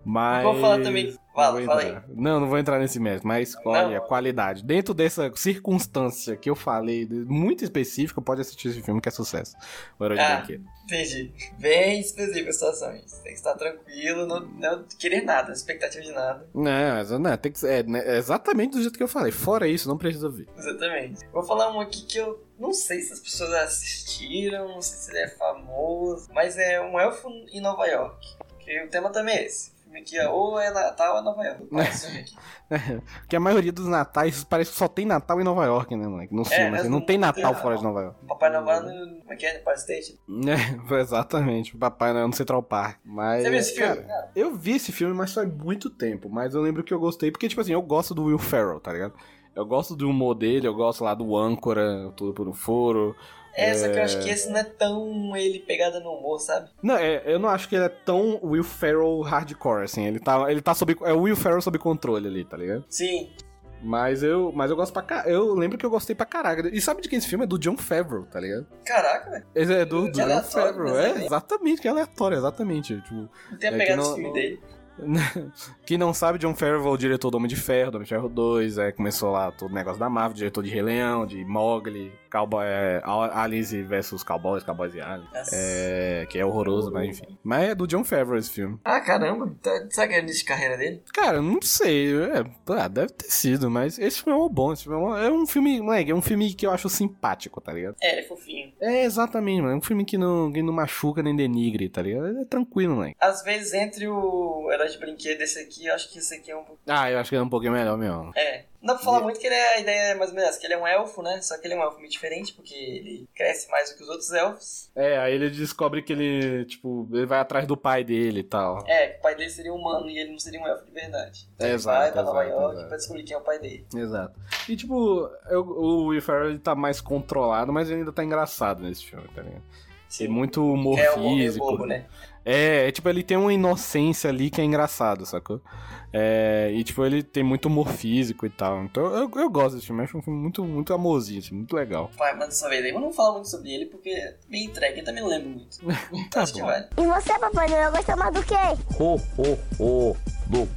S3: Mas
S2: Vou falar também. Fala,
S3: não vou
S2: fala aí.
S3: entrar. Não, não vou entrar nesse mérito, mas escolhe
S2: Não.
S3: a qualidade. Dentro dessa circunstância que eu falei, de- muito específica, pode assistir esse filme que é sucesso. O Herói
S2: Ah.
S3: de Brinquedo.
S2: Entendi. Bem específica a situação, gente. Tem que estar tranquilo, não, não querer nada, expectativa de nada.
S3: Não, mas, não, tem que ser- é, né, é exatamente do jeito que eu falei. Fora isso, não precisa ver.
S2: Exatamente. Vou falar um aqui que eu não sei se as pessoas assistiram, não sei se ele é famoso, mas é um elfo em Nova York. Que o tema também é esse. O filme aqui é ou é Natal ou é Nova York. Qual é esse filme aqui?
S3: É. Porque a maioria dos natais parece que só tem Natal em Nova York, né, moleque? Não sei, mas
S2: mas
S3: não
S2: É, não
S3: tem
S2: tem
S3: Natal
S2: Natal.
S3: fora de Nova York.
S2: Papai Noel no. Como é que é? No Park State?
S3: É, exatamente. Papai Noel no Central Park. Mas,
S2: Você viu esse
S3: é, cara,
S2: filme?
S3: Eu vi esse filme, mas faz muito tempo. Mas eu lembro que eu gostei, porque, tipo assim, eu gosto do Will Ferrell, tá ligado? Eu gosto do humor dele, eu gosto lá do âncora, tudo por um furo.
S2: É, só que eu acho que esse não é tão ele pegada no humor, sabe?
S3: Não, é, eu não acho que ele é tão Will Ferrell hardcore, assim. Ele tá, ele tá sob... É o Will Ferrell sob controle ali, tá ligado?
S2: Sim.
S3: Mas eu, mas eu gosto pra caralho. Eu lembro que eu gostei pra caralho. E sabe de quem esse filme? É do John Favreau, tá ligado?
S2: Caraca, velho.
S3: Esse é do, do
S2: Que
S3: John
S2: aleatório,
S3: Favreau.
S2: mas é
S3: É,
S2: bem.
S3: exatamente, que é aleatório, exatamente. Tipo,
S2: Não tem
S3: É
S2: a
S3: que
S2: pegada
S3: não-
S2: desse filme
S3: não-
S2: dele.
S3: Quem não sabe, John Favreau, é o diretor do Homem de Ferro, do Homem de Ferro 2, é, começou lá todo o negócio da Marvel, diretor de Rei Leão, de Mowgli, Cowboy, é, A- Aliens versus Cowboys, Cowboys e Aliens,
S2: Nossa.
S3: é, que é horroroso, mas enfim. Mas é do John Favreau esse filme.
S2: Ah, caramba. Tá- Será que é o início de carreira dele?
S3: Cara, não sei, é, ah, deve ter sido, mas esse filme é um bom, esse filme é, um, é um filme, moleque, é um filme que eu acho simpático, tá ligado?
S2: É, ele é fofinho.
S3: É, exatamente, mano, é um filme que não, que não machuca nem denigre, tá ligado? É tranquilo, moleque.
S2: Às vezes, entre o Herói de Brinquedo e esse aqui, eu acho que esse aqui é um pouco.
S3: Ah, eu acho que é um pouquinho melhor mesmo.
S2: É. Não dá pra falar muito que ele é, a ideia é mais ou menos essa, que ele é um elfo, né? Só que ele é um elfo meio diferente, porque ele cresce mais do que os outros elfos.
S3: É, aí ele descobre que ele, tipo, ele vai atrás do pai dele e tal.
S2: É, que o pai dele seria humano e ele não seria um elfo de verdade. Então ele
S3: Exato,
S2: vai pra Nova
S3: exato,
S2: York
S3: exato.
S2: pra descobrir quem é o pai dele.
S3: Exato. E, tipo, eu- o Will Ferrell ele tá mais controlado, mas ele ainda tá engraçado nesse filme, tá ligado? Tem muito humor
S2: é o homem
S3: físico.
S2: bobo, né?
S3: É, é, tipo, ele tem uma inocência ali que é engraçado, sacou? É, e, tipo, ele tem muito humor físico e tal. Então, eu, eu gosto desse filme, acho um filme muito, muito amorzinho, assim, muito legal.
S2: Vai, manda sua vez aí. Eu não falo muito sobre ele porque é bem entregue, eu também não lembro muito. Então acho que
S3: Tá bom.
S2: vale.
S8: E você, Papai Noel, gosta mais do quê?
S9: Ho, ho, ho, do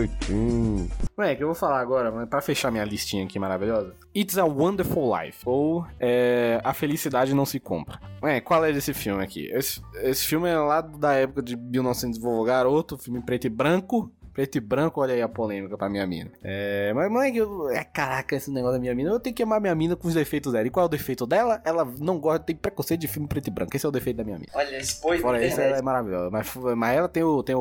S9: cacetinho.
S3: Ué, que eu vou falar agora, mas pra fechar minha listinha aqui maravilhosa. It's a Wonderful Life. Ou é, A Felicidade Não Se Compra. Ué, qual é desse filme aqui? Esse, esse filme é lá da época de 1900 Vovô Garoto, filme preto e branco. Preto e branco, olha aí a polêmica pra minha mina. É, mas moleque, eu, é, caraca, esse negócio da minha mina. Eu tenho que amar minha mina com os defeitos dela. E qual é o defeito dela? Ela não gosta, tem preconceito de filme preto e branco. Esse é o defeito da minha mina.
S2: Olha, expôs na
S3: Fora isso,
S2: internet.
S3: ela é maravilhosa. Mas, mas ela tem o. Tem o,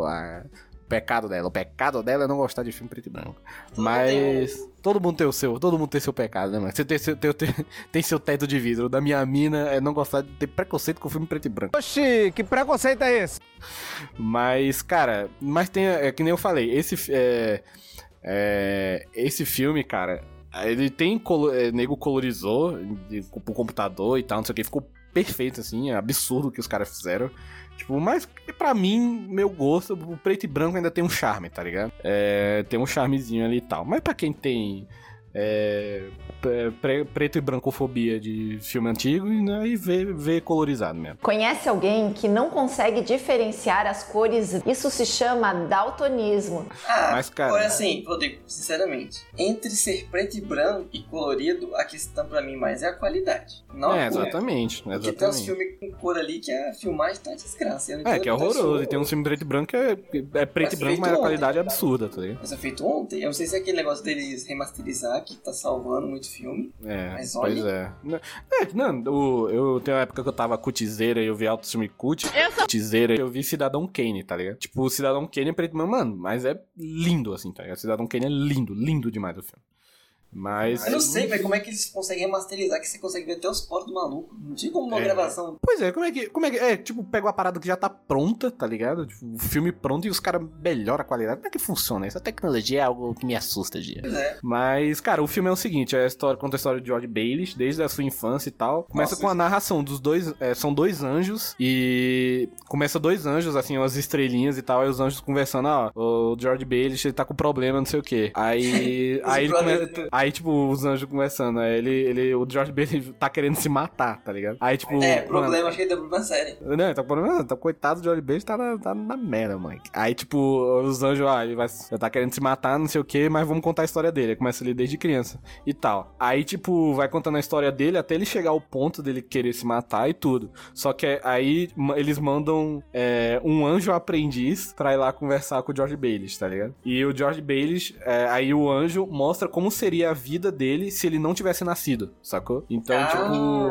S3: o- a- o pecado dela. O pecado dela é não gostar de filme preto e branco.
S2: Todo
S3: mas. Todo mundo tem o seu. Todo mundo tem seu pecado, né, mano? Você tem, seu- tem, tem, tem seu teto de vidro. O Da minha mina é não gostar de ter preconceito com filme preto e branco.
S5: Oxi, que preconceito é esse?
S3: Mas, cara, mas tem. É que nem eu falei, esse. fi- É, é, esse filme, cara. Ele tem. Colo... é, nego colorizou de- pro computador e tal, não sei o que. Ficou perfeito, assim. É absurdo o que os caras fizeram. Tipo, mas pra mim, meu gosto, o preto e branco ainda tem um charme, tá ligado? É, tem um charmezinho ali e tal. Mas pra quem tem. é, pre- pre- preto e brancofobia de filme antigo e né, e vê, vê colorizado mesmo.
S10: Conhece alguém que não consegue diferenciar as cores? Isso se chama daltonismo.
S2: Ah,
S3: Mas, cara- né?
S2: Olha assim, Rodrigo, sinceramente, entre ser preto e branco e colorido, a questão pra mim mais é a qualidade. Não
S3: é,
S2: a cor.
S3: exatamente.
S2: Porque tem uns
S3: exatamente.
S2: filmes com cor ali que a filmagem tá uma desgraça. Eu não
S3: É,
S2: entendo
S3: que é
S2: porque eu sou-
S3: horroroso. E tem um filme preto e branco que é, é preto e
S2: Mas
S3: branco,
S2: feito
S3: mas a
S2: ontem,
S3: qualidade é
S2: cara.
S3: absurda, tá ligado?
S2: Mas é feito ontem. Eu não sei se é aquele negócio deles remasterizar que tá salvando muito filme.
S3: É,
S2: Mas
S3: pois é. N- É, não, o- eu tenho uma época que eu tava cutizeira e eu vi alto filme cut.
S7: Eu sou-
S3: Cutizeira e eu vi Cidadão Kane, tá ligado? Tipo, o Cidadão Kane é preto e branco, mano, mas é lindo assim, tá ligado? Cidadão Kane é lindo, lindo demais o filme. Mas.
S2: Eu não sei, velho, como é que eles conseguem remasterizar que você consegue ver até os poros do maluco. Não tinha como uma
S3: É.
S2: gravação.
S3: Pois é, como é que. Como é, que é, tipo, pega uma parada que já tá pronta, tá ligado? Tipo, o filme pronto e os caras melhoram a qualidade. Como é que funciona isso? A tecnologia é algo que me assusta, dia.
S2: Pois é.
S3: Mas, cara, o filme é o seguinte: é a história, conta a história de George Bailey, desde a sua infância e tal. Começa
S2: Nossa,
S3: com a narração dos dois. é, são dois anjos e. Começa dois anjos, assim, umas estrelinhas e tal. Aí os anjos conversando, ó, o George Bailey, ele tá com problema, não sei o quê. Aí. aí, ele
S2: brother-
S3: come- aí, tipo, os anjos conversando. Aí ele, ele. O George Bailey tá querendo se matar, tá ligado? Aí, tipo.
S2: É,
S3: mano,
S2: problema, acho que ele deu problema sério.
S3: não, tá com problema, tá coitado de Johnny Beijo, tá na, tá na merda, mãe. Aí, tipo, os anjos, ah, ele vai, ele tá querendo se matar, não sei o que, mas vamos contar a história dele. Aí Começa ele desde criança e tal. Aí, tipo, vai contando a história dele até ele chegar ao ponto dele querer se matar e tudo. Só que aí ma- eles mandam é, um anjo aprendiz pra ir lá conversar com o George Bailey, tá ligado? E o George Bailey, é, aí o anjo mostra como seria a vida dele se ele não tivesse nascido, sacou? Então,
S2: Ah.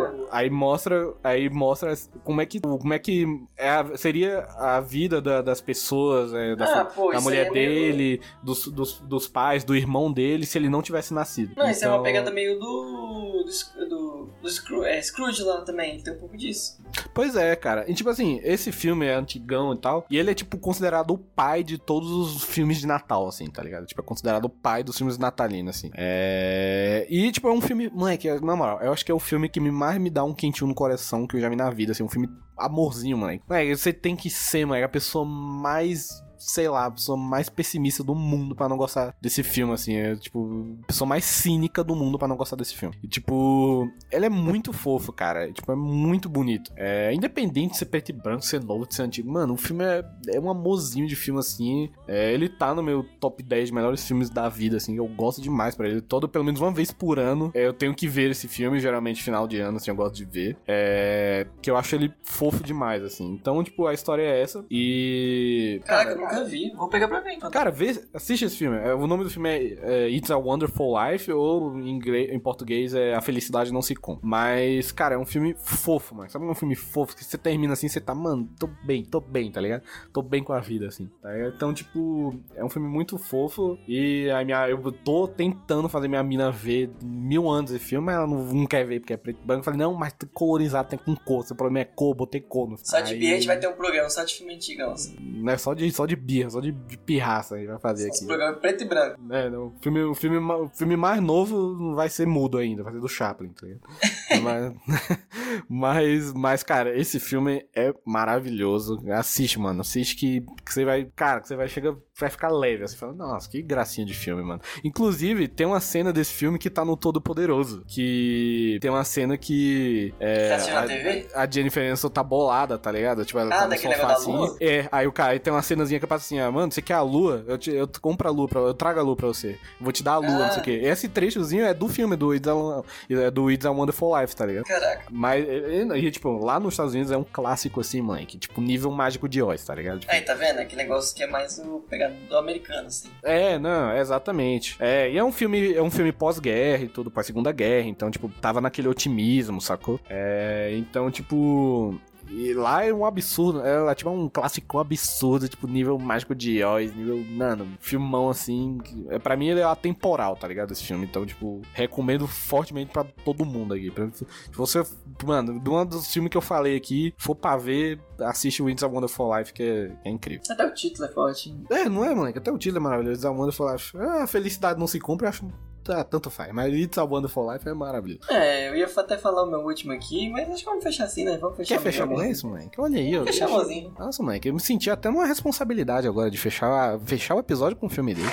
S3: tipo, aí mostra, aí mostra como é que, como é que é a- seria a vida da- das pessoas, é, da,
S2: Ah, pô,
S3: da
S2: isso aí
S3: mulher
S2: é meio-
S3: dele, dos, dos, dos pais, do irmão dele, se ele não tivesse nascido.
S2: Não, isso é
S3: Então-
S2: uma pegada meio do. do, Sc- do, do Scroo- é, Scrooge lá também, tem um pouco disso.
S3: Pois é, cara. E tipo assim, esse filme é antigão e tal. E ele é, tipo, considerado o pai de todos os filmes de Natal, assim, tá ligado? Tipo, é considerado o pai dos filmes natalinos, assim. É. E, tipo, é um filme. Moleque, na moral, eu acho que é o filme que me- mais me dá um quentinho no coração que eu já vi na vida, assim. Um filme amorzinho, moleque. Moleque, você tem que ser, moleque, a pessoa mais. Sei lá, a pessoa mais pessimista do mundo pra não gostar desse filme, assim. É, tipo, a pessoa mais cínica do mundo pra não gostar desse filme. E, tipo, ele é muito fofo, cara. Tipo, é muito bonito. É, independente de ser preto e branco, de ser novo, de ser antigo. Mano, o filme é, é um amorzinho de filme, assim. É, ele tá no meu top 10 de melhores filmes da vida, assim. Eu gosto demais pra ele. Todo, pelo menos uma vez por ano, é, eu tenho que ver esse filme. Geralmente, final de ano, assim, eu gosto de ver. É, que eu acho ele fofo demais, assim. Então, tipo, a história é essa. E...
S2: Caraca, eu nunca vi. Vou pegar pra então, tá? mim.
S3: Cara, vê, assiste esse filme. É, O nome do filme é, é, It's a Wonderful Life, ou em, inglês, em português é A Felicidade Não Se Compra. Mas, cara, é um filme fofo, mano. Sabe um filme fofo que você termina assim, você tá, mano, tô bem, tô bem, tá ligado? Tô bem com a vida, assim. Tá? ligado? Então, tipo, é um filme muito fofo. E a minha, eu tô tentando fazer minha mina ver mil anos esse filme, mas ela não, não quer ver porque é preto e branco. Eu falei, não, mas tem que colorizar, tem com cor. Seu problema é cor, botei cor no
S2: Só de
S3: Aí-
S2: Aí... a gente vai ter um programa, só de filme antigão, assim.
S3: Não é só de, só de birra, só de, de pirraça a gente vai fazer
S2: Esse
S3: aqui.
S2: programa é preto e branco.
S3: É, não, o, filme, o, filme, ma- o filme mais novo não vai ser mudo ainda, vai ser do Chaplin, tá ligado? mas, mas, mas, cara, esse filme é maravilhoso. Assiste, mano. Assiste que, que você vai. Cara, que você vai chegar. Vai ficar leve. Você fala, nossa, que gracinha de filme, mano. Inclusive, tem uma cena desse filme que tá no Todo Poderoso. Que tem uma cena que. É,
S2: Tá assistindo na
S3: a-
S2: TV?
S3: a Jennifer Aniston tá bolada, tá ligado? Tipo, ela
S2: Ah,
S3: tá no
S2: daquele
S3: sofá
S2: negócio
S3: assim.
S2: da lua?
S3: É, aí o cara aí tem uma cenazinha que passa assim, ah, mano, você quer a lua? Eu, te, eu compro a lua, pra, eu trago a lua pra você. Vou te dar a lua,
S2: Ah.
S3: não sei o quê. Esse trechozinho é do filme, do It's a, é do It's a Wonderful Life, tá ligado?
S2: Caraca.
S3: Mas, é, é, e, tipo, lá nos Estados Unidos é um clássico assim, mãe, que tipo, nível mágico de Oz, tá ligado? Tipo,
S2: Aí, tá vendo? Aquele negócio que é mais o pegado do americano, assim.
S3: É, não, é exatamente. É, e é um filme, é um filme pós-guerra e tudo, pós-segunda guerra, então, tipo, tava naquele otimismo, sacou? É, então, tipo. E lá é um absurdo, é lá, tipo um clássico absurdo, tipo nível mágico de Oz, nível, mano, filmão assim. que- É, pra mim ele é atemporal, tá ligado? Esse filme, então, tipo, recomendo fortemente pra todo mundo aqui. Pra- Se você, mano, de um dos filmes que eu falei aqui, for pra ver, assiste o Winds of Wonderful Life, que é- que é incrível.
S2: Até o título é forte. hein?
S3: É, não é, moleque? Até o título é maravilhoso. A Amanda falou, acho, ah, a felicidade não se compra, eu acho Tá, tanto faz. Mas It's a Wonderful Life é maravilhoso.
S2: É, eu ia até falar o meu último aqui, mas acho que vamos fechar assim, né? Vamos fechar
S3: Quer fechar
S2: mesmo.
S3: com isso, moleque? Olha aí, ó.
S2: Fechar mozinho.
S3: Nossa, moleque, eu me senti até uma responsabilidade agora de fechar, fechar o episódio com um filme dele.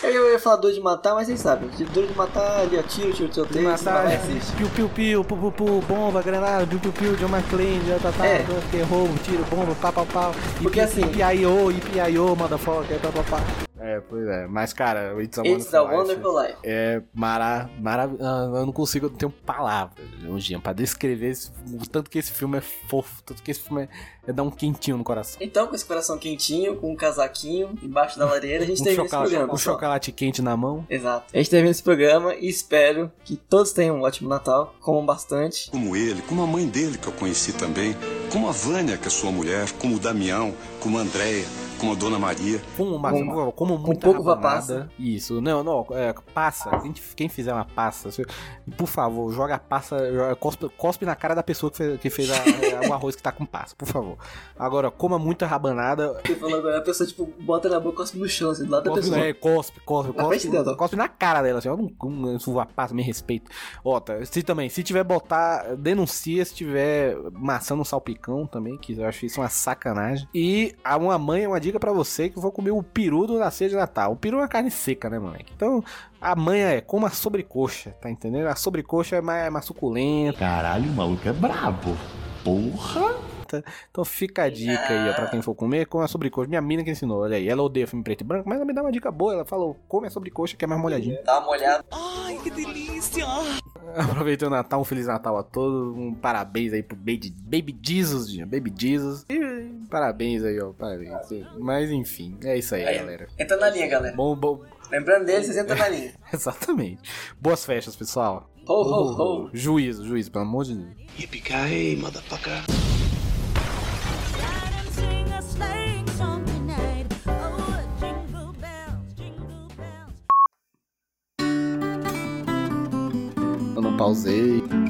S2: Eu ia falar dor de matar, mas vocês sabem. De dor de matar, ali, ó, tiro, tiro, tiro, tiro, existe.
S3: Piu, piu, piu, pu, pu, pu, bomba, granada, piu, piu, piu, John McClane, já tá, tá,
S2: É.
S3: terror, tiro, bomba, pá, pá, pá. e
S2: Porque
S3: pi-
S2: assim-
S3: E piaiô, e piaiô, motherfucker, pá, pá, pá. É, pois é. Mas, cara, o It's a
S2: It's a Wonderful Life.
S3: É mara, mara, ah, eu não consigo, eu não tenho palavras, Jean, pra descrever esse, o tanto que esse filme é fofo, tanto que esse filme é, é dar um quentinho no coração.
S2: Então, com esse coração quentinho, com um casaquinho embaixo da lareira, a gente
S3: Um,
S2: termina esse
S3: chocolate,
S2: programa.
S3: um
S2: pessoal.
S3: chocolate quente na mão.
S2: Exato. A gente termina esse programa e espero que todos tenham um ótimo Natal, comam bastante.
S11: Como ele, como a mãe dele que eu conheci também, como a Vânia, que é sua mulher, como o Damião, como a Andréia, como a Dona Maria.
S3: Como uma,
S2: Um-
S3: como muita
S2: pouco pra
S3: rabanada.
S2: passa.
S3: Isso, não, não, é, passa. Quem, quem fizer uma passa, se- por favor, joga a passa, joga- cospe, cospe na cara da pessoa que fez, que fez a- a- o arroz que tá com passa, por favor. Agora, coma muita rabanada.
S2: Você falou agora, a pessoa, tipo, bota na boca, cospe no chão, assim, do lado da
S3: Cospe,
S2: pessoa.
S3: é, cospe, cospe,
S2: Na frente
S3: cospe,
S2: dela.
S3: cospe na cara dela, assim, ó, não, não sua passa, me respeito. Ó, tá, se também, se tiver botar, denuncia, se tiver maçã no salpicão também, que eu acho isso uma sacanagem. E a uma mãe é uma dica pra você que eu vou comer o peru do nascer de Natal. O peru é uma carne seca, né, moleque? Então, a manha é como a sobrecoxa, tá entendendo? A sobrecoxa é mais, mais suculenta.
S4: Caralho, o maluco é brabo. Porra!
S3: Então fica a dica aí, ó, pra quem for comer, come a sobrecoxa. Minha mina que ensinou, olha aí. Ela odeia filme preto e branco, mas ela me dá uma dica boa. Ela falou, come a sobrecoxa que é mais molhadinha.
S2: Dá uma olhada.
S3: Aproveitando o Natal, um Feliz Natal a todos. Um parabéns aí pro Baby, Baby Jesus, gente, Baby Jesus. E parabéns aí, ó, parabéns. Mas enfim, é isso aí,
S2: Aí.
S3: galera.
S2: Entra na linha, galera.
S3: Bom, bom,
S2: Lembrando deles, vocês entram na linha.
S3: exatamente. Boas festas, pessoal.
S2: Ho, ho, ho.
S3: Juízo, juízo, pelo amor de Deus. Eu não pausei.